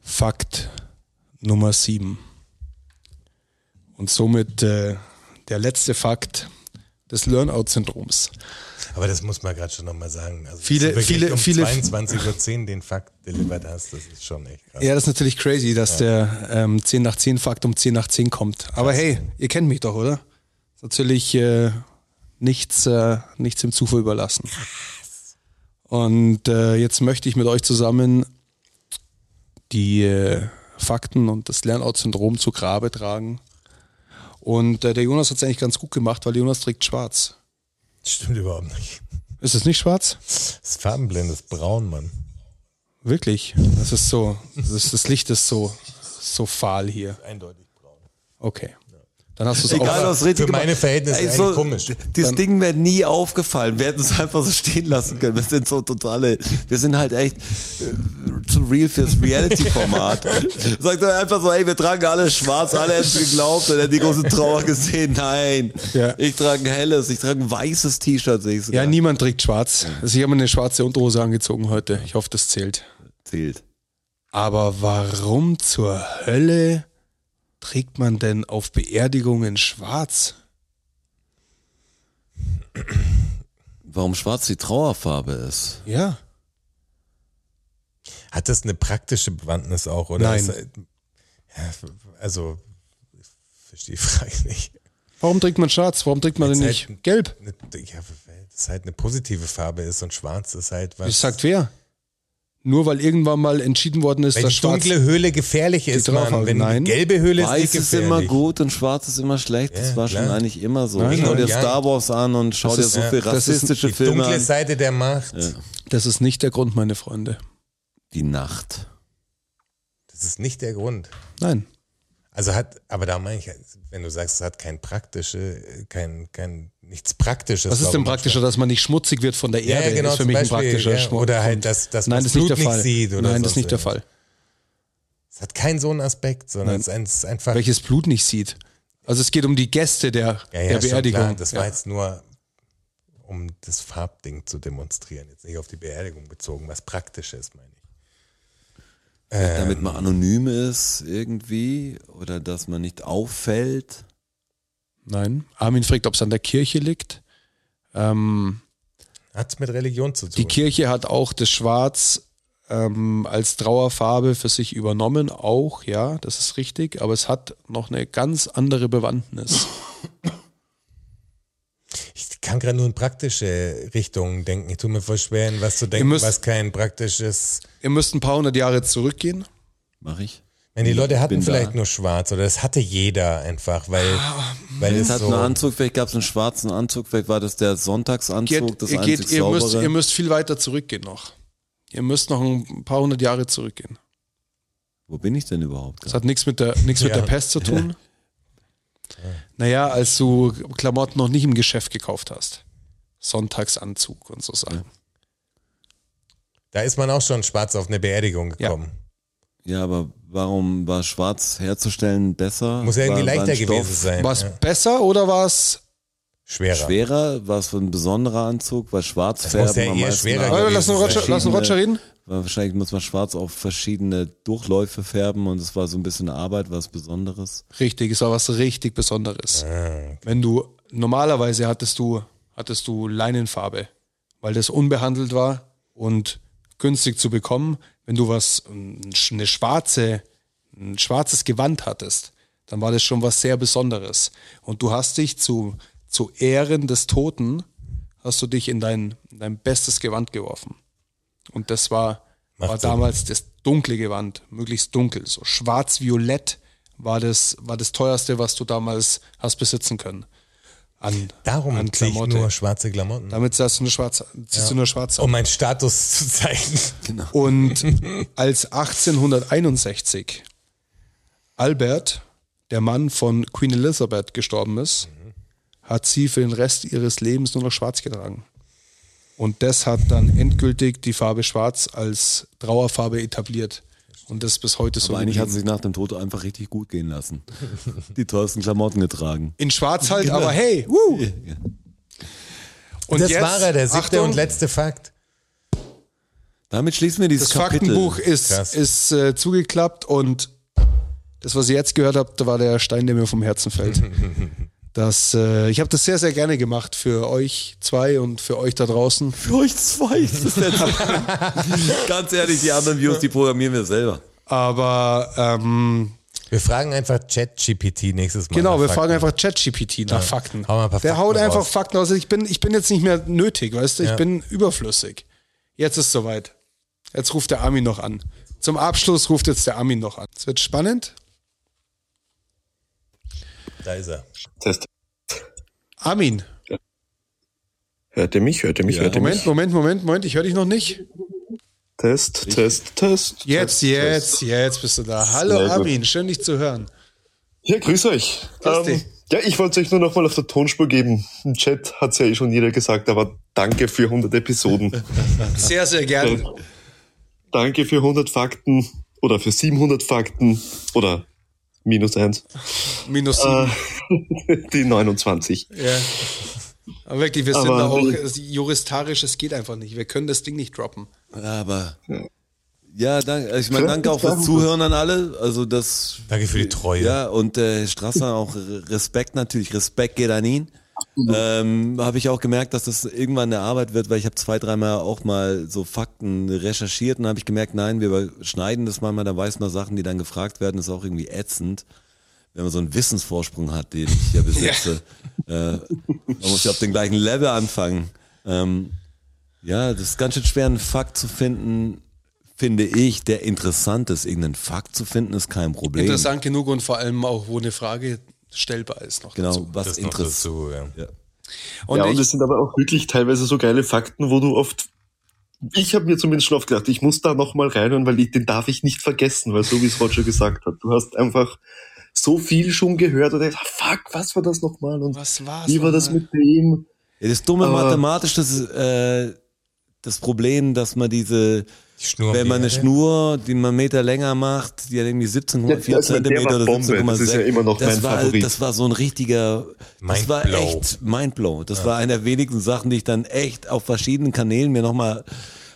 Fakt Nummer 7. Und somit äh, der letzte Fakt des Learnout-Syndroms.
Aber das muss man gerade schon nochmal sagen. Also, dass
Viele-
du wirklich
viele-
um
viele-
22.10 Uhr den Fakt delivered hast, das ist schon echt krass.
Ja, das ist natürlich crazy, dass der ähm, 10 nach 10 Fakt um 10 nach 10 kommt. Aber hey, ihr kennt mich doch, oder? Ist natürlich äh, nichts, äh, nichts dem Zufall überlassen. Und äh, jetzt möchte ich mit euch zusammen die äh, Fakten und das Lernout-Syndrom zu Grabe tragen. Und äh, der Jonas hat es eigentlich ganz gut gemacht, weil Jonas trägt schwarz.
Das stimmt überhaupt nicht.
Ist es nicht schwarz?
Das ist farbenblind, das ist braun, Mann.
Wirklich. Das ist so, das, ist, das Licht ist so, so fahl hier.
Eindeutig braun.
Okay. Dann hast du es
Egal,
auch.
was richtig
für
gemacht-
meine Verhältnisse
Ey,
eigentlich
so,
komisch.
Also, Das Ding wäre nie aufgefallen. Wir hätten es einfach so stehen lassen können. Wir sind so totale, wir sind halt echt äh, zu real fürs Reality-Format. Sagt er einfach so, ey, wir tragen alle schwarz, alle hätten es geglaubt und hätten die große Trauer gesehen. Nein.
Ja.
Ich trage ein helles, ich trage ein weißes T-Shirt, sehe ich sogar.
Ja, niemand trägt schwarz. Also ich habe mir eine schwarze Unterhose angezogen heute. Ich hoffe, das zählt.
Zählt.
Aber warum zur Hölle trägt man denn auf Beerdigungen schwarz?
Warum schwarz die Trauerfarbe ist?
Ja.
Hat das eine praktische Bewandtnis auch, oder?
Nein.
Ist, äh, ja, also, ich verstehe die Frage nicht.
Warum trinkt man Schwarz? Warum trinkt man denn
Ist
nicht
halt-
Gelb?
Ne, ja, weil das halt eine positive Farbe ist und schwarz ist halt was.
Das sagt wer? Nur weil irgendwann mal entschieden worden ist,
weil
dass
die
Schwarz...
dunkle Höhle gefährlich ist,
drauf
Mann.
haben.
Wenn
Nein.
die gelbe Höhle
Weiß
ist
ist
nicht
immer
gefährlich.
gut und schwarz ist immer schlecht. Das
Ja,
war schon
klar.
eigentlich immer so.
Nein,
schau
nein.
dir Star Wars an und schau dir
ist-
so viel
ja, das ist-
rassistische
Die
Filme
dunkle
an.
Seite der Macht.
Das ist nicht der Grund, meine Freunde.
Die Nacht.
Das ist nicht der Grund.
Nein.
Also hat, aber da meine ich, wenn du sagst, es hat kein praktische, kein, kein, nichts Praktisches.
Was ist denn
warum man
praktischer, dass man nicht schmutzig wird von der
Ja,
Erde?
ja, genau,
ist für
zum
mich ein
Beispiel,
praktischer
ja,
Schmutz.
oder halt, dass- dass
Nein,
man
das ist nicht der
Blut nicht
Fall.
sieht oder
Nein, das
sonst
ist nicht der Fall.
irgendwas. Es hat keinen so einen Aspekt, sondern
Nein.
es ist ein- es ist einfach.
Welches Blut nicht sieht. Also es geht um die Gäste der,
ja, ja,
der
schon
Beerdigung.
Klar, das war
ja.
jetzt nur, um das Farbding zu demonstrieren. Jetzt nicht auf die Beerdigung bezogen, was Praktisches, meine ich. Ähm.
Damit man anonym ist irgendwie oder dass man nicht auffällt.
Nein. Armin fragt, ob es an der Kirche liegt. Ähm,
Hat es mit Religion zu
die
tun.
Kirche hat auch das Schwarz ähm, als Trauerfarbe für sich übernommen, auch, ja, das ist richtig, aber es hat noch eine ganz andere Bewandtnis.
Ich kann gerade nur in praktische Richtungen denken. Ich tue mir voll schwer, in was zu denken,
müsst-
was kein praktisches.
Ihr müsst ein paar hundert Jahre zurückgehen.
Mach ich.
Wenn die Leute hatten
Hm, bin da.
vielleicht nur schwarz oder das hatte jeder einfach, weil, weil es
Es Ah, hat einen
so.
Anzug, vielleicht gab es einen schwarzen Anzug, vielleicht war das der Sonntagsanzug,
Geht,
das
ihr,
einzig
geht, ihr, müsst,
saubere.
ihr müsst viel weiter zurückgehen noch. Ihr müsst noch ein paar hundert Jahre zurückgehen.
Wo bin ich denn überhaupt?
Das hat nichts mit der, nichts mit
Ja.
der Pest zu tun. Naja, als du Klamotten noch nicht im Geschäft gekauft hast. Sonntagsanzug und so Sachen.
Da ist man auch schon schwarz auf eine Beerdigung
Ja.
gekommen.
Ja, aber warum war schwarz herzustellen besser?
Muss ja irgendwie
war, war ein
leichter
Stoff
gewesen sein.
War es
ja.
besser oder war es.
Schwerer.
Schwerer, war es ein besonderer Anzug, weil schwarz
Das
färben
muss ja
am
eher
meisten
schwerer
ab.
gewesen
Ah, Lass den Roger,
sein.
lass den Roger reden.
Wahrscheinlich muss man schwarz auf verschiedene Durchläufe färben und es war so ein bisschen Arbeit, was Besonderes.
Richtig, es war was richtig Besonderes. Wenn du normalerweise hattest du hattest du Leinenfarbe, weil das unbehandelt war und günstig zu bekommen. Wenn du was ein sch- eine schwarze ein schwarzes Gewand hattest, dann war das schon was sehr Besonderes und du hast dich zu zu Ehren des Toten hast du dich in dein in dein bestes Gewand geworfen. Und das war,
Macht
war
Sinn.
damals das dunkle Gewand, möglichst dunkel. So schwarz-violett war das, war das teuerste, was du damals hast besitzen können. An,
Darum
an
ziehe ich
Klamotte.
nur schwarze Klamotten.
Damit ziehst du nur schwarz, ziehst du nur schwarz
Um
an.
meinen Status zu zeigen.
Genau. Oh.
Und als 1861 Albert, der Mann von Queen Elizabeth, gestorben ist, hat sie für den Rest ihres Lebens nur noch schwarz getragen. Und das hat dann endgültig die Farbe Schwarz als Trauerfarbe etabliert. Und das ist bis heute so.
Aber eigentlich hat
geblieben.
es sich nach dem Tod einfach richtig gut gehen lassen. Die teuersten Klamotten getragen.
In Schwarz
Genau.
halt, aber hey, wuh! Und
das
jetzt,
war er, der siebte
Achtung,
und letzte Fakt.
Damit schließen wir dieses
Das
Kapitel.
Faktenbuch ist,
Krass.
ist äh, zugeklappt und das, was ihr jetzt gehört habt, war der Stein, der mir vom Herzen fällt. Das, äh, ich habe das sehr, sehr gerne gemacht für euch zwei und für euch da draußen.
Für euch zwei. Das ist der Ganz ehrlich, die anderen Views, die programmieren wir selber.
Aber ähm,
Wir fragen einfach ChatGPT nächstes Mal.
genau,
nach
wir fragen
Fakten.
einfach ChatGPT nach Fakten.
Hau mal ein paar
Der
Fakten
haut einfach
raus.
Fakten raus. Ich bin, ich bin jetzt nicht mehr nötig, weißt du? Ich
Ja.
bin überflüssig. Jetzt ist soweit. Jetzt ruft der Armin noch an. Zum Abschluss ruft jetzt der Armin noch an. Es wird spannend.
Da ist er.
Test.
Armin,
Hört ihr mich? Hört ihr mich? hört ihr
Moment,
mich?
Moment, Moment, Moment, ich höre dich noch nicht.
Test, Test, Test.
Jetzt, jetzt,
Test, Test.
jetzt bist du da. Hallo
Sehr gut.
Armin, schön dich zu hören.
Ja, grüß euch. Ähm,
Grüß dich.
ja, ich wollte es euch nur nochmal auf der Tonspur geben. Im Chat hat es ja eh schon jeder gesagt, aber danke für 100 Episoden.
Sehr, sehr gerne.
danke für 100 Fakten oder für 700 Fakten oder minus eins,
Minus
Ah.
sieben.
die 29.
Ja. Aber wirklich, wir sind
Aber
da auch
nee.
es- juristarisch, es geht einfach nicht. Wir können das Ding nicht droppen.
Aber. Ja, danke. Ich meine, danke auch fürs Zuhören an alle. Also das.
Danke für die Treue.
Ja, und äh, Strasser auch Respekt natürlich. Respekt geht an ihn. Ähm, habe ich auch gemerkt, dass das irgendwann eine Arbeit wird, weil ich habe zwei, dreimal auch mal so Fakten recherchiert und habe ich gemerkt, nein, wir überschneiden das manchmal, da weiß man Sachen, die dann gefragt werden, ist auch irgendwie ätzend. wenn man so einen Wissensvorsprung hat, den ich hier besitze. Äh, man muss ja auf den gleichen Level anfangen. Ähm, ja, das ist ganz schön schwer, einen Fakt zu finden, finde ich, der interessant ist. Irgendeinen Fakt zu finden, ist kein Problem.
Interessant genug und vor allem auch, wo eine Frage stellbar ist noch
Genau,
dazu.
was
noch
interessant.
dazu, ja.
Ja.
Und
ja, und
ich,
es sind aber auch wirklich teilweise so geile Fakten, wo du oft. Ich habe mir zumindest schon oft gedacht, ich muss da nochmal reinhören, weil ich, den darf ich nicht vergessen, weil so wie es Roger gesagt hat, du hast einfach so viel schon gehört und denkst, ah, fuck, was war das nochmal und
was war's?
wie war das
nochmal?
mit dem?
Ja, das dumme
Aber-
mathematisch, das ist äh, das Problem, dass man diese,
Die Schnur
wenn
am
man eine
Ende.
Schnur, die man einen Meter länger macht, die hat irgendwie 17,4
Ja, also der
Zentimeter
war
oder
Bombe.
17,6.
Das ist ja immer noch
das
mein
war, halt-
Favorit.
Das war so ein richtiger, das war
Mindblow.
echt Mindblow. Das war einer der wenigen Sachen, die ich dann echt auf verschiedenen Kanälen mir nochmal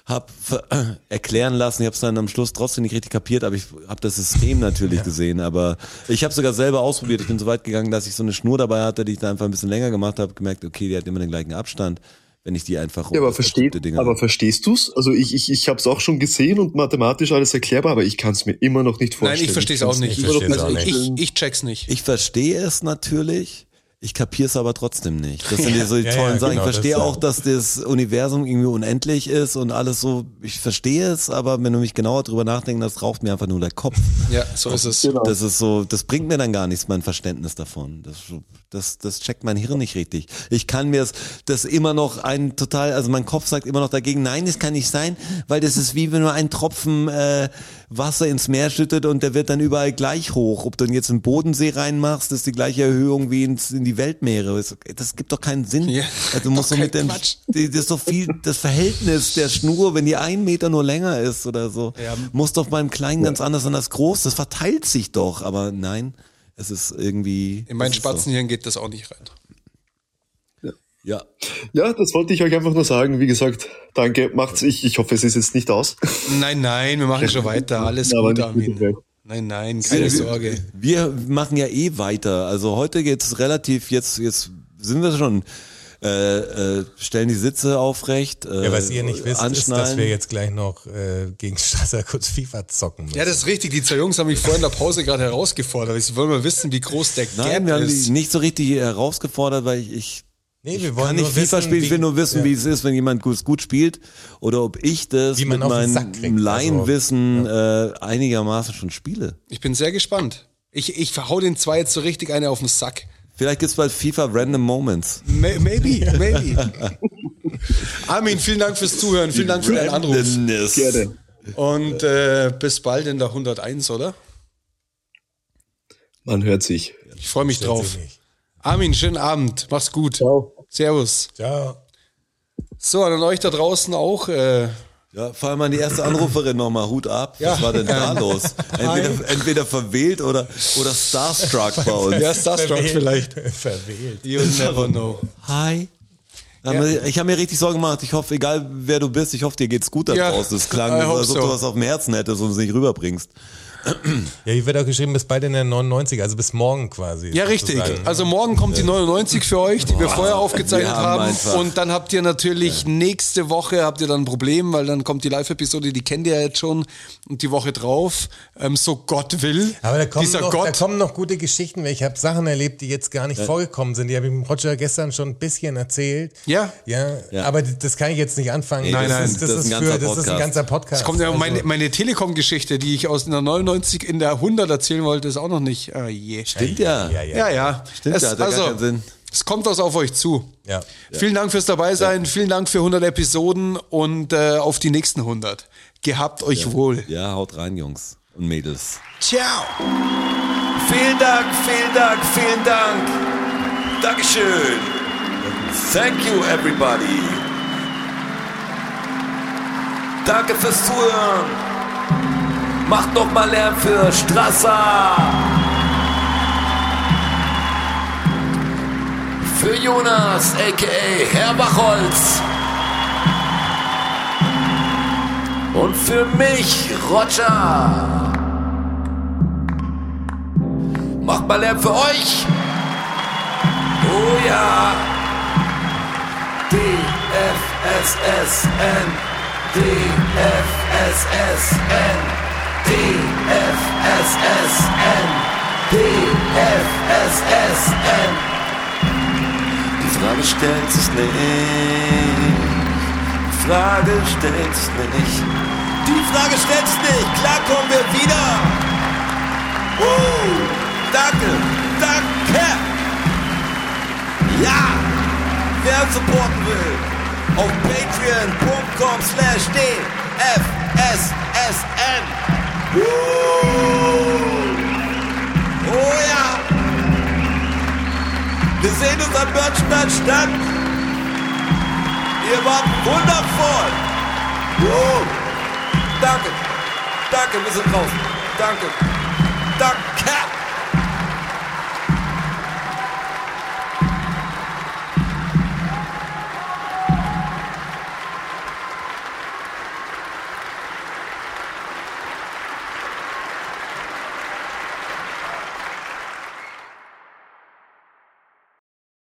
hab ver- erklären lassen. Ich habe es dann am Schluss trotzdem nicht richtig kapiert, aber ich habe das System natürlich gesehen. Aber ich habe sogar selber ausprobiert. Ich bin so weit gegangen, dass ich so eine Schnur dabei hatte, die ich da einfach ein bisschen länger gemacht habe, gemerkt, okay, die hat immer den gleichen Abstand, wenn ich die einfach
Ja, aber,
um
versteh,
bestimmte Dinge-
aber verstehst du's? Also ich, ich, ich habe es auch schon gesehen und mathematisch alles erklärbar, aber ich kann es mir immer noch nicht
Nein,
vorstellen.
ich verstehe es auch nicht. Ich,
Ich versteh's
also
auch
ich, ich,
nicht.
ich check's nicht.
Ich verstehe es natürlich. Ich kapiere es aber trotzdem nicht. Das sind ja, so die
Ja, ja,
tollen Sachen.
genau,
ich verstehe
das, ja.
auch, dass das Universum irgendwie unendlich ist und alles so. Ich verstehe es, aber wenn du mich genauer drüber nachdenken lässt, raucht mir einfach nur der Kopf.
Ja, so ist es.
Genau.
Das ist so, das bringt mir dann gar nichts, mein Verständnis davon. Das, das, das checkt mein Hirn nicht richtig. Ich kann mir das, das immer noch ein total, also mein Kopf sagt immer noch dagegen, nein, das kann nicht sein, weil das ist wie wenn man einen Tropfen äh, Wasser ins Meer schüttet und der wird dann überall gleich hoch. Ob du ihn jetzt in den Bodensee reinmachst, das ist die gleiche Erhöhung wie ins, in die Weltmeere. Das, das gibt doch keinen Sinn.
Ja,
also du musst
doch
doch mit
kein
dem,
Quatsch.
die- das ist doch viel, das Verhältnis der Schnur, wenn die einen Meter nur länger ist oder so, muss doch beim Kleinen ganz anders an das Groß. Das verteilt sich doch, aber nein, es ist irgendwie.
In meinen
das ist so.
Spatzenhirn geht das auch nicht rein.
Ja,
Ja, das wollte ich euch einfach nur sagen. Wie gesagt, danke, macht's. Ich, ich hoffe, es ist jetzt nicht aus.
Nein, nein, wir machen schon weiter. Alles
Aber
gut,
nicht
Armin.
mit der Welt.
Nein, nein, keine Sorge.
wir machen ja eh weiter. Also heute geht's relativ, jetzt, jetzt sind wir schon. Äh, äh, stellen die Sitze aufrecht. Äh,
Ja, was ihr nicht wisst, ist,
anschnallen.
dass wir jetzt gleich noch äh, gegen Strasser kurz FIFA zocken müssen.
Ja, das ist richtig. Die zwei Jungs haben mich vorhin in der Pause gerade herausgefordert. Sie wollen mal wissen, wie groß der
Nein,
Gap
wir haben
ist.
die nicht so richtig herausgefordert, weil ich, ich
nee, wir
kann nicht FIFA spielen, ich will nur wissen,
ja.
wie es ist, wenn jemand gut, gut spielt oder ob ich das
Wie man
mit
auf den Sack
meinem
kriegt, also,
Laienwissen äh, einigermaßen schon spiele.
Ich bin sehr gespannt. Ich, ich hau den zwei jetzt so richtig eine auf den Sack.
Vielleicht gibt's bald FIFA Random Moments.
May- Maybe, maybe. Armin, vielen Dank fürs Zuhören. Vielen Dank für deinen Anruf.
Randomness.
Gerne.
Und äh, bis bald in der 101, oder?
Man hört sich.
Ich freue mich drauf.
Sie nicht.
Armin, schönen Abend. Mach's gut.
Ciao.
Servus.
Ciao.
So, und an euch da draußen auch. Äh,
Ja, vor allem an die erste Anruferin nochmal Hut ab.
Ja.
Was war denn da
Ähm,
los? Entweder, entweder verwählt oder, oder Starstruck bei uns.
ja, Starstruck vielleicht.
Verwählt.
You never know.
Hi. Aber Ich habe mir richtig Sorgen gemacht. Ich hoffe, egal wer du bist, ich hoffe, dir geht's gut da
Ja,
draußen. Es klang,
I hope
als ob
so.
du was auf dem Herzen hättest und es nicht rüberbringst.
Ja, hier wird auch geschrieben, bis bald in der 99, also bis morgen quasi.
Ja, richtig.
sozusagen.
Also morgen kommt die 99 für euch, die wir vorher aufgezeichnet
wir haben
haben.
einfach-
Und dann habt ihr natürlich nächste Woche habt ihr dann ein Problem, weil dann kommt die Live-Episode, die kennt ihr ja jetzt schon. Und die Woche drauf, ähm, so Gott will,
Aber da kommen,
dieser
noch, da
Gott.
kommen noch gute Geschichten, weil ich habe Sachen erlebt, die jetzt gar nicht vorgekommen sind. Die habe ich dem Roger gestern schon ein bisschen erzählt.
Ja.
Ja,
Ja.
aber das kann ich jetzt nicht anfangen.
Nein,
das
nein,
ist, das,
das ist
ist
ein
für,
ganzer
das ist ein
Podcast.
ganzer Podcast.
Es kommt ja um
Also,
meine, meine Telekom-Geschichte, die ich aus einer 99 in der 100 erzählen wollte, ist auch noch nicht. Ah, je.
Stimmt ja.
ja,
Ja,
ja,
ja.
Stimmt,
es,
da hat er gar
also,
keinen Sinn.
es kommt was auf euch zu.
ja.
Vielen Dank fürs dabei sein, vielen Dank für 100 Episoden und äh, auf die nächsten 100. Gehabt euch wohl.
Ja, haut rein, Jungs und Mädels.
Ciao.
Vielen Dank, vielen Dank, vielen Dank. Dankeschön. Thank you, everybody. Danke fürs Zuhören. Macht noch mal Lärm für Strasser. Für Jonas, a.k.a. Herr Bachholz. Und für mich, Roger. Macht mal Lärm für euch. Oh ja. DFSSN. DFSSN. DFSSN.
DFSSN.
Die Frage stellt sich nicht. Die Frage stellt sich nicht.
Die Frage stellt sich nicht. Klar kommen wir wieder. Uh, danke, danke. Ja, wer uns supporten will, auf patreon.com slash dfssn. Uh, oh ja. Wir sehen uns am Börnstein statt. Ihr wart wundervoll. Uh. Danke. Danke, wir sind draußen. Danke. Danke.